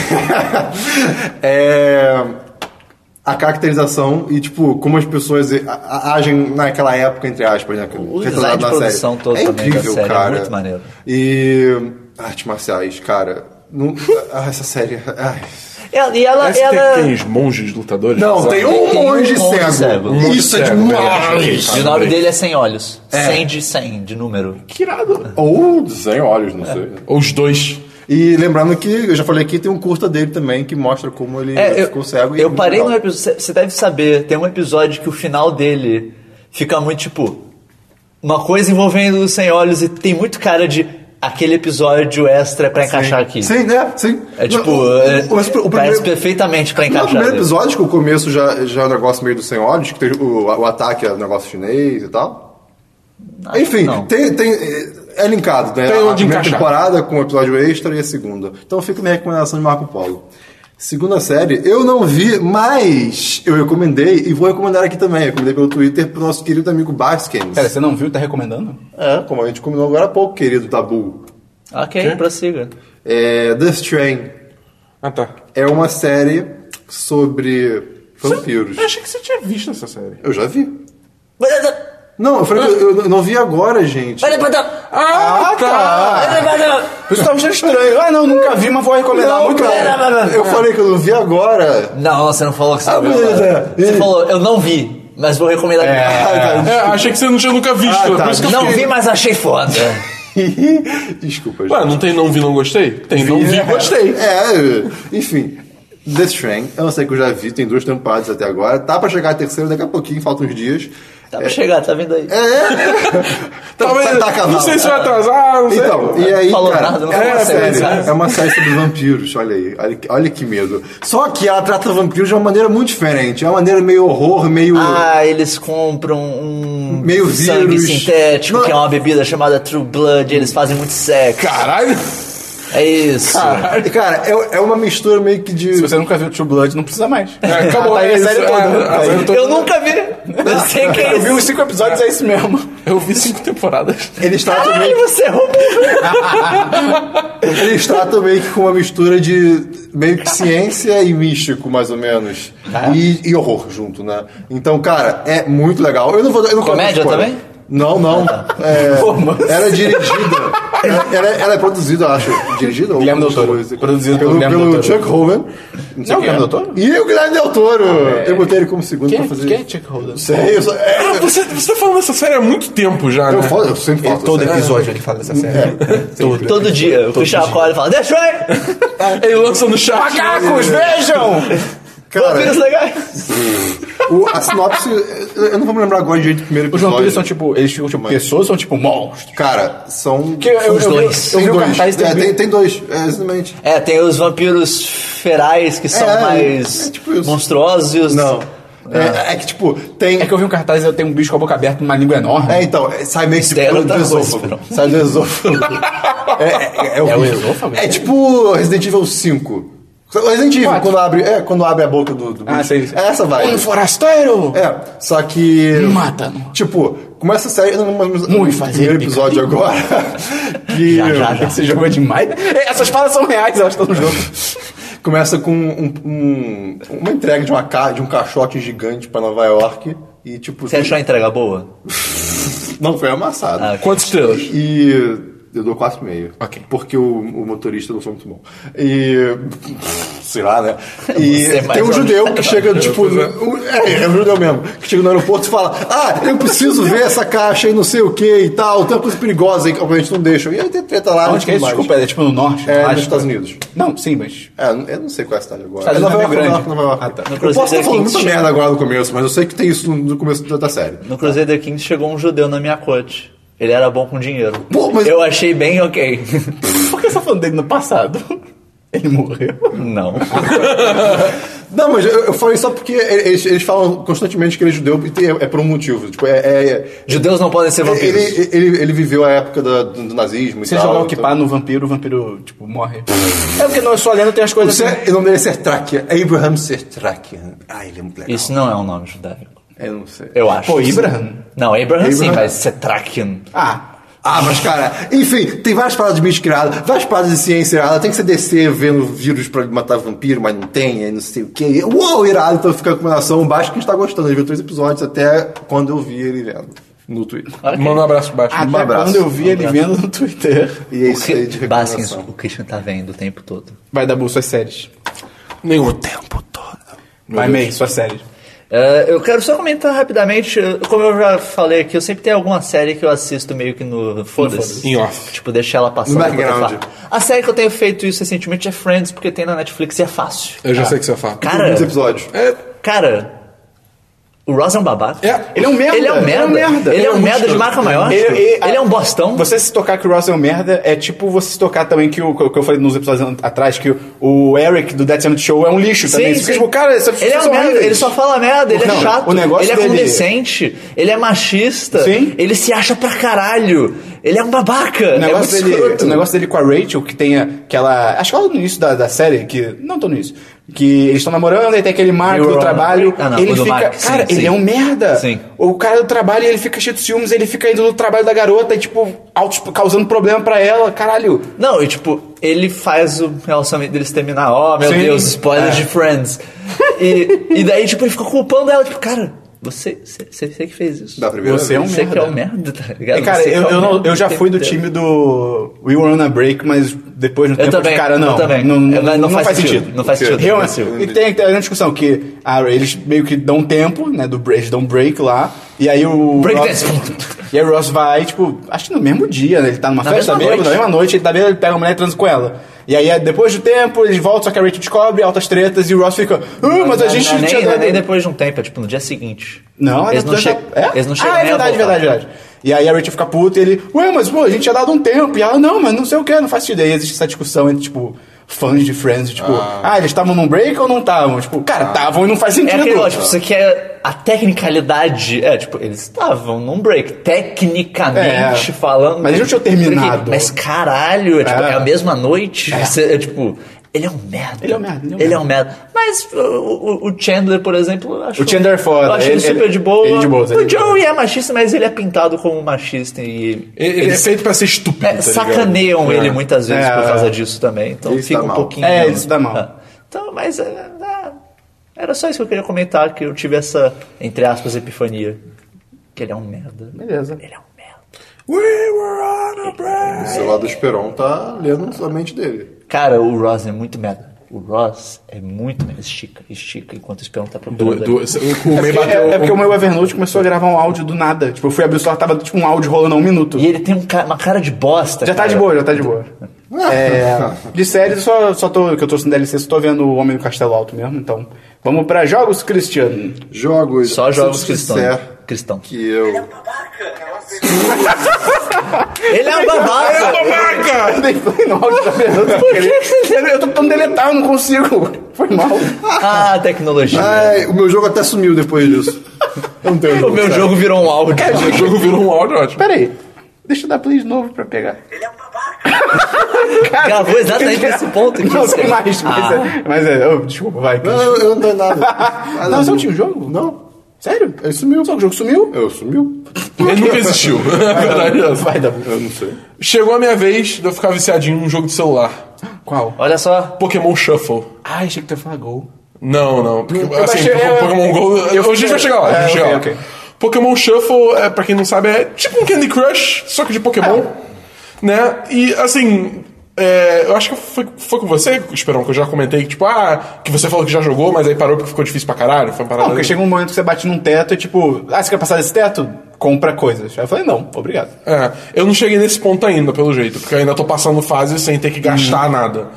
Speaker 3: é, é a caracterização e, tipo, como as pessoas a- a- agem naquela época, entre aspas, né?
Speaker 2: O
Speaker 3: retratado
Speaker 2: design de
Speaker 3: na
Speaker 2: produção todo
Speaker 3: é
Speaker 2: também da
Speaker 3: incrível,
Speaker 2: série é
Speaker 3: cara.
Speaker 2: muito maneiro.
Speaker 3: E artes marciais, cara. não- ah, essa série... ai.
Speaker 2: Ela- E ela.
Speaker 4: Parece que
Speaker 2: ela...
Speaker 4: tem, tem os monges lutadores.
Speaker 3: Não,
Speaker 4: sabe?
Speaker 3: tem um
Speaker 2: Tem um
Speaker 3: monge
Speaker 2: monge
Speaker 3: cego.
Speaker 2: cego.
Speaker 3: Isso é
Speaker 4: Monge cego,
Speaker 3: demais!
Speaker 4: velho.
Speaker 2: E o nome dele é Sem Olhos.
Speaker 3: É.
Speaker 2: 100 de 100 de número.
Speaker 4: Que irado.
Speaker 3: Ou sem olhos, não sei.
Speaker 4: Ou os dois.
Speaker 3: E lembrando que, eu já falei aqui, tem um curta dele também que mostra como ele
Speaker 2: É,
Speaker 3: ficou cego. e é
Speaker 2: eu
Speaker 3: muito
Speaker 2: parei
Speaker 3: legal.
Speaker 2: no episódio. Você deve saber, tem um episódio que o final dele fica muito tipo. Uma coisa envolvendo os sem olhos e tem muito cara de aquele episódio extra pra encaixar aqui.
Speaker 3: Sim, né? Sim.
Speaker 2: É tipo,
Speaker 3: Não, o-
Speaker 2: é-
Speaker 3: o- mas
Speaker 2: parece
Speaker 3: o primeiro-
Speaker 2: perfeitamente pra
Speaker 3: Não,
Speaker 2: encaixar.
Speaker 3: o primeiro
Speaker 2: tá ali.
Speaker 3: episódio, que o começo já, já é um negócio meio do sem olhos, que tem o, o ataque é um negócio chinês e tal.
Speaker 2: Ah,
Speaker 3: Enfim,
Speaker 2: não.
Speaker 3: tem, tem, é- é linkado, né?
Speaker 4: Tem
Speaker 3: a
Speaker 4: onde
Speaker 3: primeira
Speaker 4: encaixar.
Speaker 3: temporada com o episódio extra e a segunda. Então fica minha recomendação de Marco Polo. Segunda série, eu não vi, mas eu recomendei e vou recomendar aqui também. Recomendei pelo Twitter pro nosso querido amigo Baskins.
Speaker 1: Pera, você não viu? Tá recomendando?
Speaker 3: É, como a gente combinou agora há pouco, querido Tabu.
Speaker 2: Ok, prossiga.
Speaker 3: É, This Train
Speaker 4: Ah, tá.
Speaker 3: é uma série sobre vampiros.
Speaker 4: Eu achei que você tinha visto essa série.
Speaker 3: Eu já vi. Não, eu falei que eu, eu não vi agora, gente.
Speaker 4: Ah, tá.
Speaker 1: Por isso tava achando estranho. Ah, não, nunca vi, mas vou recomendar
Speaker 3: Não,
Speaker 1: muito.
Speaker 3: cara,
Speaker 2: não, não, não.
Speaker 3: Eu falei que eu não vi agora.
Speaker 2: Não, você não falou que você
Speaker 3: Ah,
Speaker 2: viu.
Speaker 3: beleza.
Speaker 2: cara. Você
Speaker 3: Ih.
Speaker 2: falou, eu não vi, mas vou recomendar. tá.
Speaker 3: Ah,
Speaker 4: É, achei que você não tinha nunca visto.
Speaker 3: Ah, tá.
Speaker 4: Por isso que eu
Speaker 2: Não vi,
Speaker 4: fiquei...
Speaker 2: mas achei foda.
Speaker 3: É. tá. Desculpa, gente.
Speaker 4: Ué, não tem não vi, não gostei? Tem não vi, gostei.
Speaker 3: É, enfim. The Strain, eu não sei que eu já vi, tem duas temporadas até agora. Tá pra chegar a terceira daqui a pouquinho, faltam uns dias.
Speaker 2: Tá pra chegar, tá vindo aí.
Speaker 4: Talvez.
Speaker 3: tá, tá
Speaker 4: não
Speaker 3: cavalo.
Speaker 4: sei se vai atrasar, não sei.
Speaker 3: Então, e aí,
Speaker 2: Falou
Speaker 3: cara,
Speaker 2: nada, não
Speaker 3: é,
Speaker 2: falou
Speaker 3: uma
Speaker 2: sério, né?
Speaker 3: série,
Speaker 2: sabe?
Speaker 3: é uma série sobre vampiros, olha aí, olha que, olha que medo. Só que ela trata vampiros de uma maneira muito diferente, é uma maneira meio horror, meio...
Speaker 2: Ah, eles compram um
Speaker 3: Meio
Speaker 2: sangue
Speaker 3: vírus.
Speaker 2: sintético,
Speaker 3: Não.
Speaker 2: que é uma bebida chamada True Blood, e eles fazem muito sexo.
Speaker 4: Caralho.
Speaker 2: É isso.
Speaker 3: E, Cara, é, é uma mistura meio que de...
Speaker 1: Se você nunca viu True Blood, não precisa mais.
Speaker 4: É, acabou.
Speaker 1: Tá aí a
Speaker 4: é isso.
Speaker 1: série
Speaker 4: É,
Speaker 1: toda.
Speaker 4: a série toda.
Speaker 2: Eu nunca vi. Eu sei que é
Speaker 1: Eu vi
Speaker 3: um
Speaker 2: isso.
Speaker 1: os cinco episódios, é isso mesmo.
Speaker 4: Eu vi cinco temporadas.
Speaker 3: Eles tratam meio
Speaker 2: Caralho, você errou.
Speaker 3: Eles tratam meio que com uma mistura de meio que ciência e místico, mais ou menos.
Speaker 2: Tá.
Speaker 3: E, e horror junto, né? Então, cara, é muito legal. Eu não vou. Eu não quero dar
Speaker 2: Comédia
Speaker 3: spoiler.
Speaker 2: também?
Speaker 3: Não, não. É, ela é dirigida. Ela, ela é- ela é produzida, eu acho. Dirigida? ou-
Speaker 1: Guilherme Del Toro. Produzida pelo Guilherme
Speaker 3: pelo
Speaker 1: Del Toro.
Speaker 3: Chuck Hogan. Não sei
Speaker 1: o
Speaker 3: quem
Speaker 1: Guilherme Del Toro?
Speaker 3: E o Guilherme Del Toro.
Speaker 1: É.
Speaker 3: Eu botei ele como segundo pra fazer.
Speaker 1: Chuck Holden?
Speaker 3: Sei, eu, só- é,
Speaker 4: Ah, você, você tá falando dessa série há muito tempo já,
Speaker 3: eu
Speaker 4: né?
Speaker 3: falo- eu sempre falo. É.
Speaker 5: Todo
Speaker 3: sério.
Speaker 5: episódio ele fala dessa série.
Speaker 2: Todo, dia. Eu puxo a cola e falo, deixa eu ver.
Speaker 4: Ele lança no chat.
Speaker 1: Macacos, vejam!
Speaker 3: Cara,
Speaker 2: Vampiros legais.
Speaker 3: o- a sinopse. eu- Eu não vou me lembrar agora direito do primeiro
Speaker 1: Os
Speaker 3: episódio.
Speaker 1: vampiros são tipo, eles ficam tipo pessoas, são tipo monstros.
Speaker 3: Cara, são.
Speaker 1: Que eu-
Speaker 3: são
Speaker 1: eu- eu- eu vi o
Speaker 3: dois.
Speaker 1: cartaz, tem
Speaker 3: é,
Speaker 1: vi-
Speaker 3: tem, tem dois, é, exatamente.
Speaker 2: É, tem os vampiros ferais que são
Speaker 3: É, é,
Speaker 2: mais
Speaker 3: é tipo isso.
Speaker 2: monstruosos. e os-
Speaker 3: Não. É, é que, tipo, tem.
Speaker 1: É que eu vi um cartaz e tem um bicho com a boca aberta, uma língua enorme.
Speaker 3: É, então, é, sai meio que
Speaker 2: Estela
Speaker 3: do
Speaker 2: tá
Speaker 3: esôfago.
Speaker 2: coisa,
Speaker 3: Sai do esôfago. é, é, é, horrível.
Speaker 1: o esôfago?
Speaker 3: É tipo Resident Evil 5. Resident Evil, quando abre, é, quando abre a boca do, do
Speaker 1: Ah,
Speaker 3: bicho.
Speaker 1: sei, sei.
Speaker 3: É essa vai.
Speaker 1: Um forasteiro!
Speaker 3: É, só que.
Speaker 1: Mata, não.
Speaker 3: Tipo, começa a série. eu Não, mas,
Speaker 1: Muito
Speaker 3: o
Speaker 1: fazer
Speaker 3: primeiro
Speaker 1: pica.
Speaker 3: episódio agora. que.
Speaker 2: Já, já, já.
Speaker 1: Esse jogo é demais. Essas falas são reais, elas estão no jogo.
Speaker 3: Começa com um- um- uma entrega de, uma ca- de um caixote gigante pra Nova York e tipo
Speaker 2: Você achou a entrega boa?
Speaker 3: não foi amassado.
Speaker 2: Ah,
Speaker 4: Quantas estrelas?
Speaker 3: E eu dou 4,5.
Speaker 4: Ok.
Speaker 3: Porque o, o motorista não foi muito bom. E. Sei lá, né? E
Speaker 2: Você é mais
Speaker 3: tem um
Speaker 2: homem.
Speaker 3: judeu que chega, tipo. no- é, é um judeu mesmo. Que chega no aeroporto e fala: Ah, eu preciso ver essa caixa e não sei o que e tal. Tem uma coisa perigosa aí que obviamente não deixam. E aí tem treta lá.
Speaker 1: Onde que é isso?
Speaker 3: tudo mais.
Speaker 1: Desculpa, é tipo no norte?
Speaker 3: É,
Speaker 1: acho.
Speaker 3: nos Estados Unidos.
Speaker 1: Não, sim, mas.
Speaker 3: É, eu não sei qual é a cidade agora.
Speaker 1: Estados
Speaker 3: É
Speaker 1: Unidos é
Speaker 3: Nova York,
Speaker 1: meio
Speaker 3: Nova York,
Speaker 1: grande.
Speaker 3: Nova York.
Speaker 1: Ah, tá.
Speaker 2: No
Speaker 3: Eu posso
Speaker 2: Cruzeiro
Speaker 3: estar falando muita
Speaker 2: Kings.
Speaker 3: merda agora no começo, mas eu sei que tem isso no, no começo da da série.
Speaker 2: No
Speaker 3: Tá.
Speaker 2: Crusader Kings chegou um judeu na minha corte. Ele era bom com dinheiro.
Speaker 3: Pô, mas-
Speaker 2: Eu achei bem ok.
Speaker 1: Por que você tá falando dele no passado? Ele morreu.
Speaker 2: Não.
Speaker 3: Não, mas eu, eu falei só porque é, eles, eles falam constantemente que ele é judeu e tem- é, é por um motivo. Tipo, é, é- é-
Speaker 2: Judeus não podem ser vampiros.
Speaker 3: ele, ele, ele viveu a época da- do, do nazismo
Speaker 1: Se você
Speaker 3: e tal. então.
Speaker 1: jogar o Kipá no vampiro, o vampiro, tipo, morre. É porque não, eu só lendo tem as coisas
Speaker 3: Você,
Speaker 1: assim.
Speaker 3: o nome dele é Sertrakian. Abraham Sertrakian. Ah, ele é muito legal.
Speaker 2: Isso não é um nome judaico.
Speaker 3: Eu não sei.
Speaker 2: Eu acho.
Speaker 1: Pô, Abraham?
Speaker 2: Não, é Abraham, sim,
Speaker 3: Abraham.
Speaker 2: mas tá Setrakian.
Speaker 1: Ah,
Speaker 3: Ah, mas cara, enfim, tem várias paradas de mídia criada, várias paradas de ciência irada. Tem que você descer vendo vírus pra matar vampiro, mas não tem, aí não sei o quê. Uou, irado, então fica a recomendação. Baixa quem está gostando. Ele viu três episódios até quando eu vi ele vendo no Twitter.
Speaker 2: Ah,
Speaker 4: Manda um abraço baixo.
Speaker 1: até
Speaker 3: abraço.
Speaker 1: quando eu vi ele vendo no Twitter.
Speaker 3: E é
Speaker 2: O
Speaker 3: isso aí de
Speaker 2: que, Baskins,
Speaker 3: recomendação.
Speaker 2: o Christian tá vendo o tempo todo.
Speaker 1: Vai dar boa suas séries.
Speaker 4: Nenhum.
Speaker 1: Vai, May, suas séries.
Speaker 2: Eh, eu quero só comentar rapidamente, eh, como eu já falei aqui, eu sempre tenho alguma série que eu assisto meio que no foda-se.
Speaker 4: Em off.
Speaker 2: Tipo, deixar ela passar.
Speaker 3: No
Speaker 2: depois eu
Speaker 3: background.
Speaker 2: falo. A série que eu tenho feito isso recentemente é Friends, porque tem na Netflix e é fácil.
Speaker 4: Eu já sei o que você vai falar.
Speaker 2: Cara,
Speaker 3: Muitos episódios.
Speaker 4: É,
Speaker 2: cara, o Ross é um babaca.
Speaker 4: É,
Speaker 1: ele é um merda,
Speaker 2: Ele é um
Speaker 1: ele é um
Speaker 2: merda.
Speaker 1: merda.
Speaker 2: Ele é um
Speaker 4: Ele é um
Speaker 2: merda de
Speaker 4: escroto.
Speaker 2: marca maior.
Speaker 1: Ele-
Speaker 2: Ele,
Speaker 1: Ah, ele-
Speaker 2: é um bostão.
Speaker 1: Você se tocar que o Ross é um merda é tipo você se tocar também que o que eu falei nos episódios an- atrás, que o- o Eric do Dead Summit Show é um lixo também. Você fica tipo, cara, essas
Speaker 2: ele é
Speaker 1: pessoas
Speaker 2: um
Speaker 1: são
Speaker 2: merda,
Speaker 1: horríveis.
Speaker 2: ele só fala merda, ele
Speaker 1: Não,
Speaker 2: é chato,
Speaker 1: o negócio
Speaker 2: ele é
Speaker 1: dele-
Speaker 2: condescente, ele é machista,
Speaker 1: Sim.
Speaker 2: ele se acha pra caralho, ele é um babaca,
Speaker 1: O negócio,
Speaker 2: é muito
Speaker 1: dele,
Speaker 2: escroto.
Speaker 1: o negócio dele com a Rachel, que tem a- que ela. Acho que ela é no início da, da série, que. Não tô no início. Que eles estão namorando, aí tem aquele Mark
Speaker 2: E o
Speaker 1: do
Speaker 2: Ronan.
Speaker 1: trabalho.
Speaker 2: Ah, não,
Speaker 1: ele
Speaker 2: o do
Speaker 1: fica.
Speaker 2: Mark, sim,
Speaker 1: cara,
Speaker 2: sim.
Speaker 1: ele é um merda.
Speaker 2: Sim.
Speaker 1: O cara do trabalho, ele fica cheio de ciúmes, ele fica indo no trabalho da garota e, tipo, auto, causando problema pra ela. Caralho.
Speaker 2: Não, e tipo, ele faz o relacionamento deles terminar. Oh, meu
Speaker 1: Sim.
Speaker 2: Deus, spoiler
Speaker 1: É.
Speaker 2: de Friends. E, e daí, tipo, ele fica culpando ela, tipo, cara, você, você, você que fez isso.
Speaker 3: Da primeira
Speaker 1: Você é um
Speaker 2: você que é
Speaker 1: merda.
Speaker 2: o merda, tá ligado?
Speaker 1: E, cara,
Speaker 2: Você que
Speaker 1: eu,
Speaker 2: é o
Speaker 1: eu, não-
Speaker 2: merda
Speaker 1: eu já
Speaker 2: o
Speaker 1: fui do
Speaker 2: tempo
Speaker 1: time do We Were on a Break, mas depois no tempo
Speaker 2: também,
Speaker 1: de cara, não.
Speaker 2: eu também.
Speaker 1: Não,
Speaker 2: É, mas
Speaker 1: não faz, sentido.
Speaker 2: não faz sentido, não faz
Speaker 1: Realmente.
Speaker 2: sentido.
Speaker 1: E tem, tem uma discussão que ah, eles meio que dão tempo, né? Do break, eles dão break lá. E aí o.
Speaker 2: Break
Speaker 1: Ross,
Speaker 2: dance.
Speaker 1: E aí o Ross vai, tipo, acho que no mesmo dia, né? Ele tá numa
Speaker 2: Na
Speaker 1: festa
Speaker 2: mesma
Speaker 1: mesmo,
Speaker 2: noite.
Speaker 1: na mesma noite, ele tá bêbado, ele pega a mulher e transa com ela. E aí, é, depois do tempo, eles voltam, só que a Rachel descobre, altas tretas, e o Ross fica, ah, mas a
Speaker 2: Não,
Speaker 1: gente
Speaker 2: não,
Speaker 1: tinha
Speaker 2: nem, não,
Speaker 1: dado-
Speaker 2: nem depois de um tempo, é tipo no dia seguinte.
Speaker 1: não,
Speaker 2: eles
Speaker 1: eles
Speaker 2: não, che
Speaker 1: é?
Speaker 2: eles não chegam.
Speaker 1: Ah, é
Speaker 2: nem a
Speaker 1: verdade,
Speaker 2: voltar.
Speaker 1: verdade, verdade. E aí a Rachel fica puta e ele, ué, mas pô, a gente tinha dado um tempo. E ela, não, mas não sei o que, não faz sentido. Aí existe essa discussão entre, tipo, fãs de Friends, tipo, ah, eles estavam num break ou não estavam? Tipo, cara, estavam e não faz
Speaker 2: É
Speaker 1: sentido.
Speaker 2: aquele negócio, tipo, você quer a tecnicalidade. É, tipo, eles estavam num break. Tecnicamente
Speaker 1: É.
Speaker 2: falando.
Speaker 1: Mas eles não tinham terminado.
Speaker 2: Mas caralho, é, tipo,
Speaker 1: É.
Speaker 2: é a mesma noite.
Speaker 1: É.
Speaker 2: Você- é, tipo, ele é um merda.
Speaker 1: Ele é um merda, ele é um
Speaker 2: Ele é um merda. Mas o, o- o Chandler, por exemplo, eu acho.
Speaker 1: O Chandler é foda,
Speaker 2: Eu acho ele,
Speaker 1: ele-
Speaker 2: super
Speaker 1: ele-
Speaker 2: de boa.
Speaker 1: ele de boa, ele
Speaker 2: o
Speaker 1: de boa.
Speaker 2: Joey é machista, mas ele é pintado como machista e.
Speaker 4: ele, ele é feito pra ser estúpido.
Speaker 2: É,
Speaker 4: tá ligado?
Speaker 2: sacaneiam
Speaker 4: É.
Speaker 2: ele muitas vezes
Speaker 1: É,
Speaker 2: por
Speaker 1: é.
Speaker 2: causa disso também. Então
Speaker 3: Isso
Speaker 2: fica
Speaker 3: dá
Speaker 2: um
Speaker 3: mal.
Speaker 2: pouquinho.
Speaker 1: É, isso dá mal.
Speaker 2: Ah, Então, mas. é, é, era só isso que eu queria comentar, que eu tive essa, entre aspas, epifania. Que ele é um merda.
Speaker 1: Beleza.
Speaker 2: Ele é um merda.
Speaker 4: We were on a break.
Speaker 3: O celular do Esperon tá lendo a mente dele.
Speaker 2: Cara, o Ross é muito merda. O Ross é muito merda. Estica, estica, enquanto o espião tá
Speaker 4: Do,
Speaker 2: procurando.
Speaker 4: do,
Speaker 2: ele.
Speaker 4: o o May bateu.
Speaker 1: É, é porque o meu Evernote começou a gravar um áudio do nada. Tipo, eu fui abrir o celular, tava tipo um áudio rolando há um minuto.
Speaker 2: E ele tem um ca- uma cara de bosta.
Speaker 1: Já tá
Speaker 2: cara.
Speaker 1: de boa, já tá de boa. É, de série, só, só tô, que eu tô sem DLC, só tô vendo o Homem do Castelo Alto mesmo, então. Vamos pra jogos, Cristiano.
Speaker 3: Jogos.
Speaker 2: Só
Speaker 3: se
Speaker 2: jogos
Speaker 3: eu
Speaker 2: cristãos.
Speaker 3: disser
Speaker 2: Cristão.
Speaker 3: Que eu.
Speaker 2: Ele é um babaca!
Speaker 4: Babaca!
Speaker 1: Eu dei play no áudio da Fernanda. Por Eu tô tentando deletar, eu não consigo. Foi mal.
Speaker 2: Ah, tecnologia.
Speaker 3: Ai, o meu jogo até sumiu depois disso. Eu não tenho
Speaker 2: o meu
Speaker 3: sério.
Speaker 2: jogo virou um áudio.
Speaker 4: O jogo virou um áudio ótimo.
Speaker 1: Pera aí. Deixa eu dar play de novo pra pegar.
Speaker 2: Gravou exatamente nesse ponto aqui.
Speaker 1: Não
Speaker 2: você-
Speaker 1: sei mais, mas
Speaker 2: Ah.
Speaker 1: é. Mas é oh, desculpa, vai.
Speaker 3: Não,
Speaker 1: Cris.
Speaker 3: eu, eu não tenho nada. Ah,
Speaker 1: Não, você não tinha o jogo?
Speaker 3: Não.
Speaker 1: Sério?
Speaker 3: Ele sumiu.
Speaker 1: Só que o jogo sumiu?
Speaker 3: Eu sumiu.
Speaker 4: Ele nunca existiu. É verdade é essa.
Speaker 1: Vai, Dabu.
Speaker 3: Eu não sei.
Speaker 4: Chegou a minha vez de eu ficar viciadinho num jogo de celular.
Speaker 1: Qual?
Speaker 2: Olha só.
Speaker 4: Pokémon Shuffle.
Speaker 1: Ai, achei que tu ia falar gol.
Speaker 4: Não, não. Porque, assim,
Speaker 1: achei-
Speaker 4: Pokémon-
Speaker 1: eu-
Speaker 4: Pokémon Go.
Speaker 1: eu-
Speaker 4: a gente vai chegar lá. a gente
Speaker 1: É,
Speaker 4: vai chegar
Speaker 1: ok,
Speaker 4: lá.
Speaker 1: ok.
Speaker 4: Pokémon Shuffle, é, pra quem não sabe, é tipo um Candy Crush, só que de Pokémon.
Speaker 1: É.
Speaker 4: Né? E assim. é, eu acho que foi, foi com você, Esperão, que eu já comentei que, tipo, ah, que você falou que já jogou, mas aí parou porque ficou difícil pra caralho. Foi uma parada.
Speaker 1: Não, porque chega um momento que você bate num teto e tipo, ah, você quer passar desse teto? Compra coisas. Aí eu falei, não, obrigado.
Speaker 4: É, eu não cheguei nesse ponto ainda, pelo jeito, porque eu ainda tô passando fase sem ter que gastar
Speaker 1: Uhum.
Speaker 4: nada.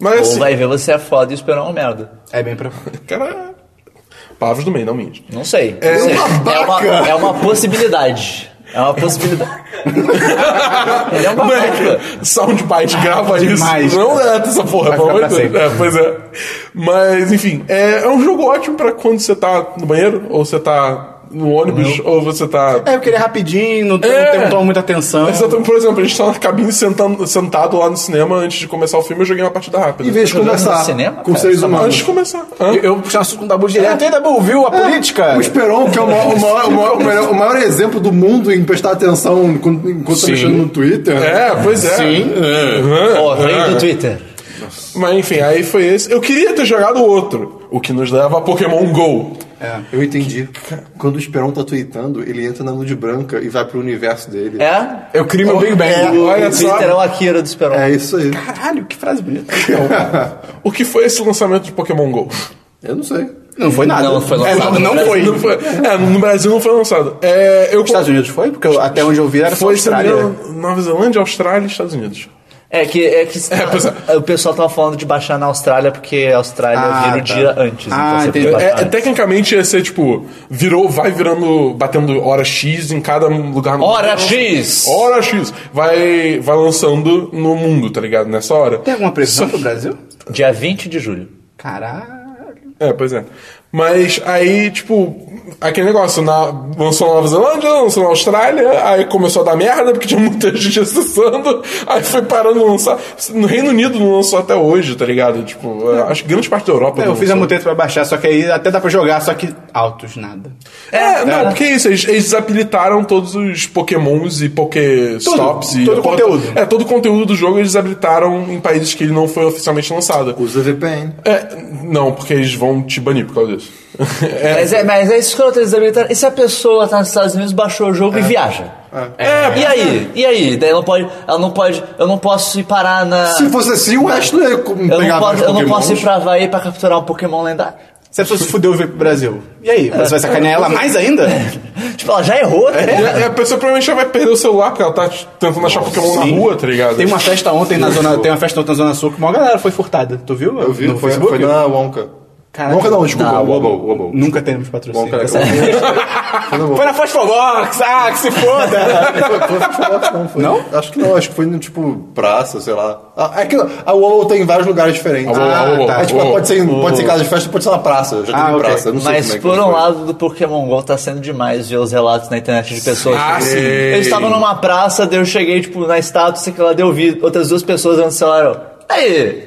Speaker 4: Mas
Speaker 2: Ou
Speaker 4: assim,
Speaker 2: vai ver você é foda e esperar uma merda.
Speaker 1: É bem provável.
Speaker 4: cara. é Palavras do meio, não minhas.
Speaker 2: Não sei. não sei. É, uma, é uma possibilidade. É uma possibilidade. Ele
Speaker 1: Tá
Speaker 2: é um babaca.
Speaker 4: Moleque, soundbite, grava
Speaker 1: Demais,
Speaker 4: isso. Não é essa porra,
Speaker 1: Vai ficar
Speaker 4: pelo amor de
Speaker 1: pra
Speaker 4: Deus. É, pois é. Mas, enfim, é, é um jogo ótimo pra quando você tá no banheiro, ou você tá no ônibus, ou você tá.
Speaker 1: É, eu queria rapidinho, não, tem-
Speaker 4: É.
Speaker 1: não tem- não toma muita atenção.
Speaker 4: Mas eu tô- Por exemplo, a gente tá na cabine sentando, sentado lá no cinema antes de começar o filme, eu joguei uma partida rápida.
Speaker 3: Em vez de
Speaker 2: Jogando no
Speaker 3: conversar
Speaker 2: cinema,
Speaker 3: com
Speaker 2: cara,
Speaker 3: seres
Speaker 2: tá
Speaker 3: humanos.
Speaker 4: Antes de começar. Hã?
Speaker 1: Eu, eu puxei um assunto com o Dabu direto. É. E aí, Dabu, viu a política?
Speaker 3: O Esperon, que é o maior, o maior- o maior- o melhor- o maior exemplo do mundo em prestar atenção enquanto, enquanto tá
Speaker 4: Sim.
Speaker 3: mexendo no Twitter. né?
Speaker 4: É, pois é.
Speaker 1: Sim.
Speaker 4: Aham,
Speaker 2: Ó, rei
Speaker 4: aham.
Speaker 2: do Twitter.
Speaker 4: Mas enfim, aí foi esse. Eu queria ter jogado outro, o que nos leva a Pokémon GO.
Speaker 3: Eu entendi. Quando o Esperon tá tweetando, ele entra na nude branca e vai pro universo dele.
Speaker 2: É?
Speaker 1: Eu crio meu Big Bang.
Speaker 2: O,
Speaker 4: Olha
Speaker 2: o
Speaker 4: só.
Speaker 2: Twitter é o Akira do Esperon.
Speaker 3: É isso aí.
Speaker 1: Caralho, que frase bonita.
Speaker 4: O que foi esse lançamento de Pokémon GO?
Speaker 3: Eu não sei.
Speaker 1: Não foi nada.
Speaker 2: Não, não foi
Speaker 1: É,
Speaker 2: lançado.
Speaker 1: não, não
Speaker 2: Não
Speaker 1: foi.
Speaker 4: Não
Speaker 1: Nos
Speaker 4: foi- é, no Brasil não foi lançado. É, eu
Speaker 1: Estados Unidos foi? Porque eu- até onde eu vi era só
Speaker 4: Foi se não me
Speaker 1: Austrália.
Speaker 4: engano, Nova Zelândia, Austrália e Estados Unidos.
Speaker 2: É que, é que
Speaker 4: É, pois é.
Speaker 2: o pessoal tava falando de baixar na Austrália porque a Austrália
Speaker 1: Ah,
Speaker 2: vira o
Speaker 1: tá.
Speaker 2: dia antes.
Speaker 1: Ah,
Speaker 2: então você
Speaker 1: entendi.
Speaker 2: pode
Speaker 4: É,
Speaker 2: baixar
Speaker 4: é,
Speaker 2: antes.
Speaker 4: tecnicamente ia ser tipo, virou, vai virando, batendo hora X em cada lugar no
Speaker 2: Hora
Speaker 4: mundo.
Speaker 2: X!
Speaker 4: Hora X! Vai, vai lançando no mundo, tá ligado? Nessa hora.
Speaker 1: Tem alguma previsão pro Brasil?
Speaker 2: Dia 20 de julho.
Speaker 1: Caralho.
Speaker 4: É, pois é. Mas aí, tipo, aquele negócio, na, lançou na Nova Zelândia, lançou na Austrália, aí começou a dar merda, porque tinha muita gente acessando, aí foi parando de lançar. No Reino Unido não lançou até hoje, tá ligado? Tipo, é, acho que grande parte da Europa.
Speaker 1: É,
Speaker 4: não
Speaker 1: eu fiz a
Speaker 4: lançou.
Speaker 1: muteta pra baixar, só que aí até dá pra jogar, só que altos nada.
Speaker 4: É, não,
Speaker 2: é.
Speaker 4: porque é isso, eles, eles desabilitaram todos os pokémons e pokéstops
Speaker 1: Tudo,
Speaker 4: e...
Speaker 1: todo o conteúdo.
Speaker 4: É, todo o conteúdo do jogo eles desabilitaram em países que ele não foi oficialmente lançado.
Speaker 3: Usa VPN.
Speaker 4: É, não, porque eles vão te banir por causa disso. É,
Speaker 2: Mas, é, mas é isso que eu tô desabilitando. E se a pessoa tá nos Estados Unidos, baixou o jogo e viaja?
Speaker 4: É,
Speaker 2: E aí? E aí? Daí ela não pode. Ela não pode. Eu não posso ir parar na.
Speaker 3: Se fosse assim, o Ashley ia co-
Speaker 2: É. eu não,
Speaker 3: pegar vários
Speaker 2: posso, eu não
Speaker 3: Pokémons.
Speaker 2: posso ir pra Havaí pra capturar um Pokémon lendário.
Speaker 1: Se a pessoa se fudeu e veio pro Brasil. E aí? Você vai sacanear ela mais ainda?
Speaker 2: Tipo, ela já errou, tá ligado?
Speaker 4: E É, a pessoa provavelmente já vai perder o celular porque ela tá tentando achar Pokémon
Speaker 1: Sim.
Speaker 4: na rua, tá ligado?
Speaker 1: Tem uma festa ontem na zona. Tem uma festa ontem na Zona Sul que uma galera foi furtada. Tu viu?
Speaker 3: Eu vi,
Speaker 1: no
Speaker 3: foi,
Speaker 1: Facebook?
Speaker 3: foi na Wonka.
Speaker 1: Caraca.
Speaker 3: Wonka não, desculpa,
Speaker 2: Não,
Speaker 3: Wobble, Wobble.
Speaker 1: Nunca teremos patrocínio.
Speaker 3: Wonka é Foi na
Speaker 1: Foi
Speaker 3: Wobble.
Speaker 1: na Fosfobox! Ah, que se foda!
Speaker 3: Não, foi. Acho que não, acho que foi no tipo praça, sei lá. Ah, É que a Wobble tem em vários lugares diferentes.
Speaker 4: Wobble,
Speaker 1: a Wobble,
Speaker 3: É, tipo,
Speaker 4: Wobble.
Speaker 3: pode, ser, em- pode ser em casa de festa, pode ser na praça. Eu já
Speaker 1: Ah,
Speaker 3: tive em
Speaker 1: ok.
Speaker 3: praça, eu não sei
Speaker 2: Mas
Speaker 3: como é que
Speaker 2: por um
Speaker 3: foi.
Speaker 2: lado do Pokémon GO tá sendo demais ver os relatos na internet de pessoas.
Speaker 4: Ah,
Speaker 2: que-
Speaker 4: sim.
Speaker 2: Eu estava numa praça, daí eu cheguei, tipo, na estátua, sei que lá, daí eu vi outras duas pessoas no celular. ó, Aí!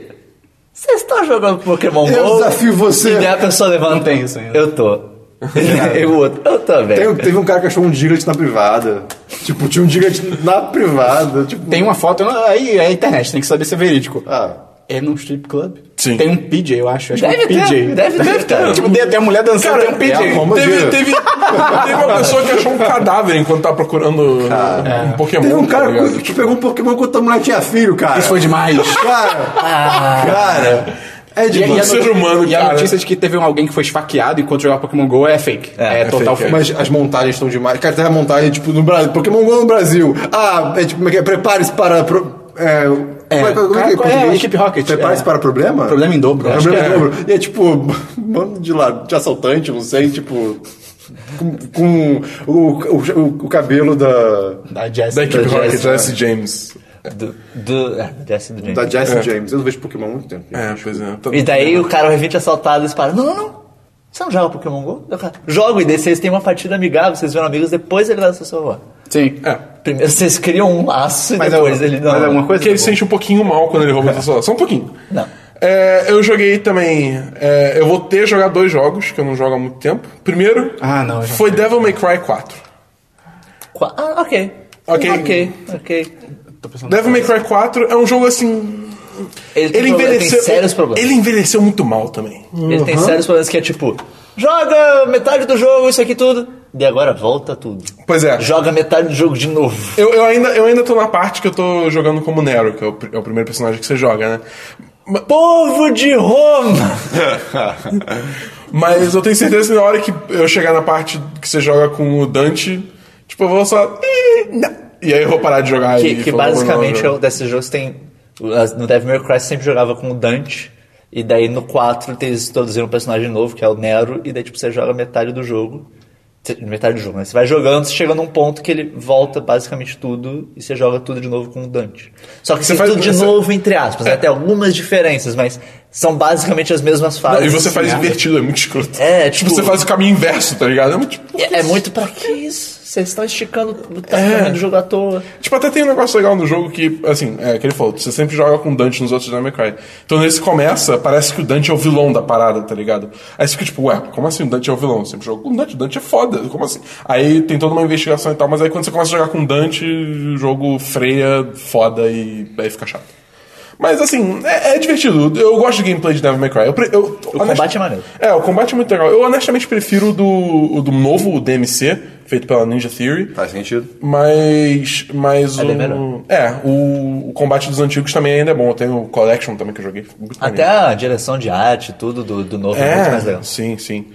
Speaker 2: Vocês estão jogando Pokémon GO?
Speaker 3: Eu desafio você.
Speaker 2: E daí a pessoa levanta.
Speaker 1: Não tem isso ainda.
Speaker 2: Eu tô. e o outro. Eu também.
Speaker 3: Tem- teve um cara que achou um Diglett na privada. Tipo, tinha um Diglett na privada. Tipo,
Speaker 1: Tem uma foto, eu não- aí é a internet, tem que saber se é verídico.
Speaker 3: Ah,
Speaker 1: É num strip club?
Speaker 4: Sim.
Speaker 1: Tem um PJ, eu acho. acho que é
Speaker 2: Deve
Speaker 1: um PJ.
Speaker 2: ter, deve ter, cara.
Speaker 1: Tipo, tem, tem a mulher dançando, tem um PJ.
Speaker 3: é a forma-
Speaker 4: Teve,
Speaker 3: Imagina.
Speaker 4: teve, teve uma pessoa que achou um cadáver enquanto tá procurando
Speaker 2: é.
Speaker 4: um Pokémon.
Speaker 3: teve um
Speaker 4: tá
Speaker 3: cara
Speaker 4: ligado?
Speaker 3: que, que pegou um Pokémon quando a mulher tinha filho, cara.
Speaker 1: Isso foi demais.
Speaker 3: Cara, Ah. cara.
Speaker 1: E,
Speaker 3: É
Speaker 1: e a
Speaker 3: demais.
Speaker 4: ser humano,
Speaker 1: e a
Speaker 4: cara.
Speaker 1: notícia de que teve um- alguém que foi esfaqueado enquanto jogava Pokémon GO é fake. É,
Speaker 4: é
Speaker 1: total
Speaker 4: fake,
Speaker 1: fake.
Speaker 3: Mas as montagens estão demais. Cara, tem a montagem, tipo, no Brasil. Pokémon GO no Brasil. Ah, é tipo, como é que é? Prepare-se para. pro- É,
Speaker 1: É,
Speaker 3: como é que é,
Speaker 1: cara,
Speaker 3: em
Speaker 1: é,
Speaker 3: português?
Speaker 1: Equipe Rocket,
Speaker 3: Prepare-se
Speaker 1: é.
Speaker 3: para problema?
Speaker 1: Problema em dobro, acho
Speaker 3: Problema em
Speaker 1: que é.
Speaker 3: dobro. E é tipo, mano de lá, de assaltante, não sei, tipo. Com, com o, o, o cabelo da.
Speaker 1: Da Jess.
Speaker 4: Da equipe
Speaker 1: Da
Speaker 4: Rocket,
Speaker 2: né?
Speaker 4: né?
Speaker 1: Jess.
Speaker 4: Jesse James.
Speaker 2: Do, do, é, do Jesse e do James.
Speaker 3: Da Jesse James. Eu não vejo Pokémon há muito tempo.
Speaker 4: É, pois é. Tá-
Speaker 2: E daí o cara vai vir te assaltado e você para, não, não, não. Você não joga Pokémon GO? Eu, cara, Jogo, e daí vocês têm uma partida amigável, vocês viram amigos, depois ele dá o seu celular.
Speaker 1: Sim.
Speaker 4: É.
Speaker 2: Primeiro vocês criam um laço
Speaker 1: Mas,
Speaker 2: e depois
Speaker 1: é,
Speaker 2: ele não.
Speaker 1: mas alguma coisa?
Speaker 4: Porque ele se
Speaker 1: Dabu?
Speaker 4: sente um pouquinho mal quando ele rouba o celular. Só um pouquinho.
Speaker 2: Não.
Speaker 4: É, eu joguei também. é, eu vou ter jogado dois jogos que eu não jogo há muito tempo. Primeiro
Speaker 1: Ah, não, eu já
Speaker 4: foi Devil May Cry 4.
Speaker 2: Qua- Ah, ok.
Speaker 4: Ok.
Speaker 2: Ok, ok.
Speaker 1: Tô pensando-
Speaker 4: Devil May Cry 4 é um jogo assim.
Speaker 2: Ele, tem
Speaker 4: Ele
Speaker 2: problema-
Speaker 4: envelheceu.
Speaker 2: tem sérios problemas.
Speaker 4: Ele envelheceu muito mal também.
Speaker 2: Ele tem sérios problemas que é tipo, joga metade do jogo, isso aqui tudo. E agora volta tudo.
Speaker 4: Pois é.
Speaker 2: Joga metade do jogo de novo.
Speaker 4: Eu, eu, ainda, eu ainda tô na parte que eu tô jogando como Nero, que é o, pr- é o primeiro personagem que você joga, né? Ma-
Speaker 2: Povo de Roma!
Speaker 4: Mas eu tenho certeza que na hora que eu chegar na parte que você joga com o Dante, tipo, eu vou só. "Ih, não." E aí eu vou parar de jogar um e
Speaker 2: Que, que
Speaker 4: falar,
Speaker 2: basicamente
Speaker 4: "Não,
Speaker 2: é
Speaker 4: não,
Speaker 2: o desses jogos tem. as- No Devil May Cry você sempre jogava com o Dante. E daí no 4 eles introduziram um personagem novo, que é o Nero, e daí tipo, você joga metade do jogo. Cê- Metade do jogo, né? Você vai jogando, você chega num ponto que ele volta basicamente tudo e você joga tudo de novo com o Dante. Só que
Speaker 4: Você
Speaker 2: assim,
Speaker 4: faz-
Speaker 2: tudo de
Speaker 4: você- É.
Speaker 2: novo, entre aspas, né? Tem algumas diferenças, mas são basicamente as mesmas fases. assim, né?
Speaker 4: E você faz
Speaker 2: Merda.
Speaker 4: invertido, é muito escroto.
Speaker 2: É,
Speaker 4: tipo,
Speaker 2: tipo-
Speaker 4: você faz o caminho inverso, tá ligado? É muito, tipo,
Speaker 2: É, é muito pra que isso? Vocês estão esticando
Speaker 4: É.
Speaker 2: o tamanho do jogo à toa.
Speaker 4: Tipo, até tem um negócio legal no jogo que, assim, é que ele falou, você sempre joga com o Dante nos outros Devil May Cry. Então nesse começa, parece que o Dante é o vilão da parada, tá ligado? Aí você fica tipo, ué, como assim o Dante é o vilão? Eu sempre jogo com o Dante, o Dante é foda, como assim? Aí tem toda uma investigação e tal, mas aí quando você começa a jogar com o Dante, o jogo freia, foda e aí fica chato. Mas assim, é, é divertido. Eu gosto do gameplay de Devil May Cry. Eu, pre- eu-
Speaker 2: O combate é maneiro.
Speaker 4: é, o combate é muito legal. Eu honestamente prefiro o do, o do novo DMC, feito pela Ninja Theory.
Speaker 3: Faz sentido.
Speaker 4: Mas, mas
Speaker 2: É bem melhor.
Speaker 4: o. É, o, o combate dos antigos também ainda é bom. Tem o Collection também que eu joguei. Muito
Speaker 2: Até
Speaker 4: maneiro.
Speaker 2: a direção de arte, tudo do, do novo é muito mais
Speaker 4: É,
Speaker 2: legal.
Speaker 4: sim, sim.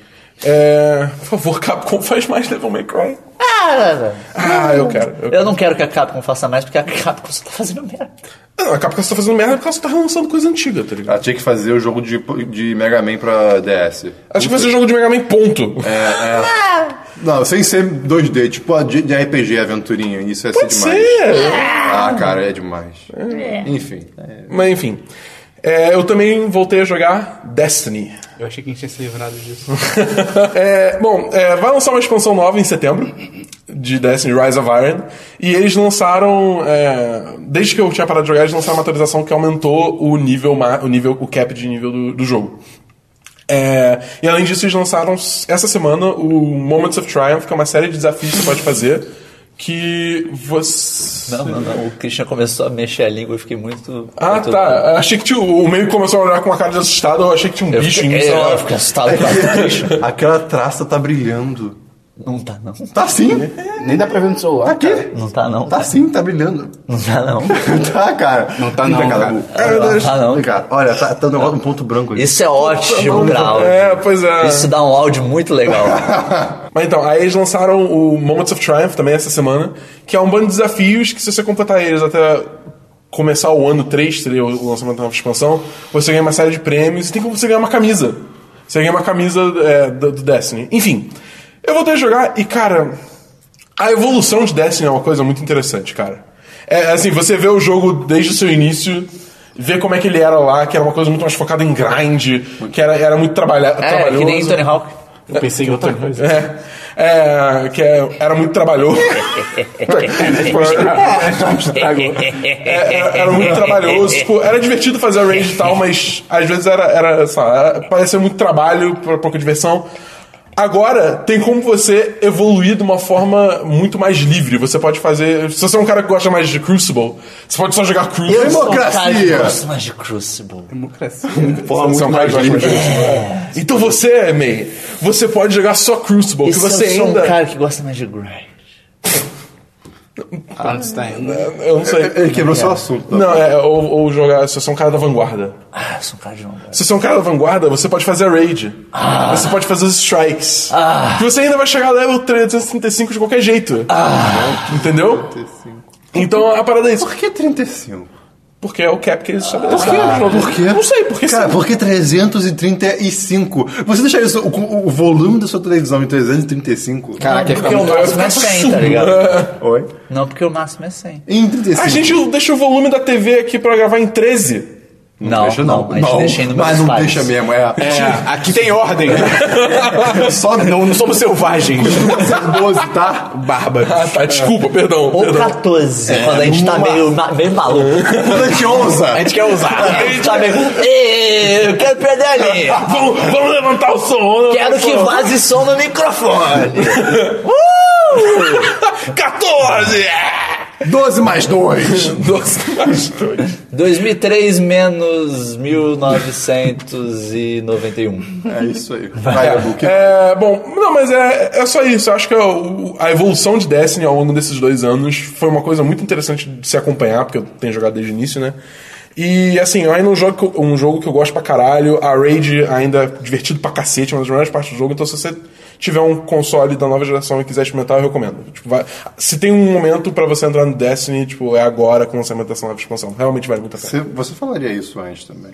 Speaker 4: É, por favor, Capcom faz mais Devil May Cry.
Speaker 2: Ah, é.
Speaker 4: Ah, eu quero. Eu,
Speaker 2: eu não quero que a Capcom faça mais, porque a Capcom só tá fazendo merda.
Speaker 4: Não, a Capcom só tá fazendo merda porque ela só tá relançando coisa antiga, tá ligado?
Speaker 3: Ela Ah, tinha que fazer o jogo de, de Mega Man pra DS.
Speaker 4: Acho que vai ser jogo de Mega Man, ponto.
Speaker 3: É Não, sem ser 2D, tipo a de, de RPG aventurinha. Isso ia ser
Speaker 4: Pode
Speaker 3: demais.
Speaker 4: ser.
Speaker 3: Ah, cara, é demais. Enfim.
Speaker 4: Mas enfim. É, eu também voltei a jogar Destiny.
Speaker 1: Eu achei que a gente tinha se livrado disso.
Speaker 4: É, bom, é, vai lançar uma expansão nova em setembro de Destiny Rise of Iron. E eles lançaram. é, desde que eu tinha parado de jogar, eles lançaram uma atualização que aumentou o nível, ma- o, nível o cap de nível do, do jogo. É, e além disso, eles lançaram s- essa semana o Moments of Triumph, que é uma série de desafios que você pode fazer. Que você.
Speaker 2: Não, não, não. O Christian começou a mexer a língua, eu fiquei muito.
Speaker 4: Ah,
Speaker 2: muito-
Speaker 4: tá. Achei que tinha, o meio começou a olhar com uma cara de assustado, eu achei que tinha um
Speaker 2: Eu
Speaker 4: bicho
Speaker 2: fiquei,
Speaker 4: em sei lá.
Speaker 2: eu fiquei assustado com a Christian.
Speaker 3: Aquela traça tá brilhando.
Speaker 2: Não tá, não.
Speaker 3: Tá sim.
Speaker 2: É.
Speaker 1: Nem dá pra ver no celular.
Speaker 3: Aqui.
Speaker 2: Não tá, não.
Speaker 3: Tá sim, tá brilhando.
Speaker 2: Não tá, não.
Speaker 3: tá, cara.
Speaker 1: Não tá não,
Speaker 3: Puta,
Speaker 1: cara.
Speaker 3: Cara,
Speaker 2: Não tá não.
Speaker 3: Cara, olha, tá, tá um negócio, um ponto branco ali.
Speaker 2: Isso é ótimo pra áudio.
Speaker 4: É, pois é.
Speaker 2: Isso dá um áudio muito legal.
Speaker 4: Mas então, aí eles lançaram o Moments of Triumph também essa semana, que é um bando de desafios que se você completar eles até começar o ano 3, seria o lançamento da nova expansão, você ganha uma série de prêmios e tem como você ganhar uma camisa. Você ganha uma camisa é, do, do Destiny. Enfim, eu voltei a jogar e, cara, a evolução de Destiny é uma coisa muito interessante, cara. É assim, você vê o jogo desde o seu início, vê como é que ele era lá, que era uma coisa muito mais focada em grind, que era, era muito trabalha,
Speaker 2: É,
Speaker 4: trabalhoso.
Speaker 2: que nem Tony Hawk.
Speaker 1: Eu pensei em outra coisa.
Speaker 4: É, é, que é- era muito trabalhoso. Tipo, é, é, era muito trabalhoso. Tipo, era divertido fazer a range e tal, mas às vezes era, era, sei lá, era- parecia muito trabalho, pra pouca diversão. Agora, tem como você evoluir de uma forma muito mais livre. Você pode fazer. Se você é um cara que gosta mais de Crucible, você pode só jogar Crucible.
Speaker 3: Eu sou- Democracia!
Speaker 2: Mas de Crucible.
Speaker 1: Democracia.
Speaker 4: Porra, muito mais livre. É. Então você, May, você pode jogar só Crucible,
Speaker 2: E
Speaker 4: que
Speaker 2: se
Speaker 6: é
Speaker 4: você
Speaker 2: eu sou
Speaker 4: ainda.
Speaker 2: um cara que gosta mais de grind.
Speaker 1: Ah, Einstein.
Speaker 2: É.
Speaker 4: Eu não sei.
Speaker 3: Ele quebrou seu assunto. tá?
Speaker 4: Não, é, ou, ou jogar, se você é um cara da vanguarda.
Speaker 2: Ah, eu sou um cara de longa.
Speaker 4: Se você é um cara da vanguarda, você pode fazer a raid. Você pode fazer os strikes.
Speaker 2: Ah.
Speaker 4: Que você ainda vai chegar level 335 de qualquer jeito. Entendeu?
Speaker 3: 35.
Speaker 4: Então a parada é isso.
Speaker 3: Por que 35?
Speaker 4: Porque é o cap que eles estabeleceram no jogo.
Speaker 3: Por quê?
Speaker 4: Não sei, porque é
Speaker 3: Cara,
Speaker 4: sim.
Speaker 3: por que 335? Você deixaria isso- o, o volume da sua televisão em 335?
Speaker 1: Caraca,
Speaker 2: Não, porque
Speaker 1: é
Speaker 4: um
Speaker 2: o máximo é 100, tá ligado?
Speaker 3: Oi?
Speaker 2: Não, porque o máximo é 100.
Speaker 3: Em 35.
Speaker 4: É. A gente deixa o volume da TV aqui pra gravar em 13.
Speaker 2: Não,
Speaker 3: deixa,
Speaker 2: não, um a gente deixa aí no
Speaker 3: mas
Speaker 2: meus
Speaker 3: não
Speaker 2: pais.
Speaker 3: deixa mesmo, é.
Speaker 1: aqui tem ordem.
Speaker 3: Só
Speaker 1: não, não somos selvagens.
Speaker 3: 12, tá?
Speaker 1: Bárbaros.
Speaker 4: Ah, tá, desculpa, perdão.
Speaker 2: Ou
Speaker 4: perdão.
Speaker 2: 14,
Speaker 4: É.
Speaker 2: quando a gente tá
Speaker 3: uma-
Speaker 2: meio, ma- meio maluco.
Speaker 3: A gente ousa.
Speaker 1: A gente quer usar.
Speaker 2: A gente tá meio. "Ê, Eu quero perder a linha.
Speaker 4: Então, Vamos, vamos levantar o som. vamos levantar
Speaker 2: Quero
Speaker 4: o
Speaker 2: que
Speaker 4: som.
Speaker 2: vaze som no microfone.
Speaker 4: 14!
Speaker 3: 12 mais 2.
Speaker 4: 12 mais 2.
Speaker 2: 2003 menos 1991.
Speaker 3: É isso aí. Vai, Gabu, que-
Speaker 4: É, bom, não, mas é, é só isso. Eu acho que o- a evolução de Destiny ao longo desses dois anos foi uma coisa muito interessante de se acompanhar, porque eu tenho jogado desde o início, né? E assim, ainda é um jogo, que eu, um jogo que eu gosto pra caralho. A Raid ainda é divertido pra cacete, é uma das melhores partes do jogo. Então, se você tiver um console da nova geração e quiser experimentar, eu recomendo. Tipo, vai- se tem um momento pra você entrar no Destiny, tipo, é agora com o lançamento dessa nova expansão. Realmente vale muito a pena.
Speaker 3: Você, você falaria isso antes também.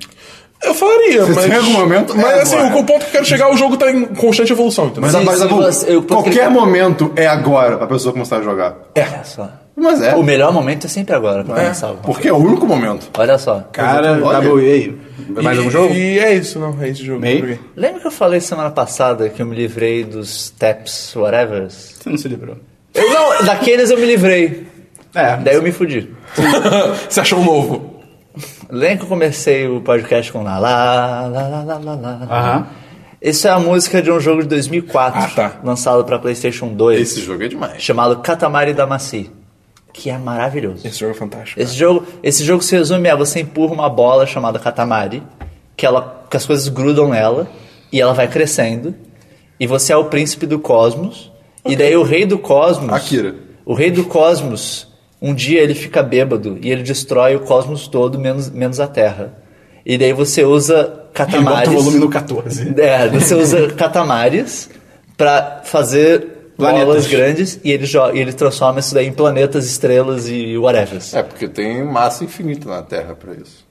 Speaker 4: Eu falaria,
Speaker 3: Se
Speaker 4: mas.
Speaker 3: tem algum momento, é
Speaker 4: Mas assim,
Speaker 3: agora.
Speaker 4: o ponto que eu quero chegar, o jogo tá em constante evolução, entendeu?
Speaker 3: Mas,
Speaker 6: Sim,
Speaker 3: a- mas
Speaker 6: sim,
Speaker 3: a-
Speaker 6: você- eu-
Speaker 3: qualquer momento é agora pra pessoa começar a jogar.
Speaker 6: Olha só.
Speaker 3: Mas é.
Speaker 6: O melhor momento é sempre agora pra começar. o-
Speaker 3: Porque é o único momento.
Speaker 6: Olha só.
Speaker 1: Cara,
Speaker 3: Olha.
Speaker 1: WA. Mais
Speaker 4: e,
Speaker 1: algum jogo?
Speaker 4: E é isso, não. É esse jogo.
Speaker 1: Meio?
Speaker 4: que eu joguei.
Speaker 6: Lembra que eu falei semana passada que eu me livrei dos taps whatevers?
Speaker 1: Você não se livrou.
Speaker 6: Eu não, daqueles eu me livrei.
Speaker 1: É.
Speaker 6: Daí eu me fudi.
Speaker 4: Você achou um novo?
Speaker 6: Lembra que eu comecei o podcast com lá, lá, lá, lá, lá, lá, lá.
Speaker 1: Aham.
Speaker 6: Isso é a música de um jogo de 2004,
Speaker 4: Ah, tá.
Speaker 6: lançado pra PlayStation 2,
Speaker 3: Esse jogo é demais.
Speaker 6: chamado Katamari Damacy, que é maravilhoso.
Speaker 4: Esse jogo é fantástico.
Speaker 6: Esse jogo, esse jogo se resume a você empurra uma bola chamada Katamari, que, ela, que as coisas grudam nela e ela vai crescendo, e você é o príncipe do cosmos, e daí o rei do cosmos.
Speaker 3: Akira.
Speaker 6: O rei do cosmos, um dia ele fica bêbado e ele destrói o cosmos todo, menos, menos a Terra. E daí você usa
Speaker 1: Ele bota
Speaker 6: Katamaris.
Speaker 1: o volume no 14.
Speaker 6: É, você usa catamares pra fazer
Speaker 1: Planetas.
Speaker 6: bolas grandes e ele, jo- e ele transforma isso daí em planetas, estrelas e whatever.
Speaker 3: É, porque tem massa infinita na Terra pra isso.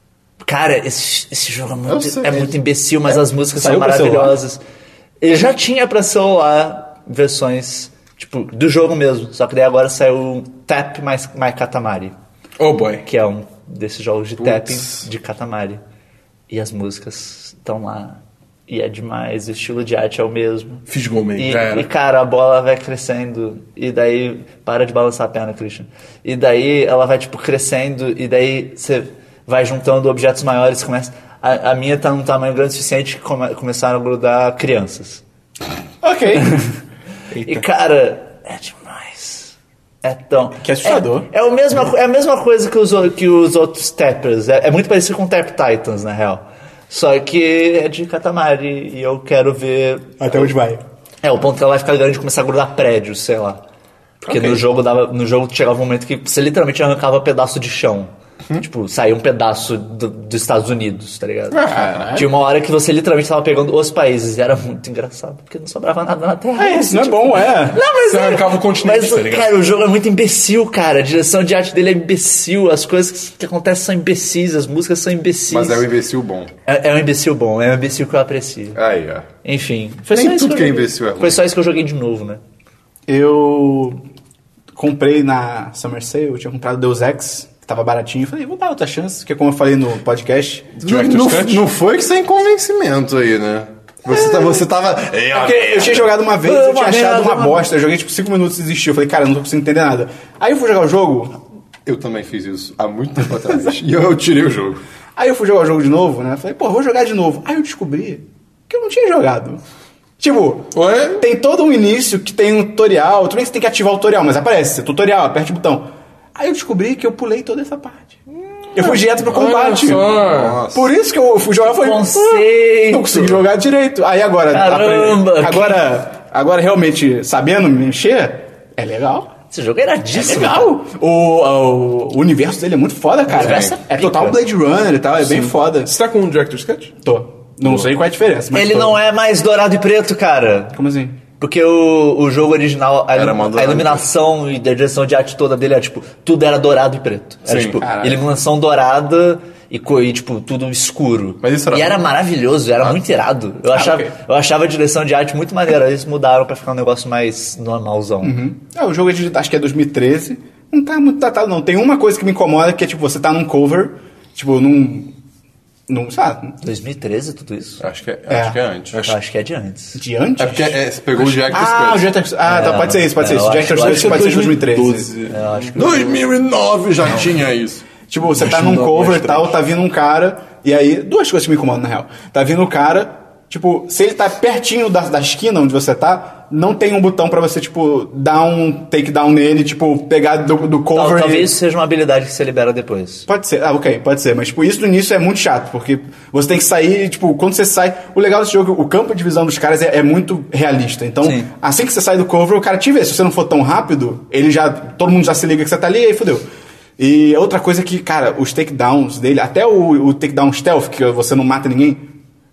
Speaker 6: Cara, esse, esse jogo é
Speaker 3: Eu
Speaker 6: muito,
Speaker 3: sei.
Speaker 6: é muito imbecil, mas as músicas
Speaker 1: Saiu
Speaker 6: são
Speaker 1: pra celular?
Speaker 6: maravilhosas. Ele já tinha pra celular versões, tipo, do jogo mesmo. Só que daí agora saiu um Tap mais, mais Katamari,
Speaker 4: Oh boy.
Speaker 6: que é um desses jogos de
Speaker 3: Putz.
Speaker 6: tap de Katamari. E as músicas estão lá. E é demais, o estilo de arte é o mesmo.
Speaker 4: Fiz gol meio.
Speaker 6: E,
Speaker 4: já era.
Speaker 6: e, cara, a bola vai crescendo. E daí. Para de balançar a perna, Christian. E daí ela vai, tipo, crescendo. E daí você vai juntando objetos maiores. Começa... A, a minha tá num tamanho grande o suficiente que come- começaram a grudar crianças.
Speaker 1: Ok.
Speaker 6: E, cara, é demais. É tão.
Speaker 1: Que assustador.
Speaker 6: É, é, o mesma, co- é a mesma coisa que os, o- que os outros Tappers. É, é muito parecido com Tap Titans, na real. Só que é de Katamari. E eu quero ver
Speaker 1: Até onde vai?
Speaker 6: é, o ponto que ela vai ficar grande e começar a grudar prédios, sei lá. Porque
Speaker 4: Ok.
Speaker 6: no jogo dava, no jogo chegava um momento que você literalmente arrancava pedaço de chão. Tipo, saía um pedaço do- dos Estados Unidos, tá ligado? Tinha uma hora que você literalmente tava pegando os países. E era muito engraçado, porque não sobrava nada na Terra.
Speaker 1: É, isso não é bom, é.
Speaker 6: Não, mas
Speaker 4: Você
Speaker 6: é-
Speaker 4: arrancava o continente,
Speaker 6: mas,
Speaker 4: tá ligado?
Speaker 6: Cara, o jogo é muito imbecil, cara. A direção de arte dele é imbecil. As coisas que, que acontecem são imbecis, as músicas são imbecis.
Speaker 3: Mas é um imbecil bom.
Speaker 6: é, é um imbecil bom, é um imbecil que eu aprecio.
Speaker 3: Aí, ó.
Speaker 6: Enfim, foi
Speaker 3: Nem
Speaker 6: só isso
Speaker 3: tudo
Speaker 6: eu
Speaker 3: que é
Speaker 6: joguei.
Speaker 3: imbecil é ruim.
Speaker 6: Foi só isso que eu joguei de novo, né?
Speaker 1: Eu comprei na Summer Sale, eu tinha comprado Deus Ex, que tava baratinho. Falei, vou dar outra chance, porque como eu falei no podcast,
Speaker 3: Não,
Speaker 4: Director's Cut?
Speaker 3: não- não foi sem convencimento aí, né? Você, tá, você tava. Ei, ó,
Speaker 1: Porque eu tinha jogado É uma vez, eu tinha
Speaker 6: Uma
Speaker 1: achado
Speaker 6: merda,
Speaker 1: uma
Speaker 6: uma
Speaker 1: bosta. Eu joguei tipo 5 minutos e desisti. Eu falei, cara, eu não tô conseguindo entender nada. Aí eu fui jogar o jogo,
Speaker 3: Eu também fiz isso há muito tempo atrás. e eu tirei o jogo.
Speaker 1: aí eu fui jogar o jogo de novo, né? Falei, pô, vou jogar de novo. Aí eu descobri que eu não tinha jogado. Tipo,
Speaker 4: Ué?
Speaker 1: tem todo um início que tem um tutorial. Tudo bem que você tem que ativar o tutorial, mas aparece, tutorial, aperte o botão. Aí eu descobri que eu pulei toda essa parte. Eu fui direto pro combate.
Speaker 4: só.
Speaker 1: Por isso que eu fui jogar foi
Speaker 6: Conceito.
Speaker 1: Não consegui jogar direito. Aí agora,
Speaker 6: Caramba,
Speaker 1: apre-
Speaker 6: que-
Speaker 1: agora, agora realmente sabendo me mexer, é legal.
Speaker 6: Esse jogo é iradíssimo.
Speaker 1: Legal! O, o, o universo dele é muito foda, cara.
Speaker 6: universo
Speaker 1: É
Speaker 6: é
Speaker 1: total
Speaker 6: pica.
Speaker 1: Blade Runner e tal, é bem foda.
Speaker 4: Você tá com o Director's Cut?
Speaker 1: Tô. Não sei qual é a diferença, mas.
Speaker 6: Ele
Speaker 1: tô.
Speaker 6: não é mais dourado e preto, cara.
Speaker 1: Como assim?
Speaker 6: Porque o, o jogo original, a, ilu-
Speaker 3: Era uma
Speaker 6: a
Speaker 3: dourada.
Speaker 6: iluminação e a direção de arte toda dele era tipo, tudo era dourado e preto. Era
Speaker 3: Sim.
Speaker 6: tipo,
Speaker 1: Caralho.
Speaker 6: iluminação dourada e, co- e, tipo, tudo escuro.
Speaker 3: Mas isso era Ah.
Speaker 6: e era
Speaker 3: bom.
Speaker 6: maravilhoso, era muito irado. Eu achava,
Speaker 1: ok.
Speaker 6: eu achava a direção de arte muito maneira. Eles mudaram pra ficar um negócio mais normalzão.
Speaker 3: Uhum.
Speaker 1: É, o jogo é de, acho que é 2013. Não tá muito datado, não. Tem uma coisa que me incomoda que é tipo, você tá num cover, tipo, num. num. sei lá,
Speaker 6: 2013, tudo isso?
Speaker 3: Acho que é,
Speaker 1: É.
Speaker 3: Acho que é antes.
Speaker 6: Eu acho que é de antes.
Speaker 1: de antes?
Speaker 3: É porque é, você pegou o Jack
Speaker 1: Ah, o Jetix. Ah, tá, pode ser isso, pode
Speaker 6: é,
Speaker 1: ser isso.
Speaker 6: eu
Speaker 1: Jetix
Speaker 6: acho- eu acho que
Speaker 1: pode ser 2013.
Speaker 4: 2012.
Speaker 6: Eu acho que
Speaker 3: 2009 já tinha isso.
Speaker 1: Tipo, você tá num
Speaker 4: não,
Speaker 1: cover e
Speaker 4: mais
Speaker 1: tal, tá vindo um cara, e aí. Duas coisas que me incomodam, na real. Tá vindo um cara, tipo, se ele tá pertinho da, da esquina onde você tá, não tem um botão pra você, tipo, dar um takedown nele, tipo, pegar do, do
Speaker 6: Tal-
Speaker 1: cover. e-
Speaker 6: talvez isso seja uma habilidade que você libera depois.
Speaker 1: Pode ser, ah, ok, pode ser. Mas, tipo, isso no início é muito chato, porque você tem que sair, e, tipo, quando você sai. O legal desse jogo, é o campo de visão dos caras é, é muito realista. Então,
Speaker 6: Sim.
Speaker 1: assim que você sai do cover, o cara te vê. Se você não for tão rápido, ele já. Todo mundo já se liga que você tá ali e aí fodeu. E outra coisa que, cara, os takedowns dele, até o, o takedown stealth, que você não mata ninguém,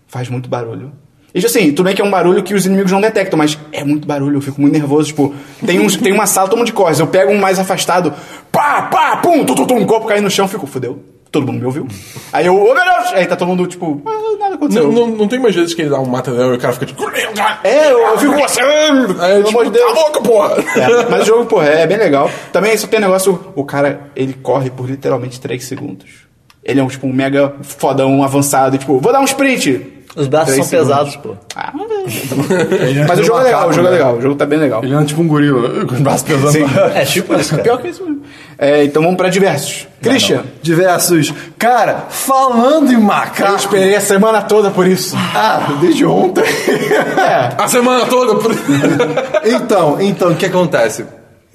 Speaker 1: faz muito barulho. E assim, tudo bem que é um barulho que os inimigos não detectam, mas é muito barulho, eu fico muito nervoso. Tipo, tem, uns, tem uma sala, todo mundo de costas, eu pego um mais afastado, pá, pá, pum, tu, tu, tu, um copo cai no chão, fico, fudeu. Todo mundo me ouviu. Aí eu, ô meu Deus! Aí tá todo mundo, tipo, ah, nada aconteceu.
Speaker 4: Não, não, não tem mais vezes que ele dá um mata nela e o cara fica tipo.
Speaker 1: É, eu, eu fico assim,
Speaker 4: Aí,
Speaker 1: pelo
Speaker 4: tipo,
Speaker 1: amor de Deus.
Speaker 4: Cala a boca, porra!
Speaker 1: É, mas o jogo, porra, é bem legal. Também só tem um negócio, o cara, ele corre por literalmente 3 segundos. Ele é um, tipo, um mega fodão avançado, tipo, vou dar um sprint.
Speaker 2: Os braços
Speaker 1: Três
Speaker 2: são pesados, pô.
Speaker 1: Ah,
Speaker 3: Ele
Speaker 1: mas o
Speaker 3: um
Speaker 1: jogo é legal,
Speaker 3: macaco,
Speaker 1: o jogo é
Speaker 3: né?
Speaker 1: legal, o jogo tá bem legal.
Speaker 3: Ele anda tipo um gorila, com os braços pesando.
Speaker 2: É tipo isso, cara.
Speaker 1: Pior que isso mesmo. É, então vamos pra diversos. Christian,
Speaker 3: Diversos. Cara, falando em
Speaker 1: eu
Speaker 3: macaco.
Speaker 1: esperei a semana toda por isso.
Speaker 3: Tá. Ah, desde ontem.
Speaker 4: A semana toda. Por...
Speaker 3: É. então, então, o que acontece?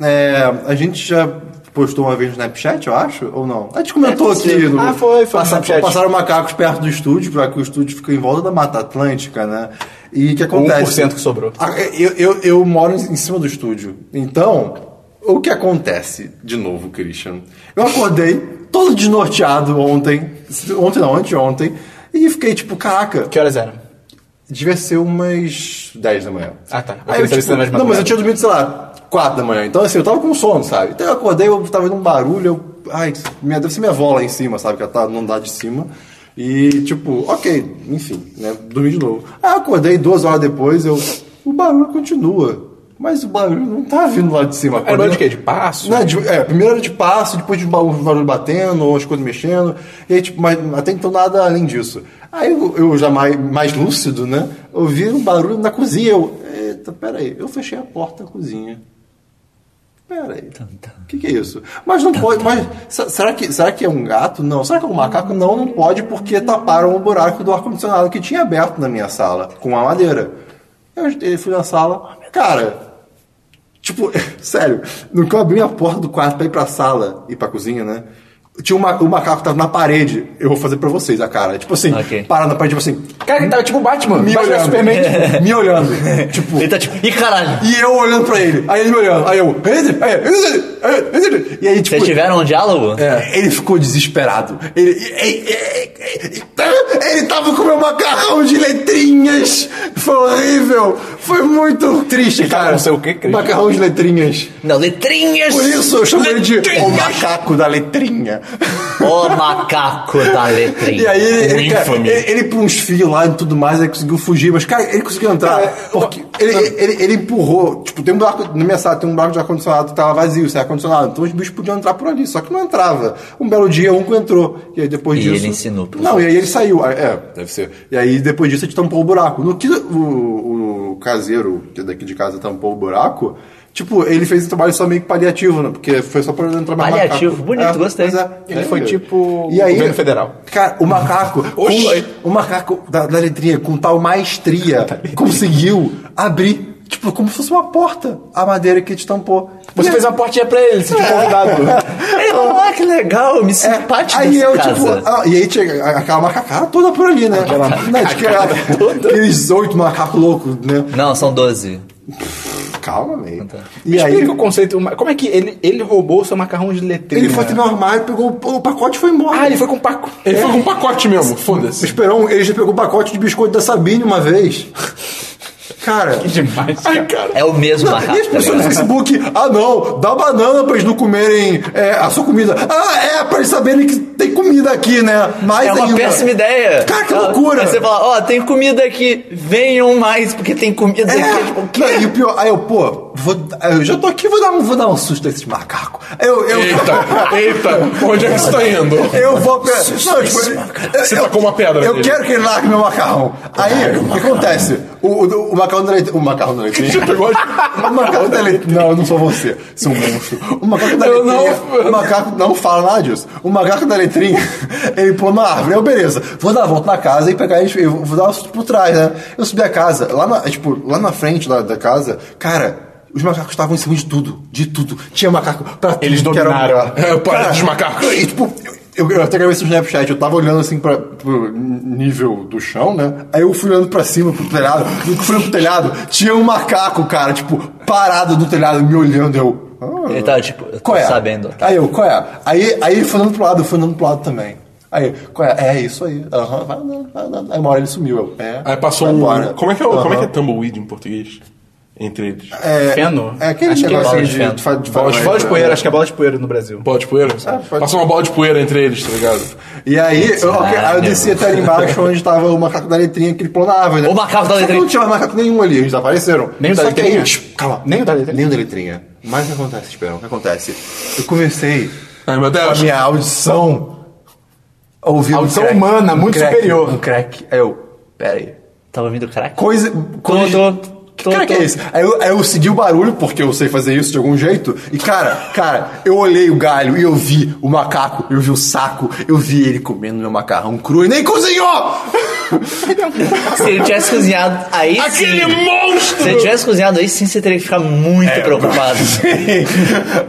Speaker 3: É, a gente já postou uma vez no Snapchat, eu acho, ou não? A gente comentou
Speaker 1: É, sim.
Speaker 3: aqui. No,
Speaker 1: Ah, foi, foi no
Speaker 3: Passa-
Speaker 1: Snapchat.
Speaker 3: passaram macacos perto do estúdio, pra que o estúdio fica em volta da Mata Atlântica, né? E o que acontece?
Speaker 1: 1% que sobrou.
Speaker 3: Ah, Eu, eu, eu moro em cima do estúdio. Então, o que acontece, de novo, Christian? Eu acordei todo desnorteado ontem. Ontem não, anteontem. E fiquei tipo, caraca,
Speaker 1: Que horas eram?
Speaker 3: devia ser umas 10 da manhã.
Speaker 1: Ah, tá. Eu
Speaker 3: Aí
Speaker 1: queria saber
Speaker 3: eu,
Speaker 1: se
Speaker 3: tipo,
Speaker 1: era mais
Speaker 3: não, mas
Speaker 1: madrugada.
Speaker 3: eu tinha dormido, sei lá, 4 da manhã. Então, assim, eu tava com sono, sabe? Então eu acordei, eu tava vendo um barulho, eu. Ai, minha, deve ser minha avó lá em cima, sabe? Que ela tá no andar de cima. E, tipo, ok, enfim, né? Dormi de novo. Aí eu acordei duas horas depois, eu. O barulho continua. Mas o barulho não tá vindo lá de cima.
Speaker 1: Era barulho de
Speaker 3: Acordei-
Speaker 1: quê? De passo?
Speaker 3: não, de- é, primeiro era de passo, depois de barulho, barulho batendo, ou as coisas mexendo, e aí, tipo, mas até então nada além disso. Aí eu, eu já mais, mais lúcido, né? Ouvi um barulho na cozinha. Eu, eita, peraí, eu fechei a porta da cozinha. Peraí. O que, que é isso? Mas não pode. Mas, se- será, que, será que é um gato? Não. Será que é um macaco? Não, não pode, porque taparam o buraco do ar-condicionado que tinha aberto na minha sala, com a madeira. Eu, eu fui na sala, cara. Tipo, sério, no que eu abri a porta do quarto pra ir pra sala e pra cozinha, né? Tinha um, ma um macaco que tava na parede. Eu vou fazer pra vocês a cara. Tipo assim,
Speaker 2: Ok.
Speaker 3: parado na parede, tipo assim,
Speaker 1: Cara, que tava tipo Batman.
Speaker 3: me
Speaker 1: Batman
Speaker 3: olhando.
Speaker 1: Superman.
Speaker 3: me olhando. tipo,
Speaker 2: Ele tá tipo, ih caralho!
Speaker 3: e eu olhando pra ele. Aí ele me olhando. Aí eu. "Esse, aí, esse, aí, esse". E aí, tipo.
Speaker 2: Vocês tiveram um diálogo?
Speaker 3: É, ele ficou desesperado. Ele, ele, ele- ele- ele tava com meu macarrão de letrinhas. Foi horrível. Foi muito triste,
Speaker 1: tava
Speaker 3: cara.
Speaker 1: com seu quê, Cris?
Speaker 3: Macarrão de letrinhas.
Speaker 2: Não, letrinhas!
Speaker 3: Por isso eu chamo ele de o macaco da letrinha.
Speaker 2: O macaco da letrinha.
Speaker 3: E aí ele,
Speaker 2: Um
Speaker 3: ele, cara,
Speaker 2: infame.
Speaker 3: ele, ele por uns fios lá e tudo mais, ele conseguiu fugir, mas cara, ele conseguiu entrar. porque ele, ele, ele empurrou, tipo, tem um buraco, na minha sala tem um buraco de ar-condicionado que tava vazio, sem ar-condicionado, então os bichos podiam entrar por ali, só que não entrava. Um belo dia um que entrou, e aí depois
Speaker 2: E
Speaker 3: disso...
Speaker 2: ele ensinou pro
Speaker 3: Não, e aí ele saiu, Aí- é, deve ser. E aí depois disso a gente tampou o buraco. No que o, o caseiro que é daqui de casa tampou o buraco... Tipo, ele fez um trabalho só meio que paliativo, né? Porque foi só pra entrar mais
Speaker 2: Paliativo,
Speaker 3: macaco.
Speaker 2: bonito, gostei.
Speaker 3: É. pois
Speaker 1: Ele foi tipo governo federal.
Speaker 3: Cara, o macaco,
Speaker 1: Oxe.
Speaker 3: com, o macaco da, da letrinha com tal maestria conseguiu abrir, tipo, como se fosse uma porta, a madeira que te tampou.
Speaker 1: Você
Speaker 3: E
Speaker 1: fez
Speaker 3: aí-
Speaker 1: uma portinha pra ele, se tinha convidado.
Speaker 6: É,
Speaker 2: Ei, ah, que legal, eu me sinto
Speaker 3: é,
Speaker 2: parte
Speaker 3: aí
Speaker 2: dessa
Speaker 3: eu,
Speaker 2: casa.
Speaker 3: tipo, ah, e aí tinha a- aquela macacada toda por ali, né? Aquela macacada toda. Aqueles oito macacos loucos, né?
Speaker 2: Não, são 12.
Speaker 3: Calma, meio.
Speaker 1: Me Explica o conceito. Como é que ele, ele roubou o seu macarrão de letrinha?
Speaker 3: ele foi até meu armário, pegou o, o pacote e foi embora.
Speaker 1: né? Ah, ele foi com paco.
Speaker 4: Ele foi com um pacote mesmo, foda-se.
Speaker 3: Esperão, ele já pegou o pacote de biscoito da Sabine uma vez. Cara.
Speaker 1: demais,
Speaker 4: Ai, cara.
Speaker 2: É o mesmo
Speaker 3: Não,
Speaker 2: macaco.
Speaker 3: e as
Speaker 2: tá
Speaker 3: pessoas no
Speaker 2: ligado?
Speaker 3: Facebook, ah não, dá banana pra eles não comerem é, a sua comida. Ah, é, pra eles saberem que tem comida aqui, né? Mais
Speaker 2: É uma
Speaker 3: ainda.
Speaker 2: péssima ideia.
Speaker 3: Cara, que
Speaker 2: Ela-
Speaker 3: loucura.
Speaker 2: Aí você fala, ó, tem comida aqui, venham mais, porque tem comida aqui. Tipo, o
Speaker 3: É,
Speaker 2: quê?
Speaker 3: não, e o pior, aí eu, pô, vou- eu já tô aqui, vou dar um, vou dar um susto nesses macacos. Eu, eu,
Speaker 4: Eita, eita, onde é que isso tá indo?
Speaker 3: eu vou. pe- Não, tipo, eu-
Speaker 4: Você
Speaker 3: eu-
Speaker 4: tacou uma pedra
Speaker 3: Eu
Speaker 4: nele.
Speaker 3: quero que ele largue meu macarrão. Aí, o que acontece? O, o, o macarrão da leite. O macarrão da leite.
Speaker 4: Pegou a-
Speaker 3: O macaco da leite. Não, eu não sou você. Sou um monstro. O macaco da
Speaker 4: Eu
Speaker 3: letrinha.
Speaker 4: não-
Speaker 3: O Um macaco não fala nada disso. O macaco da letrinha, ele pôs na árvore. Eu, beleza, vou dar a volta na casa e pegar eles. Eu vou dar um susto por trás, né? Eu subi a casa, lá na, tipo, lá na frente da, da casa, cara. Os macacos estavam em cima de tudo, de tudo. Tinha macaco pra tudo.
Speaker 1: Eles
Speaker 3: que era- um-
Speaker 1: dominaram.
Speaker 4: É, o parque
Speaker 3: Cara,
Speaker 4: dos macacos.
Speaker 3: e, tipo, eu, eu até gravei isso no Snapchat, eu tava olhando assim pra, pro nível do chão, né? Aí eu fui olhando pra cima, pro telhado. No que eu fui olhando pro telhado, tinha um macaco, cara, tipo, parado no telhado, me olhando. Eu,
Speaker 2: Ele tava tipo, eu tô
Speaker 3: Qual é?
Speaker 2: sabendo.
Speaker 3: Aí eu, qual é? Aí, aí ele foi andando pro lado, eu fui andando pro lado também. Aí, qual é? É isso aí. Aham, vai andando, vai andando. Aí uma hora ele sumiu. Eu, é.
Speaker 4: Aí passou
Speaker 3: vai
Speaker 4: um.
Speaker 3: embora.
Speaker 4: Como, é que é, o- como é que é
Speaker 3: Aham.
Speaker 4: tumbleweed em português? Entre eles.
Speaker 1: Feno?
Speaker 3: É aquele
Speaker 2: Acho que é
Speaker 3: negócio
Speaker 2: bola
Speaker 3: aí
Speaker 2: de
Speaker 3: de,
Speaker 2: ferro.
Speaker 3: de, fa- de
Speaker 4: Bola de
Speaker 1: Bola de
Speaker 3: né?
Speaker 1: poeira, acho que é bola de poeira no Brasil.
Speaker 4: Bola de poeira?
Speaker 1: Ah,
Speaker 3: pode-
Speaker 4: Passou uma bola de poeira entre eles, tá ligado?
Speaker 3: E aí, eu, ok, aí eu desci até ali embaixo onde tava o macaco da letrinha que ele pulou na árvore, né?
Speaker 2: O macaco da
Speaker 3: Só que
Speaker 2: letrinha.
Speaker 3: Não tinha mais macaco nenhum ali, eles desapareceram.
Speaker 1: Nem o
Speaker 3: Só
Speaker 1: da
Speaker 3: que
Speaker 1: letrinha?
Speaker 3: aí- Shh, Calma.
Speaker 1: Nem o da letrinha?
Speaker 3: Nem o da letrinha. Mas o que acontece, Esperão? O que acontece? Eu comecei
Speaker 4: Ai, meu
Speaker 3: a
Speaker 4: Deus.
Speaker 3: minha audição a ouvir um
Speaker 1: Audição
Speaker 3: crack,
Speaker 1: humana,
Speaker 3: um
Speaker 1: muito
Speaker 3: crack,
Speaker 1: superior.
Speaker 3: Um crack. Aí eu, peraí.
Speaker 2: Tava vindo tá crack?
Speaker 3: Coisa... coisa
Speaker 2: tô-
Speaker 3: Que
Speaker 2: tô-
Speaker 3: cara que
Speaker 2: tô-
Speaker 3: é esse? Aí eu, aí eu segui o barulho, porque eu sei fazer isso de algum jeito. E cara, cara, eu olhei o galho e eu vi o macaco, eu vi o saco, eu vi ele comendo meu macarrão cru e nem cozinhou!
Speaker 2: Se ele tivesse cozinhado, aí
Speaker 4: Aquele
Speaker 2: sim. Se ele
Speaker 4: monstro!
Speaker 2: tivesse cozinhado, aí sim você teria que ficar muito preocupado.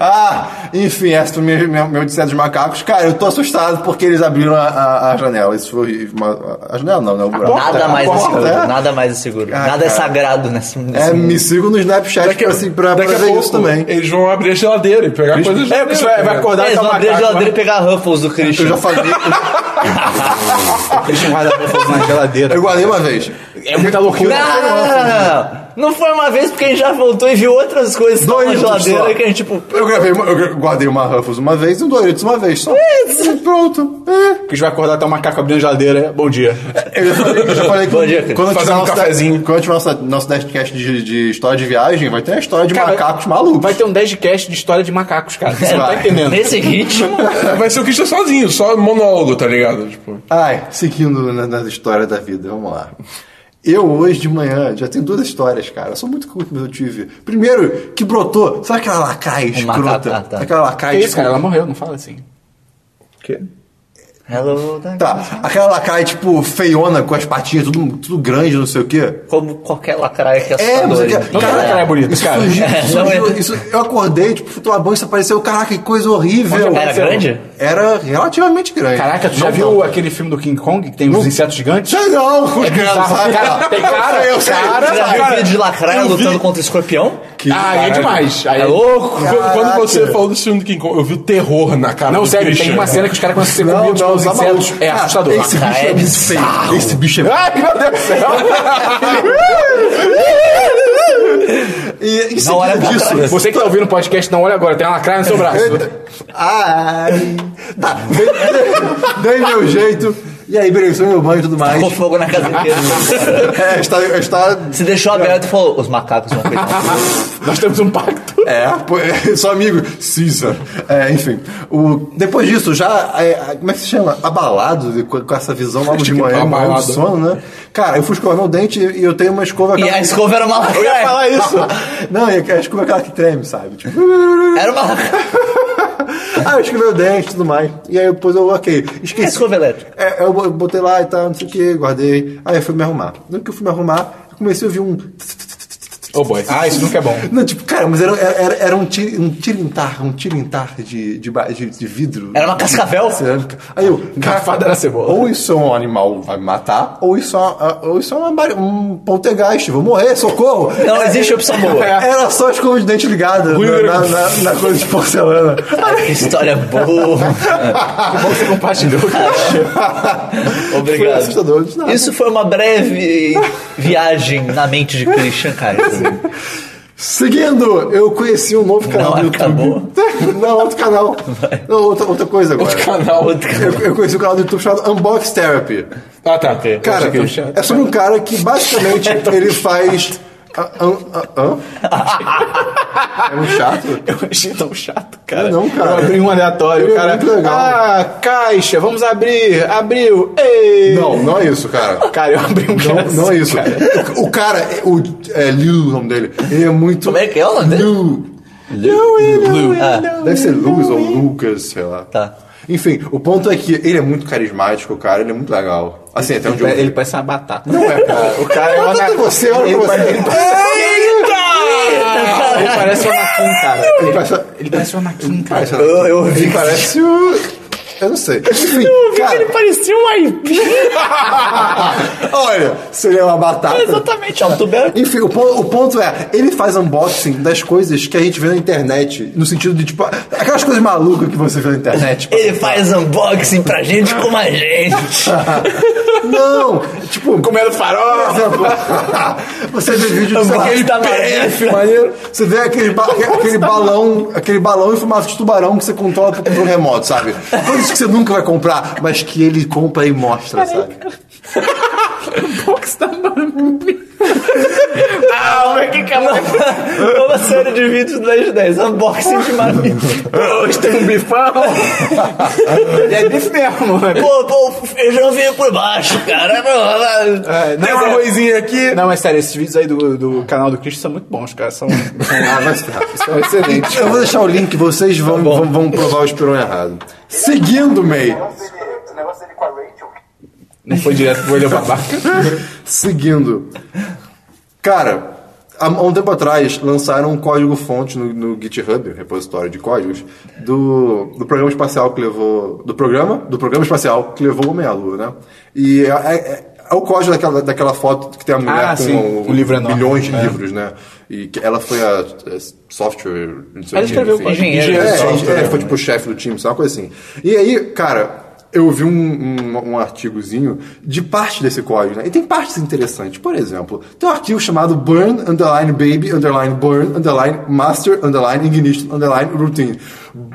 Speaker 3: ah, enfim, essa foi minha, minha, meu disseto de macacos. Cara, eu tô assustado porque eles abriram a, a- a janela. Isso foi uma, a janela não, né? O buraco.
Speaker 2: Nada
Speaker 3: A
Speaker 2: mais é
Speaker 3: porta,
Speaker 2: seguro,
Speaker 3: é.
Speaker 2: nada assim. mais é seguro.
Speaker 3: Ah,
Speaker 2: Nada é
Speaker 3: cara.
Speaker 2: sagrado nesse mundo.
Speaker 3: É, me sigam no Snapchat pra, assim, pra, pra
Speaker 4: daqui a
Speaker 3: ver
Speaker 4: pouco,
Speaker 3: isso também.
Speaker 4: Eles vão abrir a geladeira e pegar coisas. da
Speaker 1: É, porque você vai,
Speaker 4: geladeira,
Speaker 1: vai
Speaker 4: tá ligado?
Speaker 1: acordar
Speaker 2: Eles
Speaker 1: e tá
Speaker 2: vão abrir a
Speaker 1: macaco.
Speaker 2: geladeira e pegar Ruffles do Christian.
Speaker 3: né? Eu já falei,
Speaker 1: O Christian guarda roupas na geladeira.
Speaker 3: eu guardei uma vez.
Speaker 1: É muita loucura.
Speaker 2: Não! Não foi uma vez porque a gente já voltou e viu outras coisas
Speaker 3: Dois
Speaker 2: na
Speaker 3: minutos
Speaker 2: geladeira
Speaker 3: só.
Speaker 2: que a gente, tipo.
Speaker 3: Eu gravei, uma- eu gra- guardei uma Ruffles uma vez e um Doritos uma vez só. E pronto. É.
Speaker 1: O Christian vai acordar e tá um macaco abrindo a geladeira. é, Bom dia.
Speaker 3: Eu já falei, eu já falei que
Speaker 2: Bom dia, cara.
Speaker 3: quando eu
Speaker 4: Fazer
Speaker 3: tiver
Speaker 4: um
Speaker 3: nosso,
Speaker 4: cafezinho.
Speaker 3: quando eu tiver nosso, nosso Nerdcast de, de história de viagem, vai ter a história de
Speaker 1: Cara,
Speaker 3: macacos malucos.
Speaker 1: Vai ter um 10 de cast de história de macacos, cara. Você não tá
Speaker 3: Vai.
Speaker 1: entendendo.
Speaker 2: Nesse ritmo.
Speaker 4: Vai ser o Christian sozinho, só monólogo, tá ligado? Tipo,
Speaker 3: Ai, seguindo na, na história da vida, vamos lá. Eu hoje de manhã já tenho duas histórias, cara. Eu sou muito curto, mas eu tive. Primeiro, que brotou, sabe aquela
Speaker 1: Um
Speaker 3: lacraia escrota?
Speaker 2: macaco, ah, tá.
Speaker 3: Aquela
Speaker 1: Que
Speaker 3: lacraia
Speaker 1: isso,
Speaker 3: tipo,
Speaker 1: cara? Ela morreu, não fala assim.
Speaker 2: Hello, né?" darkness.
Speaker 3: Tá, aquela lacraia tipo feiona, com as patinhas tudo, tudo grande, não sei o quê.
Speaker 2: Como qualquer lacraia que
Speaker 3: É, mas
Speaker 2: assustador,
Speaker 3: é que-
Speaker 2: gente.
Speaker 1: Não tem lacraia bonita,
Speaker 3: isso
Speaker 1: cara.
Speaker 3: surgiu-
Speaker 2: É, não
Speaker 3: surgiu-
Speaker 2: é.
Speaker 3: isso- eu acordei, tipo, fui tomar banho, isso apareceu, caraca, que coisa horrível.
Speaker 1: é
Speaker 2: Era
Speaker 3: é
Speaker 2: grande?
Speaker 3: Era relativamente grande.
Speaker 1: Caraca, tu já
Speaker 3: Não
Speaker 1: viu
Speaker 3: tanto.
Speaker 1: aquele filme do King Kong que tem os insetos gigantes?
Speaker 3: Sei não, os
Speaker 1: É bizarro, cara. Tem cara,
Speaker 3: eu sei,
Speaker 1: cara,
Speaker 2: Você já viu o
Speaker 1: cara,
Speaker 2: vídeo de lacraia
Speaker 1: eu
Speaker 2: lutando
Speaker 1: vi.
Speaker 2: contra o escorpião?
Speaker 1: ah, aí é demais. Aí
Speaker 2: É louco!
Speaker 4: Quando- Quando
Speaker 3: Caraca.
Speaker 4: você falou do filme do King Kong, eu vi o terror na cara
Speaker 1: Não,
Speaker 4: do
Speaker 1: sério,
Speaker 4: Christian.
Speaker 1: tem uma cena que os caras começam a ser comidos
Speaker 3: não,
Speaker 1: pelos
Speaker 3: tá
Speaker 1: insetos.
Speaker 3: maluco.
Speaker 1: É
Speaker 3: Cara,
Speaker 1: assustador.
Speaker 3: Esse bicho
Speaker 2: Cara,
Speaker 3: é
Speaker 2: é
Speaker 3: muito feio. Esse bicho é
Speaker 1: Ai, meu Deus do céu!
Speaker 3: E em
Speaker 2: Não olha
Speaker 3: seguida
Speaker 2: pra
Speaker 3: é disso.
Speaker 1: Você que tá ouvindo o podcast, não olha agora, tem uma lacraia no seu braço.
Speaker 3: Ai. Tá, dei- dei meu jeito. E aí, beleza, tomei meu banho e tudo mais.
Speaker 2: Com fogo na
Speaker 1: Ah.
Speaker 2: casa inteira.
Speaker 3: É, está, está.
Speaker 2: Se deixou aberto e falou: os macacos vão pegar.
Speaker 1: Nós temos um pacto.
Speaker 3: É, pô, é, sou amigo. Caesar. É, enfim. O, depois disso, já. é, é, como é que se chama? Abalado de- com, com essa visão logo de
Speaker 4: que tá
Speaker 3: manhã, abalado.
Speaker 4: abalado.
Speaker 3: de sono, né? Cara, eu fui escovar meu dente e É. eu tenho uma escova.
Speaker 2: E
Speaker 3: aquela-
Speaker 2: a escova era uma lacraia.
Speaker 1: isso.
Speaker 3: Não, e a escova é aquela que treme, sabe? Tipo.
Speaker 2: Era uma lacraia.
Speaker 3: Ah, eu escovei o dente e tudo mais. E aí depois eu, ok, esqueci.
Speaker 2: Escova elétrica.
Speaker 3: É, eu bo- botei lá e tal, não sei o que, guardei. Aí eu fui me arrumar. No que eu fui me arrumar, eu comecei a ouvir um.
Speaker 4: Oh boy.
Speaker 1: Ah, isso nunca é bom.
Speaker 3: Não, tipo, cara, mas era, era, era um, tir, um tirintar, um tirintar de, de, ba- de, de vidro.
Speaker 2: Era uma cascavel.
Speaker 3: De cerâmica. Aí eu,
Speaker 1: Garfada na cebola.
Speaker 3: Ou isso é um animal vai me matar, ou isso é, uma- ou isso é uma, mari- um poltergeist, vou morrer, socorro.
Speaker 2: Não existe opção boa.
Speaker 1: É.
Speaker 3: Era só a escova de dente ligada na, na, na- na coisa de porcelana.
Speaker 2: Que história boa.
Speaker 1: Que bom que você compartilhou, cara. assim.
Speaker 3: Foi
Speaker 2: Obrigado.
Speaker 3: assustador. eu disse, "Não,
Speaker 2: Isso foi uma breve viagem na mente de Christian Kaiser.
Speaker 3: Seguindo, eu conheci um novo canal
Speaker 2: Não,
Speaker 3: do
Speaker 2: acabou.
Speaker 3: YouTube. Não, outro canal. Não, outra, outra coisa agora.
Speaker 4: Canal.
Speaker 2: Outro cara.
Speaker 3: Eu, eu conheci um canal do YouTube chamado Unbox Therapy.
Speaker 4: Ah, tá.
Speaker 3: Cara,
Speaker 4: Eu achei que-
Speaker 3: é sobre um cara que basicamente ele faz. Ah, ah, ah, ah. É muito chato.
Speaker 1: Eu achei tão chato, cara.
Speaker 3: Não, cara.
Speaker 1: Eu abri um aleatório,
Speaker 3: Ele é
Speaker 1: o cara.
Speaker 3: muito legal.
Speaker 1: Ah, caixa, vamos abrir. Abriu. Ei!
Speaker 3: Não, não é isso, cara.
Speaker 1: Cara, eu abri um
Speaker 3: Não, não é isso.
Speaker 1: Cara.
Speaker 3: O, o cara, é- o, é Liu o nome dele. Ele é muito.
Speaker 2: Como é que é o nome dele?
Speaker 3: Liu. é,
Speaker 2: Ah,
Speaker 3: Deve ser Luz ou Lucas, sei lá.
Speaker 2: Tá.
Speaker 3: é. Enfim, o ponto é que ele é muito carismático, cara. Ele é muito legal. Assim, até onde eu
Speaker 1: Ele,
Speaker 3: vi.
Speaker 1: ele parece uma batata.
Speaker 3: Não é, cara.
Speaker 1: O cara é uma.
Speaker 3: Olha você, olha
Speaker 1: ele
Speaker 3: pra
Speaker 1: parece-
Speaker 3: você.
Speaker 1: Ele parece, ele parece o Anakin, cara.
Speaker 3: Ele parece.
Speaker 1: Ele parece o Anakin, cara.
Speaker 3: parece-
Speaker 2: Eu, eu ouvi.
Speaker 3: Ele parece o. Eu não sei. Enfim,
Speaker 2: Eu vi que ele
Speaker 3: cara,
Speaker 2: parecia um aipim.
Speaker 3: olha, seria uma batata.
Speaker 2: Exatamente, é um tubérculo.
Speaker 3: Enfim, o pon- o ponto, é, ele faz unboxing das coisas que a gente vê na internet, no sentido de, tipo, aquelas coisas malucas que você vê na internet. tipo,
Speaker 2: É, Ele faz unboxing pra gente como a gente.
Speaker 3: não! Tipo,
Speaker 1: Comendo
Speaker 3: por
Speaker 1: farofa.
Speaker 3: exemplo, você vê vídeo de sei lá,
Speaker 1: tá
Speaker 2: Aquele PF.
Speaker 3: maneiro, você vê aquele, ba- aquele balão, aquele balão em formato de tubarão que você controla pro controle remoto, sabe? Coisas que você nunca vai comprar, mas que ele compra e mostra,
Speaker 2: é
Speaker 3: sabe?
Speaker 1: é
Speaker 2: Uma, uma série de vídeos do 10 de 10. Unboxing de marmita.
Speaker 1: Hoje tem um bifão. e é bife mesmo, né?
Speaker 2: Pô, pô, o feijão veio por baixo, cara.
Speaker 1: É,
Speaker 4: Tem
Speaker 1: não,
Speaker 4: uma
Speaker 1: não,
Speaker 4: coisinha aqui.
Speaker 1: não, mas sério, esses vídeos aí do, do canal do Cristo são muito bons, cara. São,
Speaker 3: Ah, vai se ferrar.
Speaker 1: são excelentes.
Speaker 3: Eu vou deixar o link, vocês vão,
Speaker 1: Tá
Speaker 3: vão, vão provar o esperão errado. Seguindo, May.
Speaker 5: O negócio dele com a Rachel.
Speaker 1: Não foi direto pro olho babaca.
Speaker 3: Seguindo. Cara, há há um tempo atrás lançaram um código-fonte no, no GitHub, um repositório de códigos, do, do programa espacial que levou. Do programa? Do programa espacial que levou o homem à lua, né? E é, é- é o código daquela, daquela foto que tem a mulher com
Speaker 1: sim, um livro enorme.
Speaker 3: milhões de livros, né? E que ela foi a, a software. Não sei
Speaker 1: Ela escreveu né?
Speaker 3: enfim.
Speaker 2: engenheiro.
Speaker 3: É,
Speaker 2: Engenheiro.
Speaker 3: é, é, foi tipo o chefe do time, sabe? Uma coisa assim. E aí, cara, eu vi um, um, um artigozinho de parte desse código, né? E tem partes interessantes. Por exemplo, tem um artigo chamado burn, underline, baby, underline, burn, underline, master, underline, ignition, underline, routine. B-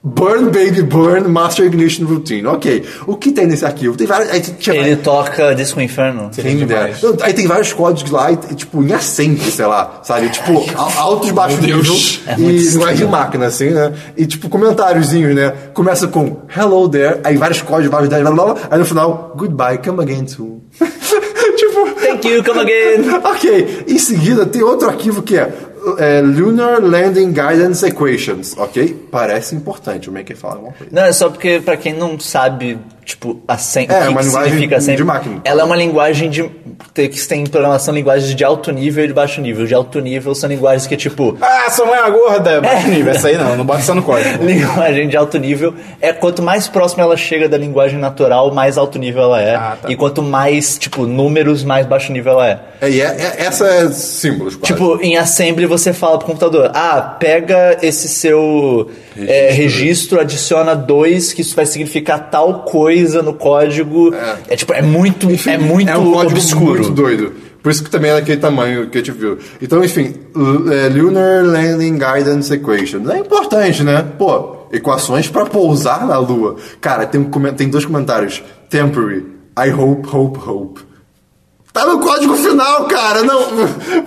Speaker 3: Burn, baby, burn, master, ignition, routine. Ok. O que tem nesse arquivo? Tem várias... Aí tinha
Speaker 2: Ele toca Disco Inferno.
Speaker 3: quem dera.
Speaker 1: demais.
Speaker 3: Não, Aí tem vários códigos lá, e, tipo, em assembly, sei lá, sabe? Tipo, a- altos, baixos
Speaker 4: Deus.
Speaker 3: níveis
Speaker 2: É muito
Speaker 3: e linguagem de máquina, assim, né? E, tipo, comentáriozinhos, né? Começa com hello there, aí vários códigos, vários blá, blá, blá, blá, aí no final, goodbye, come again soon. tipo,
Speaker 2: Thank you, come again.
Speaker 3: ok. Em seguida, tem outro arquivo que é, é, Lunar Landing Guidance Equations, ok? Parece importante, o Maker fala alguma coisa.
Speaker 2: Não, é só porque, pra quem não sabe, tipo, a sem,
Speaker 3: É,
Speaker 2: o que,
Speaker 3: uma
Speaker 2: que
Speaker 3: linguagem
Speaker 2: significa sem,
Speaker 3: de máquina.
Speaker 2: Ela é uma linguagem de. Tem, que tem em programação linguagens de alto nível e de baixo nível. De alto nível são linguagens que, tipo.
Speaker 1: Ah, sua mãe é uma gorda. Baixo nível. Essa aí não, não bota só no código.
Speaker 2: Linguagem de alto nível é quanto mais próxima ela chega da linguagem natural, mais alto nível ela é.
Speaker 1: Ah, tá.
Speaker 2: E quanto mais, tipo, números, mais baixo nível ela é.
Speaker 3: É, e é, é- essa é símbolos, quase.
Speaker 2: Tipo, em assembly você fala pro computador, ah, pega esse seu registro,
Speaker 3: né?"
Speaker 2: registro adiciona dois, que isso vai significar tal coisa no código. É, tipo, é muito, é muito
Speaker 3: é um código
Speaker 2: obscuro.
Speaker 3: muito doido. Por isso que também é daquele tamanho que a gente viu. Então, enfim, L- é, Lunar Landing Guidance Equations. É importante, né? Pô, equações pra pousar na Lua. Cara, tem, um, comen- tem dois comentários. Temporary. I hope, hope, hope. Tá no código final, cara. Não,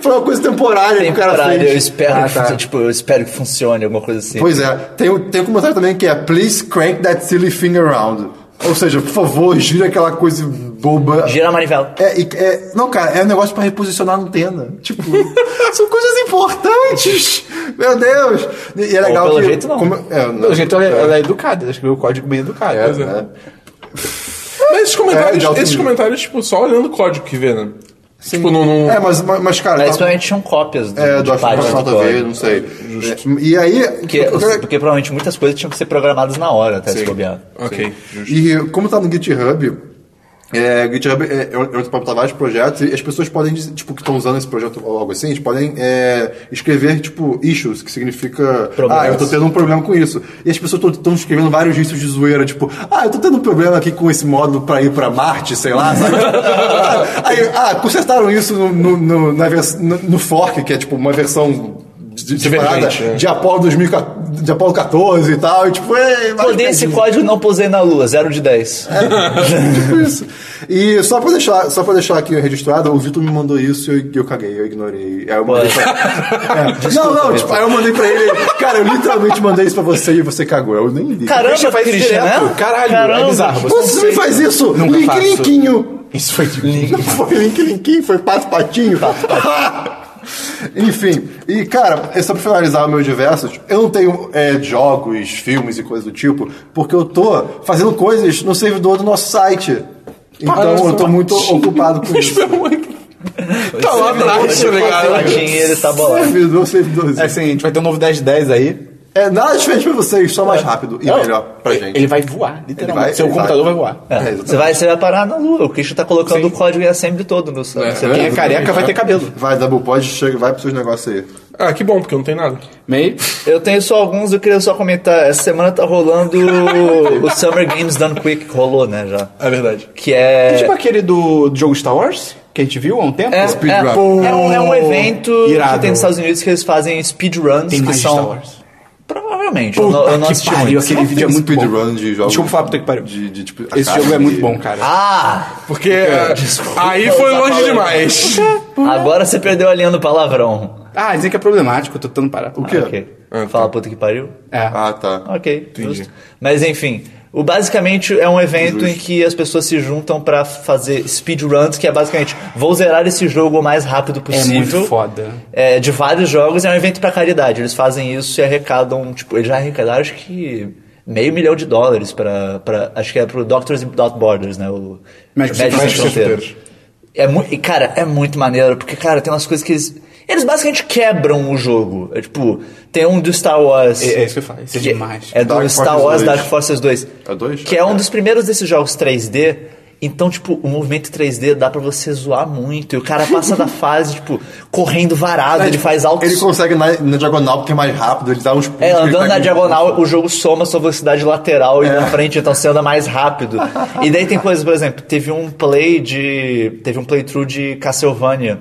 Speaker 3: foi uma coisa temporária que o cara
Speaker 2: Temporário,
Speaker 3: fez.
Speaker 2: eu espero,
Speaker 3: Ah,
Speaker 2: que,
Speaker 3: tá.
Speaker 2: tipo, eu espero que funcione, alguma coisa assim.
Speaker 3: Pois é, tem, o- tem um comentário também que é Please crank that silly thing around. Ou seja, por favor, gira aquela coisa boba.
Speaker 2: Gira a manivela.
Speaker 3: É, e- é- não, cara, é um negócio pra reposicionar a antena. Tipo, são coisas importantes. Meu Deus. E é legal
Speaker 2: pelo
Speaker 3: que...
Speaker 2: jeito, não.
Speaker 3: é, não.
Speaker 1: Pelo jeito, ela, é- ela é educada. Ela escreveu o código bem educado.
Speaker 3: É,
Speaker 1: né?
Speaker 3: né?
Speaker 4: Mas esses
Speaker 3: É,
Speaker 4: comentários,
Speaker 3: de alto
Speaker 4: esses
Speaker 3: nível.
Speaker 4: comentários, tipo, só olhando o código que vê, né? Tipo, não. não-
Speaker 3: É, mas, mas, mas, cara...
Speaker 2: Mas
Speaker 3: tá-
Speaker 2: provavelmente são cópias do,
Speaker 3: é,
Speaker 2: de
Speaker 3: do Afonso
Speaker 2: páginas do
Speaker 3: Nota V,
Speaker 2: código. é
Speaker 3: não sei. E aí...
Speaker 2: Porque, porque provavelmente muitas coisas tinham que ser programadas na hora, até se bobear.
Speaker 4: Ok, justo.
Speaker 3: E como tá no GitHub, é, o GitHub é, é onde botar vários projetos e as pessoas podem, dizer, tipo, que estão usando esse projeto ou algo assim, eles podem é, escrever, tipo, issues, que significa,
Speaker 2: Problemas.
Speaker 3: ah, eu tô tendo um problema com isso. E as pessoas estão escrevendo vários issues de zoeira, tipo, ah, eu tô tendo um problema aqui com esse módulo pra ir pra Marte, sei lá, sabe? Aí, ah, consertaram isso no, no, no, na vers- no- no fork, que é, tipo, uma versão... De, de,
Speaker 4: Divergente,
Speaker 3: separada
Speaker 4: é.
Speaker 3: de Apollo 2014, de Apollo 14 e tal, e tipo, é, vários
Speaker 2: Poder esse
Speaker 3: pezinhos.
Speaker 2: código não posei na lua, 0 de 10.
Speaker 3: Tipo isso. E só pra deixar, só pra deixar aqui registrado, o Vitor me mandou isso e eu, eu caguei, eu ignorei. Aí eu mandei pra... É. não, não, tipo, aí eu mandei pra ele, cara, eu literalmente mandei isso pra você e você cagou. Eu nem li.
Speaker 2: Caramba,
Speaker 1: Christian faz isso
Speaker 2: Christian,
Speaker 1: direto?
Speaker 2: né?
Speaker 1: Caralho,
Speaker 2: Caramba.
Speaker 1: é bizarro.
Speaker 3: Como você me faz isso?
Speaker 1: Nunca
Speaker 3: link,
Speaker 1: faço.
Speaker 3: linkinho.
Speaker 1: Isso foi de
Speaker 3: Não foi link, linkinho, foi pato, patinho. Enfim, e cara, é só pra finalizar meus diversos, eu não tenho é, jogos, filmes e coisas do tipo, porque eu tô fazendo coisas no servidor do nosso site. Então eu tô muito ocupado com isso.
Speaker 4: Tá lá atrás, tá ligado?
Speaker 2: Ele tá bolado.
Speaker 3: Servidor, servidorzinho.
Speaker 1: É Assim, a gente vai ter um novo 10 10 aí.
Speaker 3: É nada diferente pra vocês, só mais rápido e
Speaker 1: Não,
Speaker 3: melhor pra gente.
Speaker 1: Ele vai voar, literalmente. Seu
Speaker 3: ele
Speaker 1: computador vai, voar.
Speaker 2: É,
Speaker 3: exatamente.
Speaker 2: você, vai, você vai parar na lua. O Christian tá colocando o código e assembly todo no seu. no seu-
Speaker 1: Quem é careca vai ter cabelo.
Speaker 3: Vai, Double Pod, chega, vai pros seus negócios aí.
Speaker 4: Ah, que bom, porque não tem nada.
Speaker 1: Meio.
Speaker 2: Eu tenho só alguns, eu queria só comentar. Essa semana tá rolando o- o Summer Games Done Quick, rolou, né, já.
Speaker 4: É verdade.
Speaker 2: Que
Speaker 1: É
Speaker 2: é.
Speaker 1: tipo aquele do do jogo Star Wars, que a gente viu há um tempo.
Speaker 2: É,
Speaker 1: Speed-
Speaker 2: é,
Speaker 3: Speedrun.
Speaker 2: é um, é um evento
Speaker 1: Irado.
Speaker 2: que tem nos Estados Unidos que eles fazem speedruns
Speaker 1: Tem
Speaker 2: que
Speaker 1: mais
Speaker 2: são.
Speaker 1: Star Wars.
Speaker 2: Provavelmente.
Speaker 1: Puta
Speaker 2: eu não, eu não
Speaker 1: que
Speaker 2: assisti
Speaker 1: pariu,
Speaker 2: muito.
Speaker 1: aquele
Speaker 3: Não
Speaker 1: vídeo é
Speaker 3: tem
Speaker 1: muito
Speaker 3: speedrun
Speaker 1: bom.
Speaker 3: de jogos.
Speaker 1: Desculpa falar, puta que pariu.
Speaker 3: De, de, tipo,
Speaker 1: Esse jogo é muito bom, cara.
Speaker 2: Ah!
Speaker 4: Porque é, aí foi longe demais.
Speaker 2: Agora você perdeu a linha do palavrão.
Speaker 1: Ah, dizem que é problemático, eu tô tentando parar.
Speaker 3: O quê?
Speaker 2: Ah, ok.
Speaker 1: tá.
Speaker 2: Fala puta que pariu?
Speaker 1: É.
Speaker 3: Ah, tá.
Speaker 2: Ok, justo. Mas enfim, o basicamente é um evento em que as pessoas se juntam pra fazer speedruns, que é basicamente vou zerar esse jogo o mais rápido possível.
Speaker 1: muito foda.
Speaker 2: É, de vários jogos, é um evento pra caridade. Eles fazem isso e arrecadam, tipo, eles já arrecadaram acho que meio milhão de dólares pra. pra acho que é pro Doctors Without Borders, né? O
Speaker 1: Médicos Sem Fronteiras.
Speaker 2: é mu- e, cara, é muito maneiro, porque, cara, tem umas coisas que eles. Eles basicamente quebram o jogo. É, tipo, tem um do Star Wars.
Speaker 1: É- é isso que eu falo, isso é demais.
Speaker 2: É do
Speaker 3: Dark
Speaker 2: Star
Speaker 3: Forces
Speaker 2: Wars
Speaker 3: 2.
Speaker 2: Dark Forces 2.
Speaker 3: É dois?
Speaker 2: Que é um dos primeiros desses jogos 3D. Então, tipo, o movimento 3D dá pra você zoar muito. E o cara passa da fase, tipo, correndo varado, ele faz altos.
Speaker 3: É, tipo, Ele consegue na, na diagonal porque é mais rápido, ele dá uns pulos.
Speaker 2: É,
Speaker 3: que ele
Speaker 2: andando
Speaker 3: pega
Speaker 2: na
Speaker 3: um-
Speaker 2: diagonal, o jogo soma sua velocidade lateral e
Speaker 3: É.
Speaker 2: na frente, então você anda mais rápido. E daí tem coisas, por exemplo, teve um play de. Teve um playthrough de Castlevania.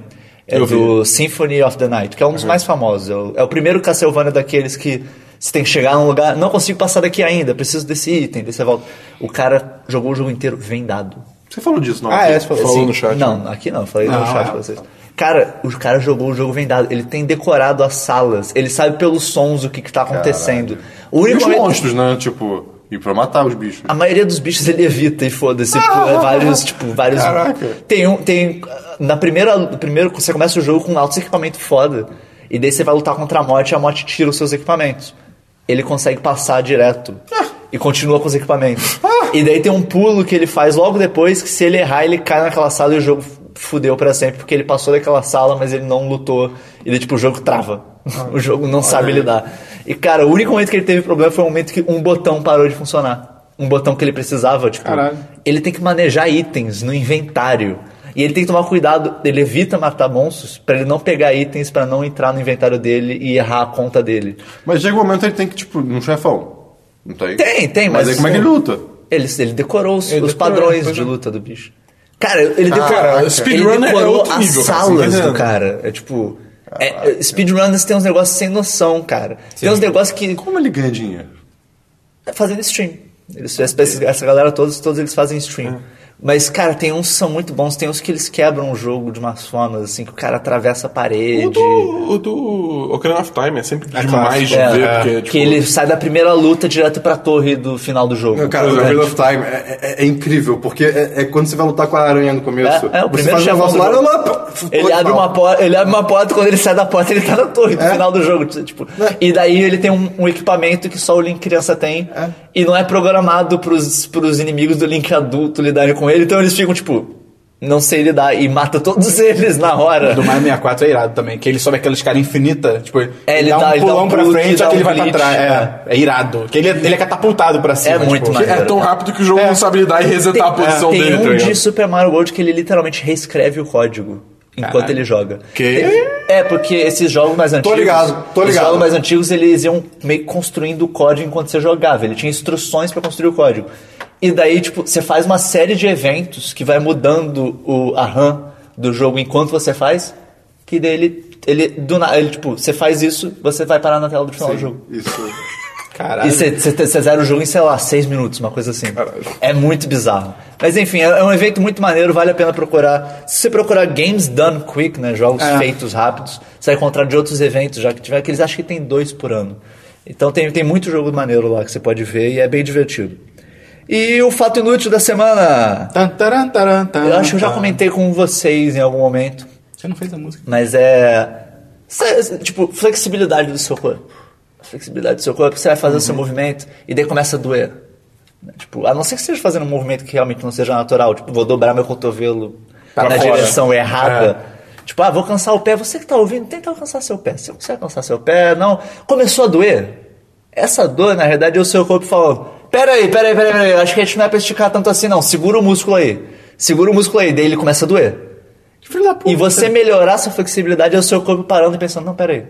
Speaker 2: É
Speaker 4: Eu
Speaker 2: do Symphony of the Night, que é um
Speaker 3: Uhum.
Speaker 2: dos mais famosos. É o, é o primeiro Castlevania daqueles que você tem que chegar num lugar. Não consigo passar daqui ainda, preciso desse item, daí você volta. O cara jogou o jogo inteiro vendado.
Speaker 3: Você falou disso, não?
Speaker 1: Ah, é, você falou.
Speaker 4: Falou no chat.
Speaker 2: Não, aqui não, falei
Speaker 1: Não,
Speaker 2: no chat
Speaker 1: é.
Speaker 2: pra vocês. Cara, o cara jogou o jogo vendado. Ele tem decorado as salas. Ele sabe pelos sons o que, que tá acontecendo. O
Speaker 3: E
Speaker 2: único
Speaker 3: os
Speaker 2: momento-
Speaker 3: monstros, né? Tipo, e pra matar os bichos.
Speaker 2: A maioria dos bichos ele evita e foda-se. Tipo, é vários, tipo, vários.
Speaker 3: Caraca.
Speaker 2: Tem um. Tem. Na primeira. no Primeiro, você começa o jogo com altos equipamentos foda. E daí você vai lutar contra a morte e a morte tira os seus equipamentos. Ele consegue passar direto. E continua com os equipamentos. E daí tem um pulo que ele faz logo depois que se ele errar, ele cai naquela sala e o jogo fudeu pra sempre, porque ele passou daquela sala, mas ele não lutou. E daí, tipo, o jogo trava. o jogo não sabe lidar. E, cara, o único momento que ele teve problema foi o momento que um botão parou de funcionar. Um botão que ele precisava, tipo.
Speaker 1: Caralho.
Speaker 2: Ele tem que manejar itens no inventário. E ele tem que tomar cuidado, ele evita matar monstros pra ele não pegar itens pra não entrar no inventário dele e errar a conta dele.
Speaker 3: Mas chega um momento ele tem que, tipo, num chefão. Não tem?
Speaker 2: Tem, tem, mas-
Speaker 3: Mas aí como é que ele luta?
Speaker 2: Ele, ele decorou os,
Speaker 4: Ele
Speaker 2: os
Speaker 4: decorou,
Speaker 2: padrões
Speaker 4: pois
Speaker 2: de
Speaker 4: é.
Speaker 2: luta do bicho. Cara, ele decorou,
Speaker 4: Cara, speedrun
Speaker 2: ele
Speaker 4: é
Speaker 2: decorou
Speaker 4: outro
Speaker 2: as
Speaker 4: nível, cara, você tá
Speaker 2: salas
Speaker 4: entendendo?
Speaker 2: do cara. É tipo. é, é, speedrunners tem uns negócios sem noção, cara. Tem uns negócios que.
Speaker 3: Como ele ganha dinheiro?
Speaker 2: Fazendo stream. É. Eles, essa, essa galera, todos, todos eles fazem stream. Mas, cara, tem uns que são muito bons, tem uns que eles quebram o jogo de umas formas, assim, que o cara atravessa a parede.
Speaker 4: É, O do, o do Ocarina of Time é sempre
Speaker 1: É
Speaker 4: demais de
Speaker 1: clássico.
Speaker 4: ver,
Speaker 1: É,
Speaker 4: porque, tipo,
Speaker 2: que ele sai da primeira luta direto pra torre do final do jogo.
Speaker 3: Cara, o Wheel of Time é, é- é incrível, porque é, é quando você vai lutar com a aranha no começo.
Speaker 2: É, é, o
Speaker 3: você
Speaker 2: primeiro
Speaker 3: faz um
Speaker 2: chefão
Speaker 3: negócio
Speaker 2: do
Speaker 3: lá,
Speaker 2: jogo.
Speaker 3: lá, pá,
Speaker 2: Ele
Speaker 3: pá,
Speaker 2: abre,
Speaker 3: pá.
Speaker 2: uma porta, ele abre uma porta, quando ele sai da porta, ele tá na torre no final do jogo. Tipo, E daí ele tem um, um equipamento que só o Link criança tem. E não é programado pros, pros inimigos do Link adulto lidarem com ele. Então eles ficam, tipo, não sei lidar. E mata todos eles na hora.
Speaker 1: Do Mario 64 é irado também, que ele sobe aquela escada infinita, tipo,
Speaker 2: É, ele dá-
Speaker 1: um
Speaker 2: ele dá
Speaker 1: pulão
Speaker 2: um
Speaker 1: pra
Speaker 2: pulo que
Speaker 1: frente, só
Speaker 2: dá
Speaker 1: que
Speaker 2: um
Speaker 1: ele vai
Speaker 2: glitch,
Speaker 1: pra trás. É, é irado. Que ele, é- ele é catapultado pra cima.
Speaker 2: muito
Speaker 1: tipo,
Speaker 4: que é
Speaker 2: maneiro.
Speaker 4: tão rápido que o jogo não sabe lidar e resetar a posição
Speaker 2: tem
Speaker 4: dele, tá
Speaker 2: um
Speaker 4: ligado?
Speaker 2: de Super Mario World que ele literalmente reescreve o código enquanto ele joga.
Speaker 4: Que?
Speaker 2: É, porque esses jogos mais antigos.
Speaker 3: ligado, tô
Speaker 2: os
Speaker 3: ligado.
Speaker 2: jogos mais antigos eles iam meio que construindo o código enquanto você jogava. Ele tinha instruções pra construir o código. E daí, tipo, você faz uma série de eventos que vai mudando o, a RAM do jogo enquanto você faz. Que daí ele. ele, do, na- ele tipo, você faz isso, você vai parar na tela do final do jogo.
Speaker 3: Isso.
Speaker 1: Caralho.
Speaker 2: E você zera o jogo em, sei lá, seis minutos, uma coisa assim. É muito bizarro. Mas enfim, é, é um evento muito maneiro, vale a pena procurar. Se você procurar Games Done Quick, né? Jogos
Speaker 1: É.
Speaker 2: feitos rápidos, você vai encontrar de outros eventos já que tiver, que eles acham que tem dois por ano. Então tem, tem muito jogo maneiro lá que você pode ver e é bem divertido. E o fato inútil da semana.
Speaker 1: Tan, taran, taran, tan,
Speaker 2: é- Eu acho que eu já
Speaker 1: tan.
Speaker 2: comentei com vocês em algum momento,
Speaker 1: Você não fez a música.
Speaker 2: mas é. sa- Tipo, flexibilidade do seu corpo. A flexibilidade do seu corpo, você vai fazer o seu
Speaker 1: Uhum.
Speaker 2: movimento e daí começa a doer. Né? Tipo, a não ser que você esteja fazendo um movimento que realmente não seja natural. Tipo, vou dobrar meu cotovelo
Speaker 1: Pra
Speaker 2: na
Speaker 1: fora. É.
Speaker 2: direção errada. Tipo, ah, vou cansar o pé. Você que tá ouvindo, tenta alcançar seu pé. Se você alcançar seu pé, não. Começou a doer. Essa dor, na verdade, é o seu corpo falando: peraí, peraí, peraí, peraí, acho que a gente não é pra esticar tanto assim, não. Segura o músculo aí. Segura o músculo aí, daí ele começa a doer.
Speaker 1: Filho da puta.
Speaker 2: E você melhorar sua flexibilidade é o seu corpo parando e pensando, não, peraí,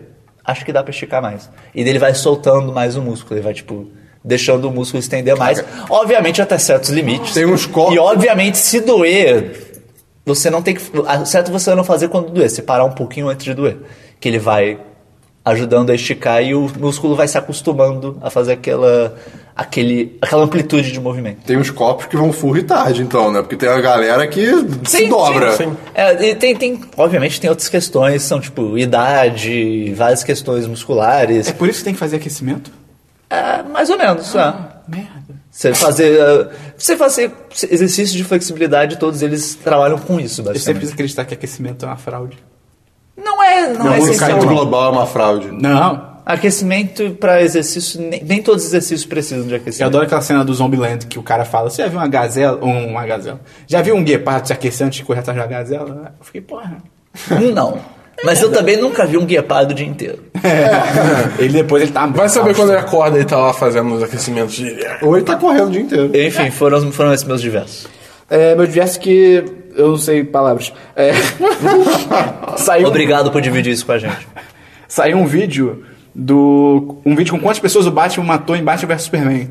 Speaker 2: acho que dá pra esticar mais. E daí ele vai soltando mais o músculo, ele vai, tipo, deixando o músculo estender mais. Obviamente até certos limites.
Speaker 3: Tem um uns corpos-
Speaker 2: E obviamente se doer, você não tem que... a- Certo você não fazer quando doer, você parar um pouquinho antes de doer. Que ele vai ajudando a esticar e o músculo vai se acostumando a fazer aquela... Aquele, aquela amplitude de movimento.
Speaker 3: Tem uns copos que vão full retard, então, né? Porque tem a galera que se
Speaker 2: Sim,
Speaker 3: dobra.
Speaker 2: sim, sim. É, e tem, tem, obviamente tem outras questões, são tipo idade, várias questões musculares.
Speaker 1: É por isso que tem que fazer aquecimento?
Speaker 2: É, mais ou menos, é.
Speaker 1: Merda.
Speaker 2: Você fazer, é, você fazer exercícios de flexibilidade, todos eles trabalham com isso,
Speaker 1: Eu sempre
Speaker 2: basicamente.
Speaker 1: preciso acreditar que aquecimento é uma fraude.
Speaker 2: Não é, não, é
Speaker 3: O
Speaker 2: essencial.
Speaker 3: aquecimento
Speaker 2: não.
Speaker 3: global é uma fraude.
Speaker 1: Não.
Speaker 2: Aquecimento para exercício, nem, nem todos os exercícios precisam de aquecimento.
Speaker 1: Eu adoro aquela cena do Zombieland que o cara fala, você já viu uma gazela? Um, uma gazela. Já viu um guepardo se aquecer antes de correr atrás de uma gazela? Eu fiquei, porra.
Speaker 2: Não. Mas eu também nunca vi um guiapado o dia inteiro.
Speaker 1: Ele depois ele tá...
Speaker 4: Vai saber quando ele acorda e tá lá fazendo os aquecimentos de.
Speaker 3: Ou ele tá correndo o dia inteiro.
Speaker 2: Enfim, foram, foram esses meus diversos.
Speaker 7: É, meu diverso que. Eu não sei palavras. É. saiu,
Speaker 2: Obrigado por dividir isso com a gente.
Speaker 1: Saiu um vídeo do... Um vídeo com quantas pessoas o Batman matou em Batman vs Superman.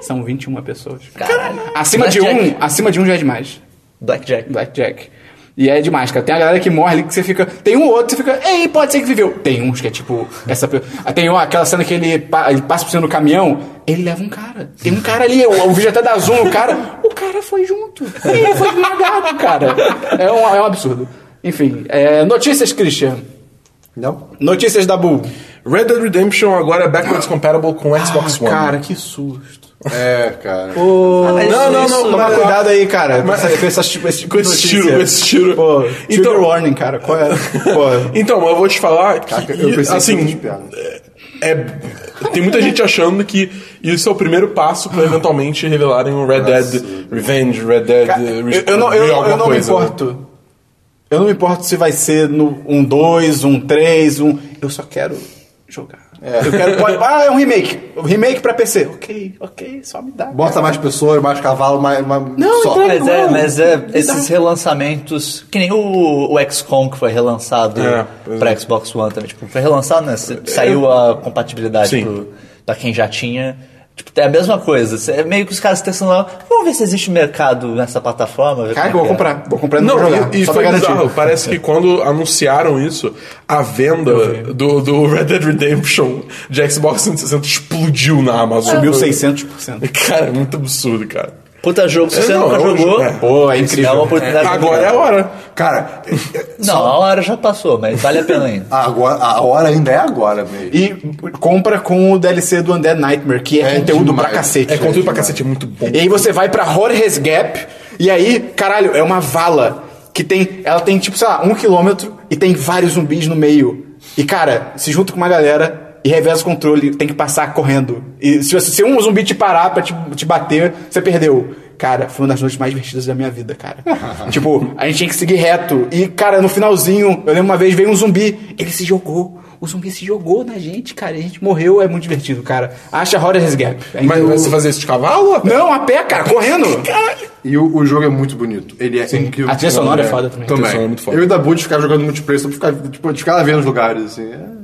Speaker 1: São 21 pessoas.
Speaker 2: Hum. Caralho.
Speaker 1: Acima de
Speaker 2: Blackjack.
Speaker 1: um, acima de um já é demais.
Speaker 2: Blackjack.
Speaker 1: Blackjack. E é demais, cara. Tem a galera que morre ali que você fica. Tem um ou outro que você fica. Ei, pode ser que viveu. Tem uns que é tipo. Essa... pe- Ah, Tem uma- aquela cena que ele, pa- ele passa por cima do caminhão. Ele leva um cara. Tem um cara ali. O, o vídeo até dá zoom no cara. O cara foi junto. Ele foi esmagado, cara. É um, é um absurdo. Enfim. é, Notícias, Christian.
Speaker 3: Não?
Speaker 1: Notícias da Bull.
Speaker 4: Red Dead Redemption agora é backwards compatible com Xbox
Speaker 2: Ah,
Speaker 4: One.
Speaker 1: Cara, que susto.
Speaker 3: É, cara.
Speaker 4: não, não, não.
Speaker 1: Toma
Speaker 4: mas-
Speaker 1: cuidado aí, cara.
Speaker 4: Mas-
Speaker 1: com essas- com essas tipo- esse tipo
Speaker 4: com
Speaker 1: de
Speaker 4: esse
Speaker 1: notícia.
Speaker 4: tiro, com esse tiro.
Speaker 1: Pô,
Speaker 4: Então-
Speaker 1: trigger warning, cara. Qual é? Pô,
Speaker 4: Então, eu vou te falar que,
Speaker 3: Caraca, eu pensei em
Speaker 4: assim,
Speaker 3: todas as piadas.
Speaker 4: é, tem muita gente achando que isso é o primeiro passo pra eventualmente revelarem um Red Dead Revenge, Red Dead
Speaker 1: Cara,
Speaker 4: eh,
Speaker 1: eu,
Speaker 4: Re-
Speaker 1: eu não, eu,
Speaker 4: Re-
Speaker 1: eu
Speaker 4: alguma
Speaker 1: não me
Speaker 4: coisa. né?
Speaker 1: importo. Eu não me importo se vai ser no um 2, um 3, um. Eu só quero jogar. Eu quero. pode- ah, é um remake. Um remake pra PC. Ok, ok, só me dá.
Speaker 3: Bota mais pessoas, mais cavalo, mais. mais
Speaker 1: Não,
Speaker 3: só.
Speaker 1: entrega-
Speaker 2: Mas é,
Speaker 1: Não,
Speaker 2: mas é,
Speaker 1: me
Speaker 2: esses
Speaker 1: dá.
Speaker 2: relançamentos, que nem o, o XCOM que foi relançado
Speaker 4: É, pois
Speaker 2: pra
Speaker 4: é.
Speaker 2: Xbox One também, tipo, foi relançado, né? Se- Saiu a compatibilidade
Speaker 4: Sim.
Speaker 2: pro, pra quem já tinha. Tipo, é a mesma coisa. cê- É meio que os caras testando lá, vamos ver se existe mercado nessa plataforma. ver
Speaker 1: Cara, eu
Speaker 2: como
Speaker 1: vou
Speaker 2: é que é."
Speaker 1: comprar. Vou comprar e não,
Speaker 4: Não,
Speaker 1: vou jogar.
Speaker 4: e, e
Speaker 1: só
Speaker 4: foi
Speaker 1: pra
Speaker 4: bizarro.
Speaker 1: garantir.
Speaker 4: Parece que quando anunciaram isso, a venda do, do Red Dead Redemption de Xbox 360 explodiu na Amazon.
Speaker 1: Subiu 600%.
Speaker 4: Cara, é muito absurdo, cara.
Speaker 2: Puta jogo, se
Speaker 4: É,
Speaker 2: você
Speaker 4: não,
Speaker 2: nunca
Speaker 4: é
Speaker 2: jogou,
Speaker 4: um jogo- é.
Speaker 1: Pô, é
Speaker 2: é uma
Speaker 1: incrível.
Speaker 2: oportunidade.
Speaker 4: Agora é a hora.
Speaker 3: Cara,
Speaker 2: Não, a hora já passou, mas vale a pena ainda.
Speaker 3: agora, a hora ainda é agora, meio.
Speaker 1: E compra com o DLC do Undead Nightmare, que é,
Speaker 3: É
Speaker 1: conteúdo
Speaker 3: demais.
Speaker 1: pra cacete.
Speaker 4: É conteúdo pra cacete, é muito bom.
Speaker 1: E aí você vai pra Horror's Gap, e aí, caralho, é uma vala que tem. Ela tem, tipo, sei lá, um quilômetro e tem vários zumbis no meio. E, cara, se junta com uma galera e reversa o controle, tem que passar correndo. E se, você- se um zumbi te parar pra te, te bater, você perdeu. Cara, foi uma das noites mais divertidas da minha vida, cara. tipo, a gente tinha que seguir reto. E, cara, no finalzinho, eu lembro uma vez veio um zumbi, ele se jogou. O zumbi se jogou na gente, cara. e A gente morreu, é muito divertido, cara. Acha Horror's Gap. É
Speaker 4: Mas,
Speaker 1: incrível.
Speaker 4: mas você fazer isso de cavalo? ou-
Speaker 1: Não, a pé, cara, correndo.
Speaker 3: E o, o jogo é muito bonito. Ele é incrível.
Speaker 1: A trilha sonora é foda também.
Speaker 4: A trilha sonora é muito foda.
Speaker 3: Eu ainda vou de ficar jogando multiplayer só pra ficar, tipo, de ficar vendo os lugares, assim. É.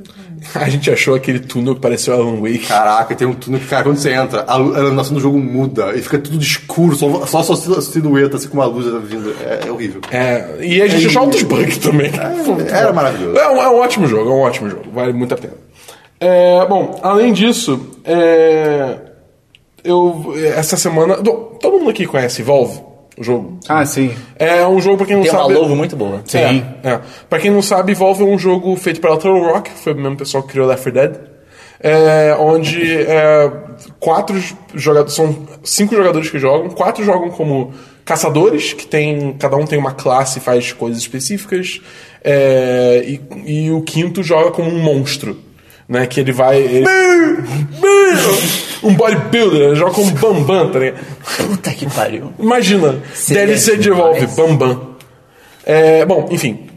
Speaker 4: A gente achou aquele túnel que pareceu Alan Wake.
Speaker 3: Caraca, tem um túnel que, cara, quando você entra, a, lu- a iluminação do jogo muda e fica tudo escuro, só, só sua sil- silhueta, assim, com uma luz vindo. É, é horrível.
Speaker 4: É, e a gente achou outros bugs também.
Speaker 3: É, era maravilhoso.
Speaker 4: É um, é um ótimo jogo, é um ótimo jogo, vale muito a pena. É, bom, além disso, é, eu essa semana. do- Todo mundo aqui conhece Evolve, o jogo.
Speaker 1: Ah, sim.
Speaker 4: É um jogo pra quem não
Speaker 2: Tem uma
Speaker 4: sabe.
Speaker 2: logo muito boa.
Speaker 1: Sim.
Speaker 4: É, é. Pra quem não sabe, Evolve é um jogo feito pela Turtle Rock, foi o mesmo pessoal que criou Left 4 Dead. é, onde é, quatro jogadores. São cinco jogadores que jogam, quatro jogam como caçadores, que tem. Cada um tem uma classe e faz coisas específicas. é, e, e o quinto joga como um monstro. Né, que ele vai. ele- um bodybuilder, né, joga como Bambam, tá ligado?
Speaker 2: Puta que pariu.
Speaker 4: Imagina,
Speaker 2: Seria
Speaker 4: DLC de
Speaker 2: é, demais.
Speaker 4: Evolve, Bambam. É, bom, enfim.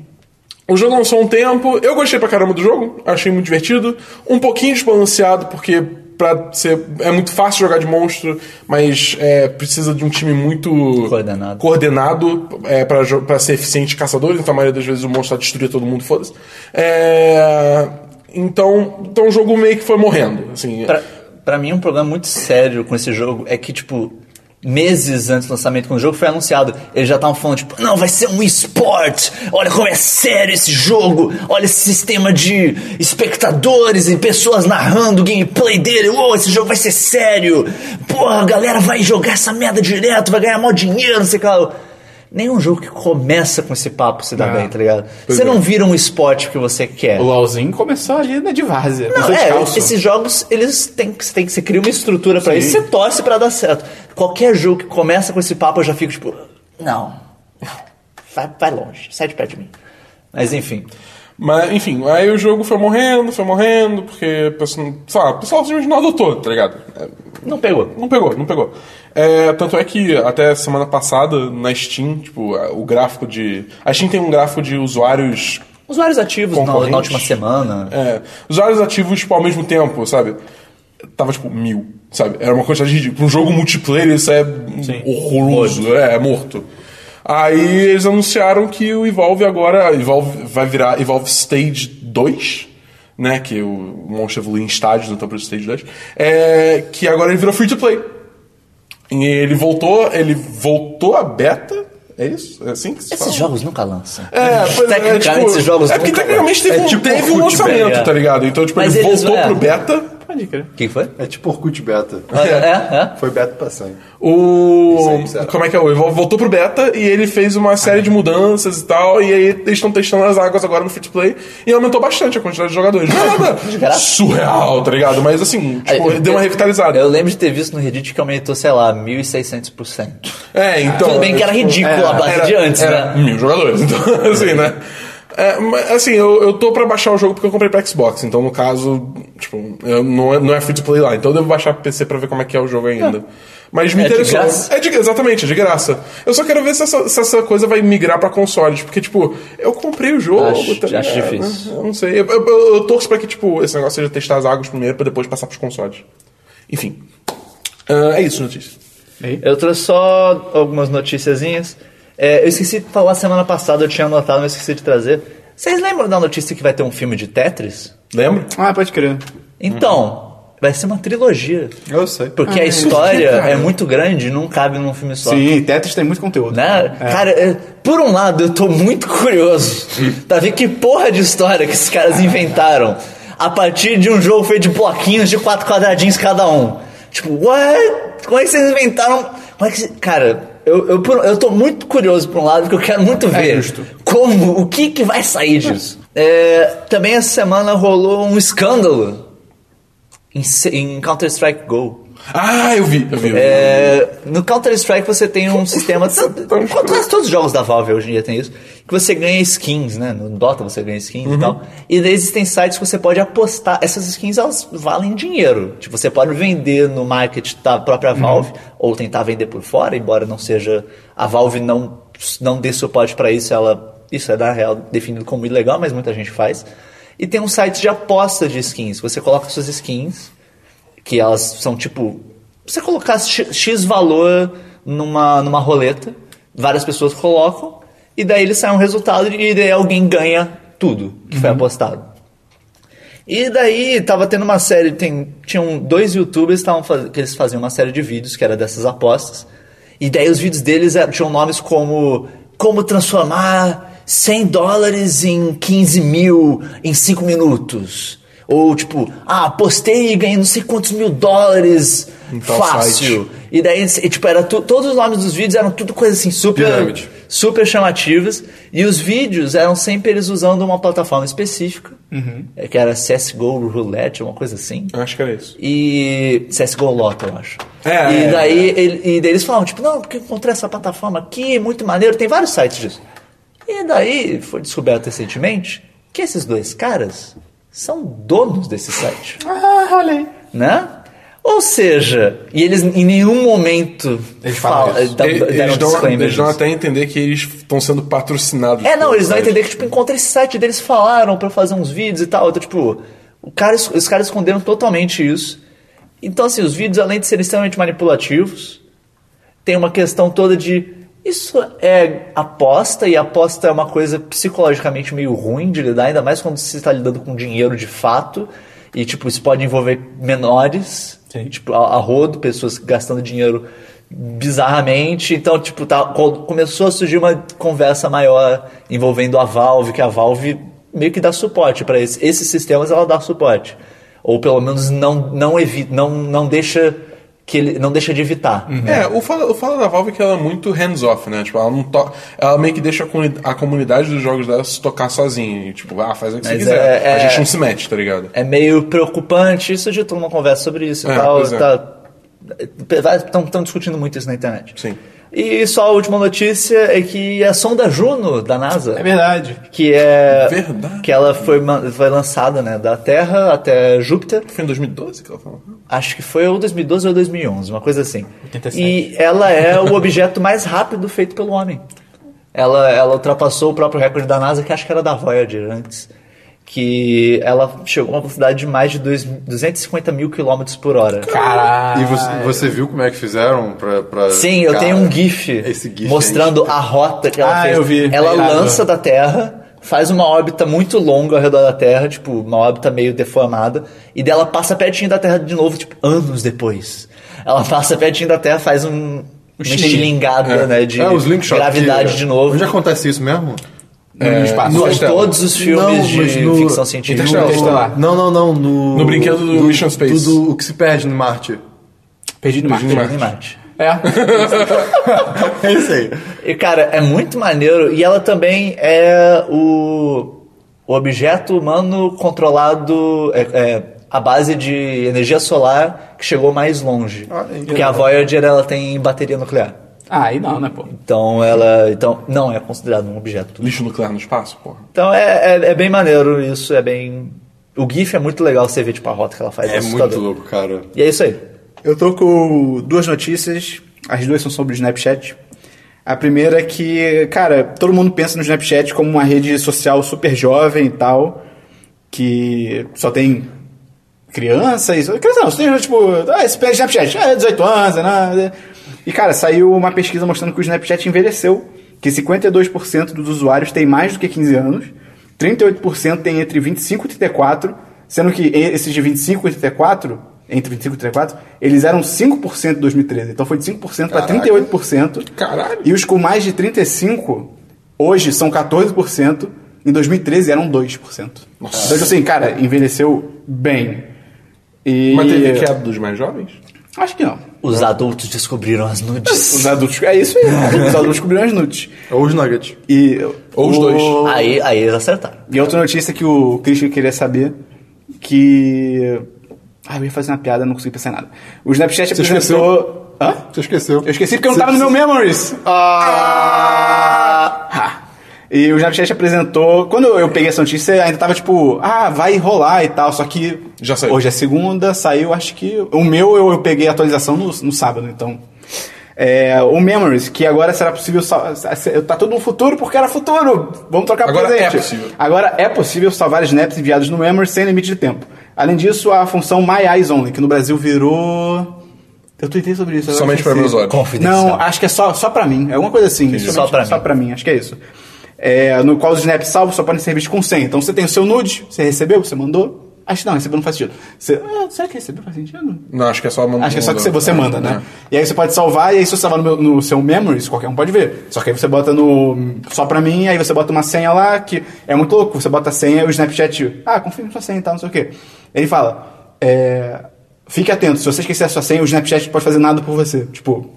Speaker 4: O jogo lançou há um tempo, eu gostei pra caramba do jogo, achei muito divertido. Um pouquinho desbalanceado, porque pra ser. É muito fácil jogar de monstro, mas é, precisa de um time muito.
Speaker 2: Coordenado.
Speaker 4: Coordenado é, pra, jo- pra ser eficiente caçador, então a maioria das vezes o monstro tá destruindo todo mundo, foda-se. É, então, então o jogo meio que foi morrendo. Assim,
Speaker 2: Pra, pra mim, um problema muito sério com esse jogo é que, tipo, meses antes do lançamento, quando o jogo foi anunciado, eles já estavam falando, tipo, não, vai ser um esporte! Olha como é sério esse jogo! Olha esse sistema de espectadores e pessoas narrando o gameplay dele! Uou, esse jogo vai ser sério! Porra, a galera vai jogar essa merda direto, vai ganhar mó dinheiro, não sei o que lá. Nenhum jogo que começa com esse papo se dá bem, tá ligado? Você não vira um esporte que você quer.
Speaker 7: O LOLzinho começou ali
Speaker 1: né,
Speaker 7: na de várzea.
Speaker 2: Não,
Speaker 7: começou
Speaker 2: é,
Speaker 7: descalço.
Speaker 2: esses jogos, eles têm que, tem que você cria uma estrutura pra isso, você torce pra dar certo. Qualquer jogo que começa com esse papo, eu já fico tipo, não, vai, vai longe, sai de perto de mim. Mas enfim,
Speaker 4: Mas, enfim, aí o jogo foi morrendo, foi morrendo, porque, pessoal, sei lá, o pessoal simplesmente não adotou, tá ligado? É,
Speaker 2: não pegou.
Speaker 4: Não pegou, não pegou. É, tanto é que até semana passada, na Steam, tipo, a- o gráfico de. A Steam tem um gráfico de usuários.
Speaker 2: Usuários ativos na,
Speaker 4: Concorrentes.
Speaker 2: na última semana.
Speaker 4: é, usuários ativos, tipo, ao mesmo tempo, sabe? Tava, tipo, mil, sabe? Era uma quantidade ridícula. Pra um jogo multiplayer, isso é horroroso, é, é morto. Aí eles anunciaram que o Evolve agora. Evolve vai virar Evolve Stage 2, né? Que o monstro evolui em estágios, então pro Stage 2. É, que agora ele virou free to play. E ele voltou, ele voltou a beta. É isso? É assim que se
Speaker 2: Esses
Speaker 4: fala?
Speaker 2: jogos nunca lançam.
Speaker 4: É, pois é,
Speaker 2: Tecnicamente,
Speaker 4: tipo,
Speaker 2: esses jogos
Speaker 4: É porque
Speaker 2: nunca
Speaker 4: tecnicamente teve,
Speaker 3: É
Speaker 4: um-
Speaker 3: tipo
Speaker 4: teve um
Speaker 3: Orkut,
Speaker 4: lançamento,
Speaker 2: velho, é.
Speaker 4: tá ligado? Então, tipo,
Speaker 2: Mas
Speaker 4: ele
Speaker 2: eles-
Speaker 4: voltou
Speaker 2: é.
Speaker 4: pro beta.
Speaker 7: Pode crer.
Speaker 2: Quem foi?
Speaker 3: É tipo Orkut Beta.
Speaker 2: É, é,
Speaker 3: Foi Beta pra 100. Isso
Speaker 4: O.
Speaker 3: aí, será?
Speaker 4: Como é que é? O Evolve voltou pro beta e ele fez uma série de mudanças e tal. E aí eles estão testando as águas agora no free to play. E aumentou bastante a quantidade de jogadores. Não é nada surreal, tá ligado? Mas assim,
Speaker 2: é.
Speaker 4: tipo,
Speaker 2: Eu-
Speaker 4: deu uma revitalizada.
Speaker 2: Eu lembro de ter visto no Reddit que aumentou, sei lá, 1.600%.
Speaker 4: É, então.
Speaker 2: Tudo bem que era
Speaker 4: tipo,
Speaker 2: ridículo a base de antes,
Speaker 4: era
Speaker 2: né?
Speaker 4: Mil jogadores, então, assim, né? É, mas, assim, eu, eu tô pra baixar o jogo porque eu comprei pra Xbox, então no caso, tipo, eu- não, é, não é free to play lá, então eu devo baixar pro PC pra ver como é que é o jogo ainda. Mas me
Speaker 2: É de
Speaker 4: interessou.
Speaker 2: graça?
Speaker 4: É de, exatamente, é de graça. Eu só quero ver se essa, se essa coisa vai migrar pra consoles, porque, tipo, eu comprei o jogo.
Speaker 2: Acho-
Speaker 4: tá
Speaker 2: acho
Speaker 4: ligado?
Speaker 2: difícil.
Speaker 4: Eu não sei. Eu, eu- eu- eu torço pra que, tipo, esse negócio seja testar as águas primeiro pra depois passar pros consoles. Enfim. Ah, é isso, notícia.
Speaker 2: Eu trouxe só algumas noticiazinhas. É, eu esqueci de falar semana passada, eu tinha anotado, mas esqueci de trazer. Vocês lembram da notícia que vai ter um filme de Tetris?
Speaker 4: Lembra?
Speaker 7: Ah, pode crer.
Speaker 2: Então, vai ser uma trilogia.
Speaker 3: Eu sei.
Speaker 2: Porque a história é muito grande e não cabe num filme só.
Speaker 7: Sim, Tetris tem muito conteúdo.
Speaker 2: Né? Cara, é, por um lado, eu tô muito curioso pra ver que porra de história que esses caras inventaram a partir de um jogo feito de bloquinhos de quatro quadradinhos cada um. Tipo, what? Como é que vocês inventaram? Como é que. cê- Cara, eu, eu, por- eu tô muito curioso por um lado, porque eu quero muito ver
Speaker 7: justo.
Speaker 2: como, o que, que vai sair disso. É, também essa semana rolou um escândalo em, C- em Counter-Strike Go.
Speaker 4: Ah, eu vi, eu vi. eu vi.
Speaker 2: É, no Counter-Strike você tem um sistema. de- Quase todos os jogos da Valve hoje em dia tem isso. Que você ganha skins, né? No Dota você ganha skins e tal. E daí existem sites que você pode apostar. Essas skins elas valem dinheiro. Tipo, você pode vender no market da própria Valve, ou tentar vender por fora, embora não seja. A Valve não, não dê suporte pra isso, ela. Isso é na real definido como ilegal, mas muita gente faz. E tem um site de aposta de skins. Você coloca suas skins que elas são tipo. Você colocar X, X valor numa, numa roleta, várias pessoas colocam, e daí ele sai um resultado e daí alguém ganha tudo que foi apostado. E daí tava tendo uma série, tem, tinham dois youtubers tavam faz- que eles faziam uma série de vídeos que era dessas apostas. E daí os vídeos deles eram- tinham nomes como Como transformar 100 dólares em 15 mil em 5 minutos. Ou tipo, ah, apostei e ganhei não sei quantos mil dólares
Speaker 4: tal
Speaker 2: fácil. E daí, e, tipo, era tu- todos os nomes dos vídeos eram tudo coisa assim, super
Speaker 3: Pirâmide.
Speaker 2: super chamativas. E os vídeos eram sempre eles usando uma plataforma específica, eh, que era CSGO Roulette, uma coisa assim.
Speaker 4: Acho que era isso.
Speaker 2: E CSGO Lota, eu acho.
Speaker 4: É,
Speaker 2: e,
Speaker 4: é,
Speaker 2: daí, ele- e daí eles falavam, tipo, não, porque eu encontrei essa plataforma aqui, muito maneiro, tem vários sites disso. E daí foi descoberto recentemente que esses dois caras são donos desse site
Speaker 7: Ah, olha aí.
Speaker 2: né? Ou seja, e eles em nenhum momento
Speaker 7: Eles falam
Speaker 2: fala-
Speaker 7: isso.
Speaker 2: dão-
Speaker 4: Eles,
Speaker 2: um deram
Speaker 4: eles dão,
Speaker 2: disclaimer
Speaker 4: eles dão
Speaker 2: disso.
Speaker 4: até entender que eles estão sendo patrocinados.
Speaker 2: É, não,
Speaker 4: pelo
Speaker 2: eles dão a
Speaker 4: site.
Speaker 2: entender que, tipo, encontra esse site deles, falaram pra fazer uns vídeos e tal. Então, tipo, o cara, es- os caras esconderam totalmente isso. Então, assim, os vídeos, além de serem extremamente manipulativos, tem uma questão toda de isso é aposta, e aposta é uma coisa psicologicamente meio ruim de lidar, ainda mais quando você está lidando com dinheiro de fato, e tipo, isso pode envolver menores, tipo, a, a rodo, pessoas gastando dinheiro bizarramente, então tipo, tá, co- começou a surgir uma conversa maior envolvendo a Valve, que a Valve meio que dá suporte para esse, esses sistemas, ela dá suporte. Ou pelo menos não, não evita, não, não deixa que ele não deixa de evitar.
Speaker 4: É, o fala, o fala da Valve é que ela é muito hands-off, né? Tipo, ela não toca. Ela meio que deixa a, comuni- a comunidade dos jogos dela se tocar sozinha. E, tipo, ah, faz o que você
Speaker 2: Mas
Speaker 4: quiser.
Speaker 2: é-
Speaker 4: A
Speaker 2: é-
Speaker 4: gente não se mete, tá ligado?
Speaker 2: é meio preocupante. Isso já uma conversa sobre isso e
Speaker 4: É,
Speaker 2: tal. tá, é,
Speaker 4: pois é.
Speaker 2: Estão discutindo muito isso na internet.
Speaker 4: Sim.
Speaker 2: E só a última notícia é que a sonda Juno da NASA,
Speaker 7: É verdade.
Speaker 2: que é
Speaker 4: Verdade.
Speaker 2: que ela foi, ma- foi lançada né, da Terra até Júpiter,
Speaker 4: Foi em 2012 que ela falou.
Speaker 2: acho que foi ou 2012 ou 2011, uma coisa assim.
Speaker 8: 87.
Speaker 2: E ela é o objeto mais rápido feito pelo homem. Ela, ela ultrapassou o próprio recorde da NASA, que acho que era da Voyager antes. Que ela chegou a uma velocidade de mais de dois- 250 mil quilômetros por hora.
Speaker 8: Caralho.
Speaker 3: E você, você viu como é que fizeram pra. pra-
Speaker 2: Sim, eu
Speaker 3: Cara,
Speaker 2: tenho um GIF,
Speaker 3: esse GIF é
Speaker 2: mostrando a rota que ela
Speaker 7: Ah,
Speaker 2: fez.
Speaker 7: eu vi.
Speaker 2: Ela
Speaker 7: Irado.
Speaker 2: lança da Terra, faz uma órbita muito longa ao redor da Terra, tipo, uma órbita meio deformada, e dela passa pertinho da Terra de novo, tipo, anos depois. Ela passa pertinho da Terra, faz um, uma estilingada, né, de
Speaker 3: É, os Linkshot.
Speaker 2: gravidade
Speaker 3: que-
Speaker 2: de novo.
Speaker 3: Onde acontece isso mesmo?
Speaker 7: No espaço.
Speaker 2: Nos
Speaker 4: Interstellar.
Speaker 2: todos os filmes
Speaker 3: Não, mas
Speaker 2: de
Speaker 3: no-
Speaker 2: ficção científica.
Speaker 4: Interstellar.
Speaker 7: Interstellar.
Speaker 3: Não, não, não. No,
Speaker 4: No brinquedo do Mission Space.
Speaker 3: Tudo o que se perde no Marte.
Speaker 7: Perdido no mar.
Speaker 4: Perdido no mar.
Speaker 2: Em Marte.
Speaker 7: É.
Speaker 3: É isso aí.
Speaker 2: E, cara, é muito maneiro. E ela também é o, o objeto humano controlado é, é, à base de energia solar que chegou mais longe. porque a Voyager ela tem bateria nuclear.
Speaker 9: Ah, aí não, né, pô?
Speaker 2: Então ela. Então, não é considerado um objeto.
Speaker 4: Lixo nuclear no espaço, porra.
Speaker 2: Então é, é, é bem maneiro isso, é bem. O GIF é muito legal você ver tipo a rota que ela faz.
Speaker 3: É muito
Speaker 2: assustador.
Speaker 3: louco, cara.
Speaker 2: E é isso aí.
Speaker 7: Eu tô com duas notícias, as duas são sobre o Snapchat. A primeira é que, cara, todo mundo pensa no Snapchat como uma rede social super jovem e tal, que só tem crianças. Criança não, só tem tipo, ah, esse Snapchat, é 18 anos, é nada. E, cara, saiu uma pesquisa mostrando que o Snapchat envelheceu, que 52% dos usuários têm mais do que 15 anos, 38% têm entre 25 e 34, sendo que e- esses de 25 e 34, entre 25 e 34, eles eram 5% em 2013. Então foi de 5% para
Speaker 3: Caraca.
Speaker 7: 38%.
Speaker 4: Caralho.
Speaker 7: E os com mais de 35, hoje são 14%, em 2013 eram 2%.
Speaker 4: Nossa.
Speaker 7: Então, tipo assim, cara, envelheceu bem. E...
Speaker 4: Mas teve queda dos mais jovens?
Speaker 7: Acho que não.
Speaker 2: Os adultos descobriram as nudes.
Speaker 7: Os adultos. É isso aí. Os adultos cobriram as nudes.
Speaker 3: Ou os Nuggets.
Speaker 7: E,
Speaker 4: Ou os
Speaker 7: o-
Speaker 4: dois.
Speaker 2: Aí, aí eles acertaram.
Speaker 7: E outra notícia que o Christian queria saber: que. Ah, eu ia fazer uma piada, não consegui pensar em nada. O Snapchat
Speaker 3: Você
Speaker 7: apresentou. Hã?
Speaker 3: Você esqueceu.
Speaker 7: Eu esqueci porque eu não tava no meu Memories. Ah! Ha. E o Snapchat apresentou. Quando eu peguei essa notícia, ainda tava tipo, ah, vai rolar e tal. Só que.
Speaker 4: Já saiu.
Speaker 7: Hoje é segunda, saiu, acho que. O meu eu, eu peguei a atualização no, no sábado, então. É, o Memories, que agora será possível. sal- Tá todo um futuro porque era futuro. Vamos trocar
Speaker 4: Agora
Speaker 7: presente.
Speaker 4: é possível.
Speaker 7: Agora é possível salvar snaps enviados no Memories sem limite de tempo. Além disso, a função My Eyes Only, que no Brasil virou. Eu tuitei sobre isso. agora
Speaker 4: Somente
Speaker 7: esqueci.
Speaker 4: para meus olhos.
Speaker 2: Confidencial.
Speaker 7: Não, acho que é só, só pra mim. É alguma coisa assim. Somente
Speaker 2: Só pra
Speaker 7: só
Speaker 2: mim.
Speaker 7: pra mim, acho que é isso. É, no qual os snaps salvos só podem ser vistos com 100. Então você tem o seu nude, você recebeu, você mandou. Acho que não, recebeu não faz sentido. Você, ah, será que recebeu faz sentido?
Speaker 4: Não, acho que é só uma.
Speaker 7: Acho que é só que você, você manda, né? E aí você pode salvar, e aí se você salvar no, meu- no seu Memories, qualquer um pode ver. Só que aí você bota no. Só pra mim, aí você bota uma senha lá, que é muito louco. Você bota a senha e o Snapchat. Ah, confirme sua senha e tal, não sei o quê. Ele fala. É, fique atento, se você esquecer a sua senha, o Snapchat não pode fazer nada por você. Tipo.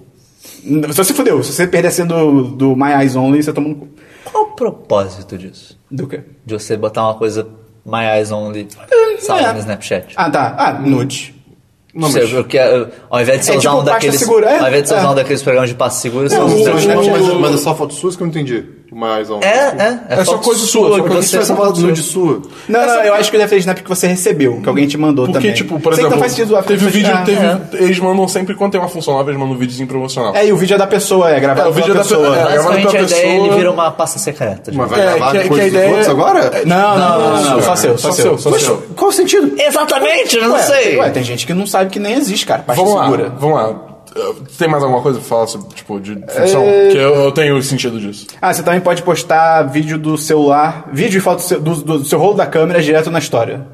Speaker 7: n- Só se fudeu. Se você perder a senha do, do My Eyes Only, você toma no cu.
Speaker 2: Qual o propósito disso?
Speaker 7: Do quê?
Speaker 2: De você botar uma coisa My Eyes Only salva
Speaker 7: é.
Speaker 2: no Snapchat.
Speaker 7: Ah, tá. Ah,
Speaker 4: Hum.
Speaker 7: nude.
Speaker 2: Você- eu quero- ao invés de você
Speaker 7: É
Speaker 2: usar
Speaker 7: tipo
Speaker 2: um
Speaker 7: pasta
Speaker 2: daqueles.
Speaker 7: segura, é?
Speaker 2: Ao invés de você
Speaker 7: É.
Speaker 2: usar um daqueles programas de passe seguro, você
Speaker 7: Não,
Speaker 2: usa
Speaker 3: Mas,
Speaker 2: o
Speaker 7: o-
Speaker 2: Snapchat.
Speaker 3: mas, mas é só foto suas que eu não entendi. mais ou
Speaker 2: É, é.
Speaker 4: É só
Speaker 2: foto
Speaker 4: coisa sua, só
Speaker 2: que
Speaker 4: coisa
Speaker 2: você
Speaker 3: Isso vai ser uma nude sua.
Speaker 1: Não, não, eu acho que deve ter snap que você recebeu, que alguém te mandou
Speaker 4: Porque,
Speaker 1: também.
Speaker 4: tipo,
Speaker 1: Sei
Speaker 4: por
Speaker 1: que
Speaker 7: tá
Speaker 4: exemplo,
Speaker 1: não faz sentido a
Speaker 4: teve
Speaker 1: pessoa
Speaker 4: vídeo,
Speaker 1: te- ah,
Speaker 4: teve,
Speaker 1: é.
Speaker 4: eles mandam sempre, quando tem uma função nova, eles mandam um videozinho promocional.
Speaker 1: É, e o vídeo é da pessoa, é gravado
Speaker 4: É, o
Speaker 1: pela
Speaker 4: vídeo é da
Speaker 1: pessoa.
Speaker 4: pessoa, é.
Speaker 2: Basicamente,
Speaker 4: Agora
Speaker 2: a
Speaker 4: outra
Speaker 2: ideia é ele
Speaker 4: pessoa-
Speaker 2: vira uma pasta secreta. tipo.
Speaker 3: Mas
Speaker 2: Mas...
Speaker 3: Ah, vai
Speaker 4: É,
Speaker 3: gravar
Speaker 4: que-
Speaker 3: depois
Speaker 4: que a
Speaker 3: dos
Speaker 4: ideia
Speaker 3: outros
Speaker 4: é-
Speaker 3: agora?
Speaker 1: Não, não, não, não, não, só Tá seu, só,
Speaker 4: Só
Speaker 1: seu.
Speaker 4: seu, só seu.
Speaker 3: Qual o sentido?
Speaker 2: Exatamente, eu não
Speaker 1: Ué,
Speaker 2: sei.
Speaker 1: Ué, tem gente que não sabe que nem existe, cara, pasta
Speaker 4: Vamos lá,
Speaker 1: segura.
Speaker 4: vamos lá. Uh, Tem mais alguma coisa pra falar sobre, tipo, de função?
Speaker 1: É.
Speaker 4: Que eu, eu tenho sentido disso.
Speaker 1: Ah, você também pode postar vídeo do celular, vídeo e foto do, seu- do- do seu rolo da câmera direto na história.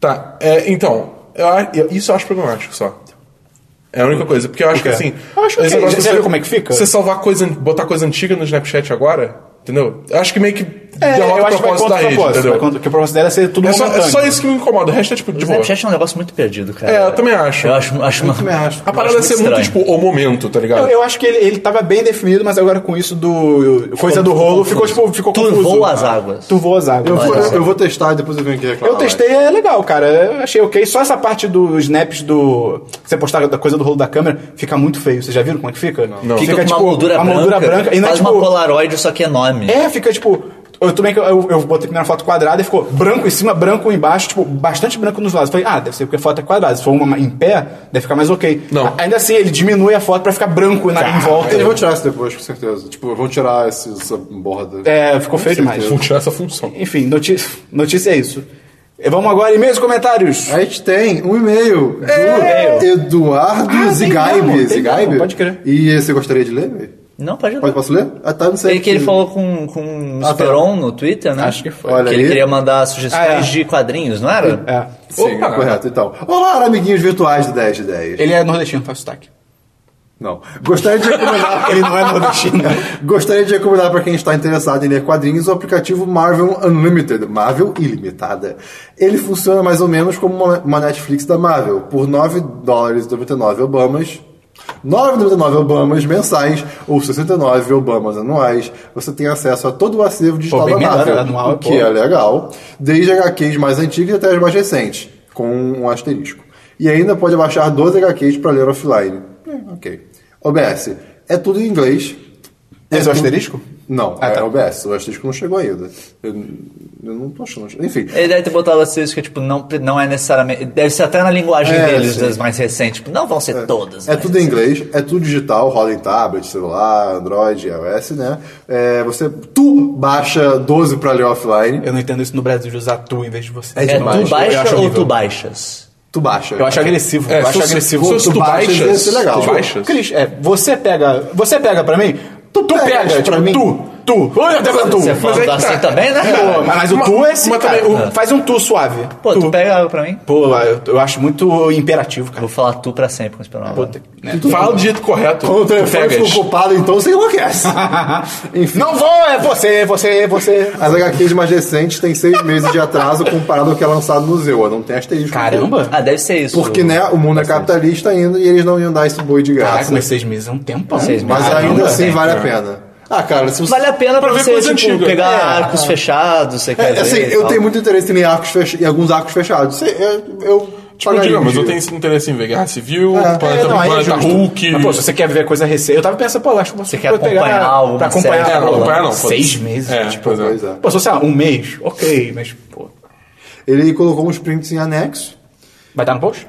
Speaker 4: Tá, é, então, eu a- eu- isso eu acho problemático só. É a única coisa, porque eu acho que
Speaker 1: quê?
Speaker 4: assim.
Speaker 1: Eu acho que
Speaker 4: esse
Speaker 1: ok.
Speaker 4: negócio
Speaker 1: Já-
Speaker 4: de
Speaker 1: já viu como é que fica?
Speaker 4: Você salvar coisa, botar coisa antiga no Snapchat agora, entendeu? Eu acho que meio que
Speaker 1: É,
Speaker 4: derrota
Speaker 1: eu
Speaker 4: o
Speaker 1: acho que vai
Speaker 4: propósito
Speaker 1: contra
Speaker 4: da
Speaker 1: o
Speaker 4: rede,
Speaker 1: propósito. vai
Speaker 4: entendeu?
Speaker 1: contra- Que o propósito dela é ser tudo
Speaker 4: É só, é
Speaker 1: momentâneo.
Speaker 4: só isso que me incomoda, o resto é tipo de
Speaker 2: O
Speaker 4: boa.
Speaker 2: Snapchat é um negócio muito perdido, cara.
Speaker 4: É, eu também acho.
Speaker 2: Eu acho, acho uma...
Speaker 3: também acho.
Speaker 4: A parada é ser muito, tipo, o momento, tá ligado?
Speaker 1: Eu, eu acho que ele, ele tava bem definido, mas agora com isso do. coisa do rolo, ficou, tipo, ficou
Speaker 2: Turvou
Speaker 1: confuso.
Speaker 2: as águas.
Speaker 1: Turvou as águas.
Speaker 3: Eu
Speaker 1: Mas-
Speaker 3: vou, eu, eu vou testar e depois eu venho aqui reclamar.
Speaker 1: Eu testei, é legal, cara. Eu achei ok. Só essa parte dos snaps do. Você postar da coisa do rolo da câmera, fica muito feio. Vocês já viram como é que fica? Não.
Speaker 2: Fica, com uma
Speaker 7: tipo,
Speaker 2: moldura
Speaker 1: uma
Speaker 2: branca,
Speaker 1: moldura branca. E não é
Speaker 2: faz
Speaker 1: tipo.
Speaker 2: uma Polaroid, só que enorme.
Speaker 1: É, fica tipo. Eu, tudo bem que eu, eu botei a primeira foto quadrada e ficou branco em cima, branco embaixo, tipo, bastante branco nos lados. Falei, ah, deve ser porque a foto é quadrada. Se for uma em pé, deve ficar mais ok.
Speaker 4: Não.
Speaker 1: A- ainda assim, ele diminui a foto pra ficar branco na, em volta.
Speaker 3: Eles vão tirar isso depois, com certeza. Tipo, vão tirar esse- essa borda.
Speaker 1: É, ficou feio demais.
Speaker 4: Vou tirar essa função.
Speaker 1: Enfim, notícia, notícia é isso. E Vamos agora, e-mails e comentários.
Speaker 3: A gente tem um e-mail do Eduardo
Speaker 1: É. Ah, tem mesmo,
Speaker 3: Zigaibe.
Speaker 1: tem
Speaker 3: Zigaibe.
Speaker 1: mesmo, pode crer.
Speaker 3: E você gostaria de ler? velho?
Speaker 2: Não, pode
Speaker 3: Pode,
Speaker 2: não.
Speaker 3: posso ler? Ah, tá, não sei.
Speaker 2: Ele que ele falou com, com o
Speaker 3: Ah, tá.
Speaker 2: Esperon no Twitter, né?
Speaker 1: Acho que foi.
Speaker 3: Olha
Speaker 2: que ele
Speaker 3: aí.
Speaker 2: queria mandar sugestões
Speaker 1: Ah, é.
Speaker 2: de quadrinhos, não era?
Speaker 1: É.
Speaker 3: Sim,
Speaker 4: Opa!
Speaker 3: correto, então. Olá, amiguinhos virtuais do 10 de 10.
Speaker 1: Ele é nordestino, faz sotaque.
Speaker 3: Não. Gostaria de recomendar...
Speaker 1: Ele não é nordestino.
Speaker 3: né? Gostaria de recomendar para quem está interessado em ler quadrinhos o aplicativo Marvel Unlimited, Marvel Ilimitada. Ele funciona mais ou menos como uma- uma Netflix da Marvel, por 9 dólares e 99 obamas. 9,99 obamas mensais ou 69 obamas anuais, você tem acesso a todo o acervo digital
Speaker 1: bem
Speaker 3: da
Speaker 1: menor,
Speaker 3: Marvel,
Speaker 1: anual é
Speaker 3: o que
Speaker 1: pouco.
Speaker 3: é legal, desde HQs mais antigas até as mais recentes, com um asterisco. E ainda pode baixar 12 HQs para ler offline. É, ok. OBS, é tudo em inglês,
Speaker 1: Esse é o asterisco?
Speaker 3: não,
Speaker 1: Ah,
Speaker 3: é
Speaker 1: tá.
Speaker 3: OBS. O asterisco não chegou ainda. Eu, eu não tô achando. Enfim.
Speaker 2: Ele deve ter botado assim, que tipo, não, não é necessariamente. Deve ser até na linguagem
Speaker 3: É,
Speaker 2: deles,
Speaker 3: sim.
Speaker 2: das mais recentes. Tipo, não vão ser todas. né?
Speaker 3: É
Speaker 2: mas-
Speaker 3: tudo em inglês, é tudo digital, roda em tablet, celular, Android, iOS, né? É, você, tu baixa 12 pra ler offline,
Speaker 1: Eu não entendo isso no Brasil de usar tu em vez de você.
Speaker 3: É
Speaker 2: É
Speaker 3: demais.
Speaker 2: tu
Speaker 3: Eu
Speaker 2: baixa
Speaker 1: acho
Speaker 2: ou
Speaker 1: horrível.
Speaker 2: tu baixas?
Speaker 3: tu baixa.
Speaker 1: Eu acho agressivo.
Speaker 4: É,
Speaker 1: eu
Speaker 4: se
Speaker 1: acho
Speaker 4: fosse-
Speaker 1: agressivo.
Speaker 4: se fosse
Speaker 1: Tu
Speaker 4: tu
Speaker 1: baixa-
Speaker 4: baixas,
Speaker 3: ia ser legal.
Speaker 4: tu baixas.
Speaker 1: Cris, é, você pega. Você pega pra mim? Tu, pega,
Speaker 3: pegas
Speaker 1: tipo,
Speaker 3: pra mim?
Speaker 1: Tu, tu. Olha eu pego tu.
Speaker 7: é
Speaker 2: Você fala
Speaker 4: aí que
Speaker 2: assim
Speaker 4: tá.
Speaker 2: também, né?
Speaker 1: Pô, mas, mas o
Speaker 4: Mas-
Speaker 1: tu é assim,
Speaker 4: mas
Speaker 1: cara.
Speaker 4: também o-
Speaker 1: Faz um tu suave.
Speaker 2: Pô, tu, pega água pra mim?
Speaker 1: Pô, eu, eu acho muito imperativo,
Speaker 2: Vou
Speaker 1: cara.
Speaker 2: falar tu pra sempre com o Esperon. agora.
Speaker 1: Puta, né?
Speaker 4: Fala do jeito correto.
Speaker 3: Quando o telefone
Speaker 4: Pegas.
Speaker 3: ficou ocupado, então você enlouquece.
Speaker 1: é. Não vou, é você, você, você.
Speaker 3: As HQs mais recentes têm 6 meses de atraso comparado ao que é lançado no Zewa. Não tem asterisco.
Speaker 1: Caramba.
Speaker 2: Ah, deve ser isso.
Speaker 3: Porque, né, o mundo é capitalista ainda e eles não iam dar esse boi de
Speaker 1: Caraca,
Speaker 3: graça.
Speaker 1: mas seis meses é um tempão.
Speaker 2: Seis meses.
Speaker 3: Mas
Speaker 2: Ah,
Speaker 3: ainda
Speaker 2: não,
Speaker 3: assim
Speaker 2: né,
Speaker 3: vale a pena. Ah, cara, se você.
Speaker 2: Vale a pena pra
Speaker 4: Pra ver
Speaker 2: você,
Speaker 4: coisa
Speaker 2: tipo,
Speaker 4: antiga.
Speaker 2: pegar
Speaker 4: É.
Speaker 2: arcos fechados, você quer
Speaker 3: É, assim,
Speaker 2: ver,
Speaker 3: eu
Speaker 2: tal.
Speaker 3: tenho muito interesse em ler arcos fecha- em alguns arcos fechados. Sei, Eu, eu
Speaker 4: Tipo,
Speaker 3: pagaria um
Speaker 4: digamos,
Speaker 3: dia.
Speaker 4: eu tenho esse interesse em ver Guerra Civil,
Speaker 3: É,
Speaker 4: Planeta,
Speaker 1: É, não, aí é
Speaker 4: Planeta
Speaker 1: justo.
Speaker 4: Hulk.
Speaker 1: Mas, pô, se você quer ver coisa recente. Eu tava pensando, pô, eu acho que você,
Speaker 2: Você quer
Speaker 1: pode pegar
Speaker 2: acompanhar alguma
Speaker 1: pra acompanhar.
Speaker 2: série?
Speaker 4: É, não,
Speaker 1: pô,
Speaker 4: acompanhar não,
Speaker 1: Seis
Speaker 4: foda-se.
Speaker 1: meses.
Speaker 4: É,
Speaker 1: tipo,
Speaker 4: pois é.
Speaker 3: Pois é.
Speaker 1: Pô, se fosse ah, um mês, ok, mas, pô.
Speaker 3: Ele colocou uns prints em anexo.
Speaker 1: Vai dar no post?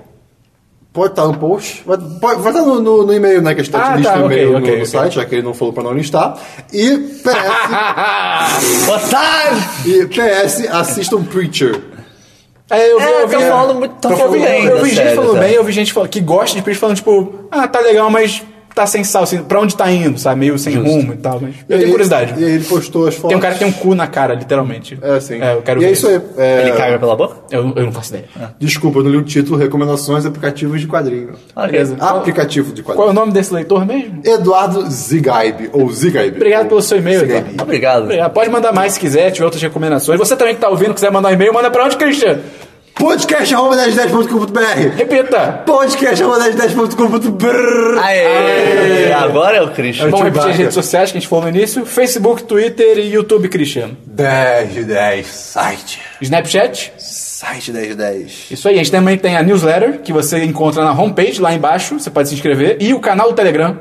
Speaker 3: Pode estar no post, vai, pode- vai estar no, no- no e-mail, né? Que a gente
Speaker 1: Ah,
Speaker 3: tá, lista
Speaker 1: tá,
Speaker 3: no
Speaker 1: ok,
Speaker 3: e-mail no,
Speaker 1: ok,
Speaker 3: no
Speaker 1: ok.
Speaker 3: site, já que ele não falou pra não listar. E PS,
Speaker 2: Otário!
Speaker 3: e PS assistam um Preacher.
Speaker 1: É, eu vi,
Speaker 2: É,
Speaker 1: eu vi,
Speaker 2: tão falando muito, tão
Speaker 1: eu
Speaker 2: falando
Speaker 1: vi-
Speaker 2: bem.
Speaker 1: eu
Speaker 2: da
Speaker 1: vi gente
Speaker 2: série,
Speaker 1: falando
Speaker 2: tá?
Speaker 1: bem, é. eu vi gente falando, que gosta de Preach falando, tipo, ah, tá legal, mas tá sem sal, assim, pra onde tá indo, sabe? Meio sem rumo e tal, mas. Eu
Speaker 3: E aí-
Speaker 1: tenho curiosidade.
Speaker 3: E aí ele postou as fotos.
Speaker 1: Tem um cara que tem um cu na cara, literalmente.
Speaker 3: É, sim.
Speaker 1: É, eu quero
Speaker 3: e
Speaker 1: ver.
Speaker 3: é isso aí. É,
Speaker 2: Ele caga pela boca?
Speaker 1: Eu, eu não faço ideia.
Speaker 3: Desculpa, eu não li o título, recomendações, aplicativos de quadrinho.
Speaker 2: Ok.
Speaker 3: Aplicativo de
Speaker 1: Ah, Qual é
Speaker 3: quadrinho.
Speaker 1: o nome desse leitor mesmo?
Speaker 3: Eduardo Zigaibe, ou Zigaibe.
Speaker 1: Obrigado
Speaker 3: Ou
Speaker 1: pelo seu e-mail,
Speaker 3: Zigaibe.
Speaker 1: Eduardo.
Speaker 2: Obrigado.
Speaker 1: Obrigado. Pode mandar mais se quiser, tiver outras recomendações. Você também que tá ouvindo, quiser mandar um e-mail, manda pra onde, Christian?
Speaker 3: podcast.com.br
Speaker 1: Repita!
Speaker 3: podcast.com.br
Speaker 2: Aê! Agora é o Christian.
Speaker 1: Vamos repetir as
Speaker 3: Chewbacca.
Speaker 1: redes sociais que a gente falou no início: Facebook, Twitter e YouTube, Christian.
Speaker 3: 10 de 10 site.
Speaker 1: Snapchat?
Speaker 3: Site 10 de 10.
Speaker 1: Isso aí, a gente também tem a newsletter, que você encontra na homepage, lá embaixo, você pode se inscrever, e o canal do Telegram.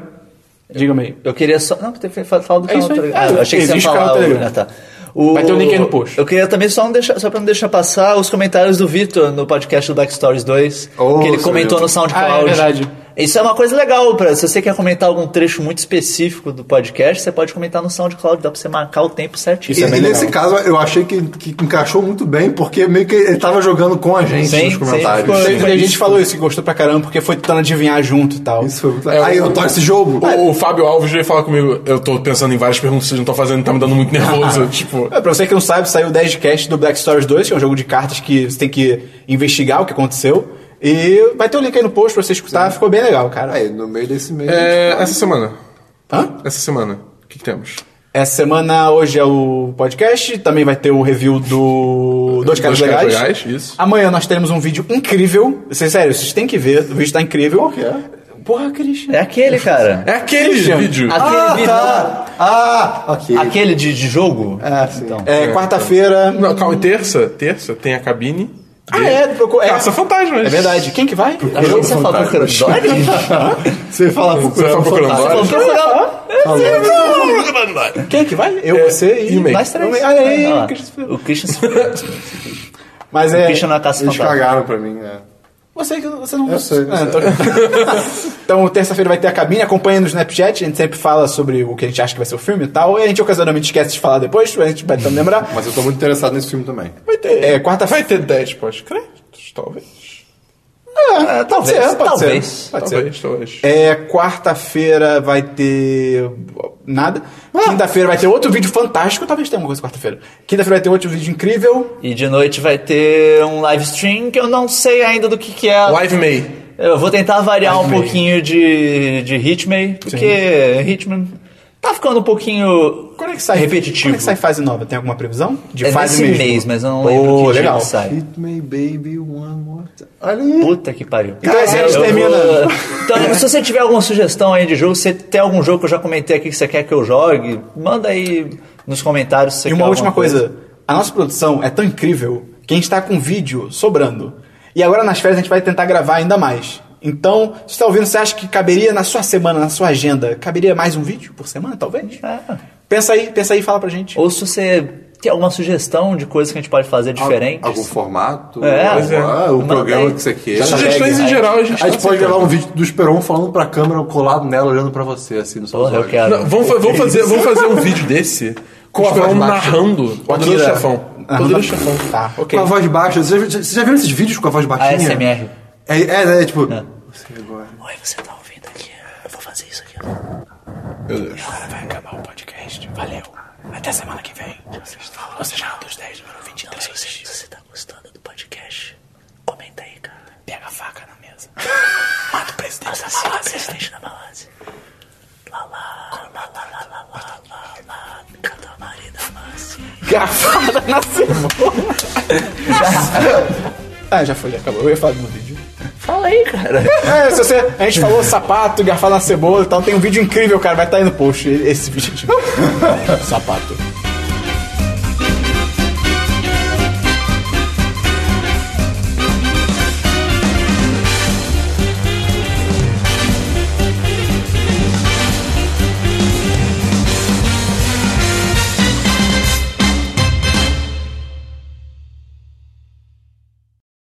Speaker 1: Diga-me aí.
Speaker 2: Eu queria só. Não, tem que falar do canal
Speaker 1: isso aí.
Speaker 2: do Telegram. Ah,
Speaker 1: Ah,
Speaker 2: eu achei que você ia
Speaker 1: existe canal
Speaker 2: falar.
Speaker 1: do
Speaker 2: o-
Speaker 1: Telegram.
Speaker 2: Ah, tá. O-
Speaker 1: Vai ter o link aí no post.
Speaker 2: Eu queria também só, não deixar, só pra não deixar passar os comentários do Vitor no podcast do Black Stories 2,
Speaker 3: Oh,
Speaker 2: que ele
Speaker 3: sim,
Speaker 2: comentou
Speaker 3: eu-
Speaker 2: no SoundCloud.
Speaker 1: Ah, é verdade.
Speaker 2: Isso é uma coisa legal, pra, se você quer comentar algum trecho muito específico do podcast, você pode comentar no SoundCloud, dá pra você marcar o tempo certinho.
Speaker 1: é
Speaker 7: é
Speaker 3: E, e nesse caso, eu achei que, que encaixou muito bem, porque meio que ele tava jogando com a gente
Speaker 2: Sim,
Speaker 3: nos
Speaker 2: sim,
Speaker 3: comentários.
Speaker 2: ficou-
Speaker 7: Tem muita gente que falou isso, que gostou pra caramba, porque foi tentando adivinhar junto e tal.
Speaker 3: Isso foi muito
Speaker 1: É,
Speaker 3: legal. Aí eu tô esse jogo.
Speaker 4: O, o Fábio Alves veio falar comigo. Eu tô pensando em várias perguntas que vocês não estão fazendo, tá me dando muito nervoso. tipo,
Speaker 7: É, pra você que não sabe, saiu o 10 de cast do Black Stories 2, que é um jogo de cartas que você tem que investigar o que aconteceu. E vai ter o link aí no post pra você escutar, ficou bem legal, cara.
Speaker 3: Aí, no meio desse mês.
Speaker 4: é, essa semana.
Speaker 7: Hã?
Speaker 4: Essa semana. O que, que temos?
Speaker 7: Essa semana, hoje é o podcast, também vai ter o review do Dois Caras
Speaker 4: Dois Caras
Speaker 7: Legais.
Speaker 4: Legais, isso.
Speaker 7: Amanhã nós teremos um vídeo incrível. Vocês, sério, vocês têm que ver, o vídeo tá incrível. Qual que é? Porra, Christian.
Speaker 2: É aquele, cara.
Speaker 4: É aquele
Speaker 7: Christian.
Speaker 4: vídeo.
Speaker 2: Aquele, vídeo-
Speaker 3: Ah, ok.
Speaker 2: aquele de, de jogo?
Speaker 3: Ah, sim.
Speaker 2: Então.
Speaker 7: É, quarta-feira.
Speaker 4: Não, calma, terça, terça tem a cabine.
Speaker 7: Ah, é, procura. É,
Speaker 4: Caça fantasmas.
Speaker 7: é verdade. Quem que vai?
Speaker 2: Acho que você falou
Speaker 4: fantasma.
Speaker 2: Crandog?
Speaker 3: Você fala
Speaker 1: É,
Speaker 4: Você tá
Speaker 3: procurando
Speaker 4: procurando
Speaker 3: fantasma.
Speaker 4: vários?
Speaker 7: Quem que vai? Eu,
Speaker 4: É.
Speaker 7: você e...
Speaker 4: e o May.
Speaker 2: Mais três.
Speaker 7: Olha aí,
Speaker 2: Ah,
Speaker 7: Christian.
Speaker 2: o Christian,
Speaker 7: Mas
Speaker 2: o
Speaker 7: é...
Speaker 2: Christian na caça
Speaker 3: Eles
Speaker 2: fantasma.
Speaker 3: cagaram pra mim, é.
Speaker 7: Você, que- você não...
Speaker 3: Eu sei, eu
Speaker 7: Ah, então- então, terça-feira vai ter a cabine. Acompanha no Snapchat. A gente sempre fala sobre o que a gente acha que vai ser o filme e tal. E a gente ocasionalmente esquece de falar depois. A gente vai tentando lembrar.
Speaker 3: Mas eu tô muito interessado nesse filme também.
Speaker 7: Vai ter. É, quarta-feira.
Speaker 4: Vai ter 10 pós-créditos, talvez.
Speaker 7: É,
Speaker 2: talvez,
Speaker 7: pode ser, pode
Speaker 2: talvez.
Speaker 7: ser. Pode ser.
Speaker 4: Talvez, talvez.
Speaker 7: É, quarta-feira vai ter. Nada.
Speaker 2: Ah.
Speaker 7: Quinta-feira vai ter outro vídeo fantástico. Talvez tenha uma coisa quarta-feira. Quinta-feira vai ter outro vídeo incrível.
Speaker 2: E de noite vai ter um live stream que eu não sei ainda do que, que é.
Speaker 4: Live May.
Speaker 2: Eu vou tentar variar um pouquinho de, de Hitman, porque Hitman tá ficando um pouquinho
Speaker 7: Quando é que sai?
Speaker 2: repetitivo.
Speaker 7: Quando é que sai fase nova? Tem alguma previsão? De
Speaker 2: É
Speaker 7: fase
Speaker 2: nesse
Speaker 7: mesmo?
Speaker 2: mês, mas eu não
Speaker 7: Pô,
Speaker 2: lembro que dia
Speaker 7: legal.
Speaker 2: que sai.
Speaker 3: Hit me, baby, one more time. Olha aí.
Speaker 2: Puta que pariu.
Speaker 7: Então assim, a gente
Speaker 2: Eu
Speaker 7: termina.
Speaker 2: vou- Então, se você tiver alguma sugestão aí de jogo, se tem algum jogo que eu já comentei aqui que você quer que eu jogue, manda aí nos comentários se você
Speaker 7: E uma
Speaker 2: quer
Speaker 7: última
Speaker 2: alguma
Speaker 7: coisa. A nossa produção é tão incrível que a gente tá com vídeo sobrando. E agora nas férias a gente vai tentar gravar ainda mais. Então, se você tá ouvindo, você acha que caberia na sua semana, na sua agenda, caberia mais um vídeo por semana, talvez?
Speaker 2: É.
Speaker 7: Pensa aí, pensa aí e fala pra gente.
Speaker 2: Ou se você tem alguma sugestão de coisa que a gente pode fazer diferente.
Speaker 3: Algum formato?
Speaker 2: É.
Speaker 3: alguma-
Speaker 2: Pois é.
Speaker 3: o
Speaker 2: Manda
Speaker 3: programa
Speaker 2: aí.
Speaker 3: que você queira.
Speaker 4: Sugestões em
Speaker 2: Hashtag.
Speaker 4: geral, a gente
Speaker 3: A gente
Speaker 4: tá
Speaker 3: pode gravar
Speaker 4: aceitando.
Speaker 3: um vídeo do Esperon falando pra câmera, colado nela, olhando pra você, assim, no seu
Speaker 2: Porra, eu quero.
Speaker 4: Não, vamos, fa- vamos fazer, vamos fazer um vídeo desse com
Speaker 3: Com
Speaker 4: o
Speaker 3: a voz
Speaker 4: Esperão
Speaker 3: baixa.
Speaker 4: narrando o Poderoso Chefão.
Speaker 7: Ah,
Speaker 4: Poderoso
Speaker 7: não dá-
Speaker 4: Chefão.
Speaker 7: Tá, ok.
Speaker 3: Com a voz baixa. Vocês já- vocês já viram esses vídeos com a voz baixinha?
Speaker 2: ASMR.
Speaker 3: É, é, é, tipo... Você agora.
Speaker 2: Oi, você tá ouvindo aqui? Eu vou fazer isso aqui.
Speaker 4: Meu Deus.
Speaker 7: Agora vai acabar o podcast. Valeu. Até semana que vem. Você já dos 10, número 23.
Speaker 2: Se você tá gostando do podcast, comenta aí, cara.
Speaker 7: Pega a faca na mesa. Mata o presidente da Malásia.
Speaker 2: Assistente da Malásia. Lá, lá, lá, lá, lá, lá, lá, lá, lá, Catamari da Malásia.
Speaker 7: Garfada na semana. ah, já foi, já acabou. Eu ia falar no vídeo.
Speaker 2: Fala aí, cara.
Speaker 7: É, se você, a gente falou tá sapato, garfada na cebola e tal. Tem um vídeo incrível, cara. Vai estar aí no post esse vídeo. sapato.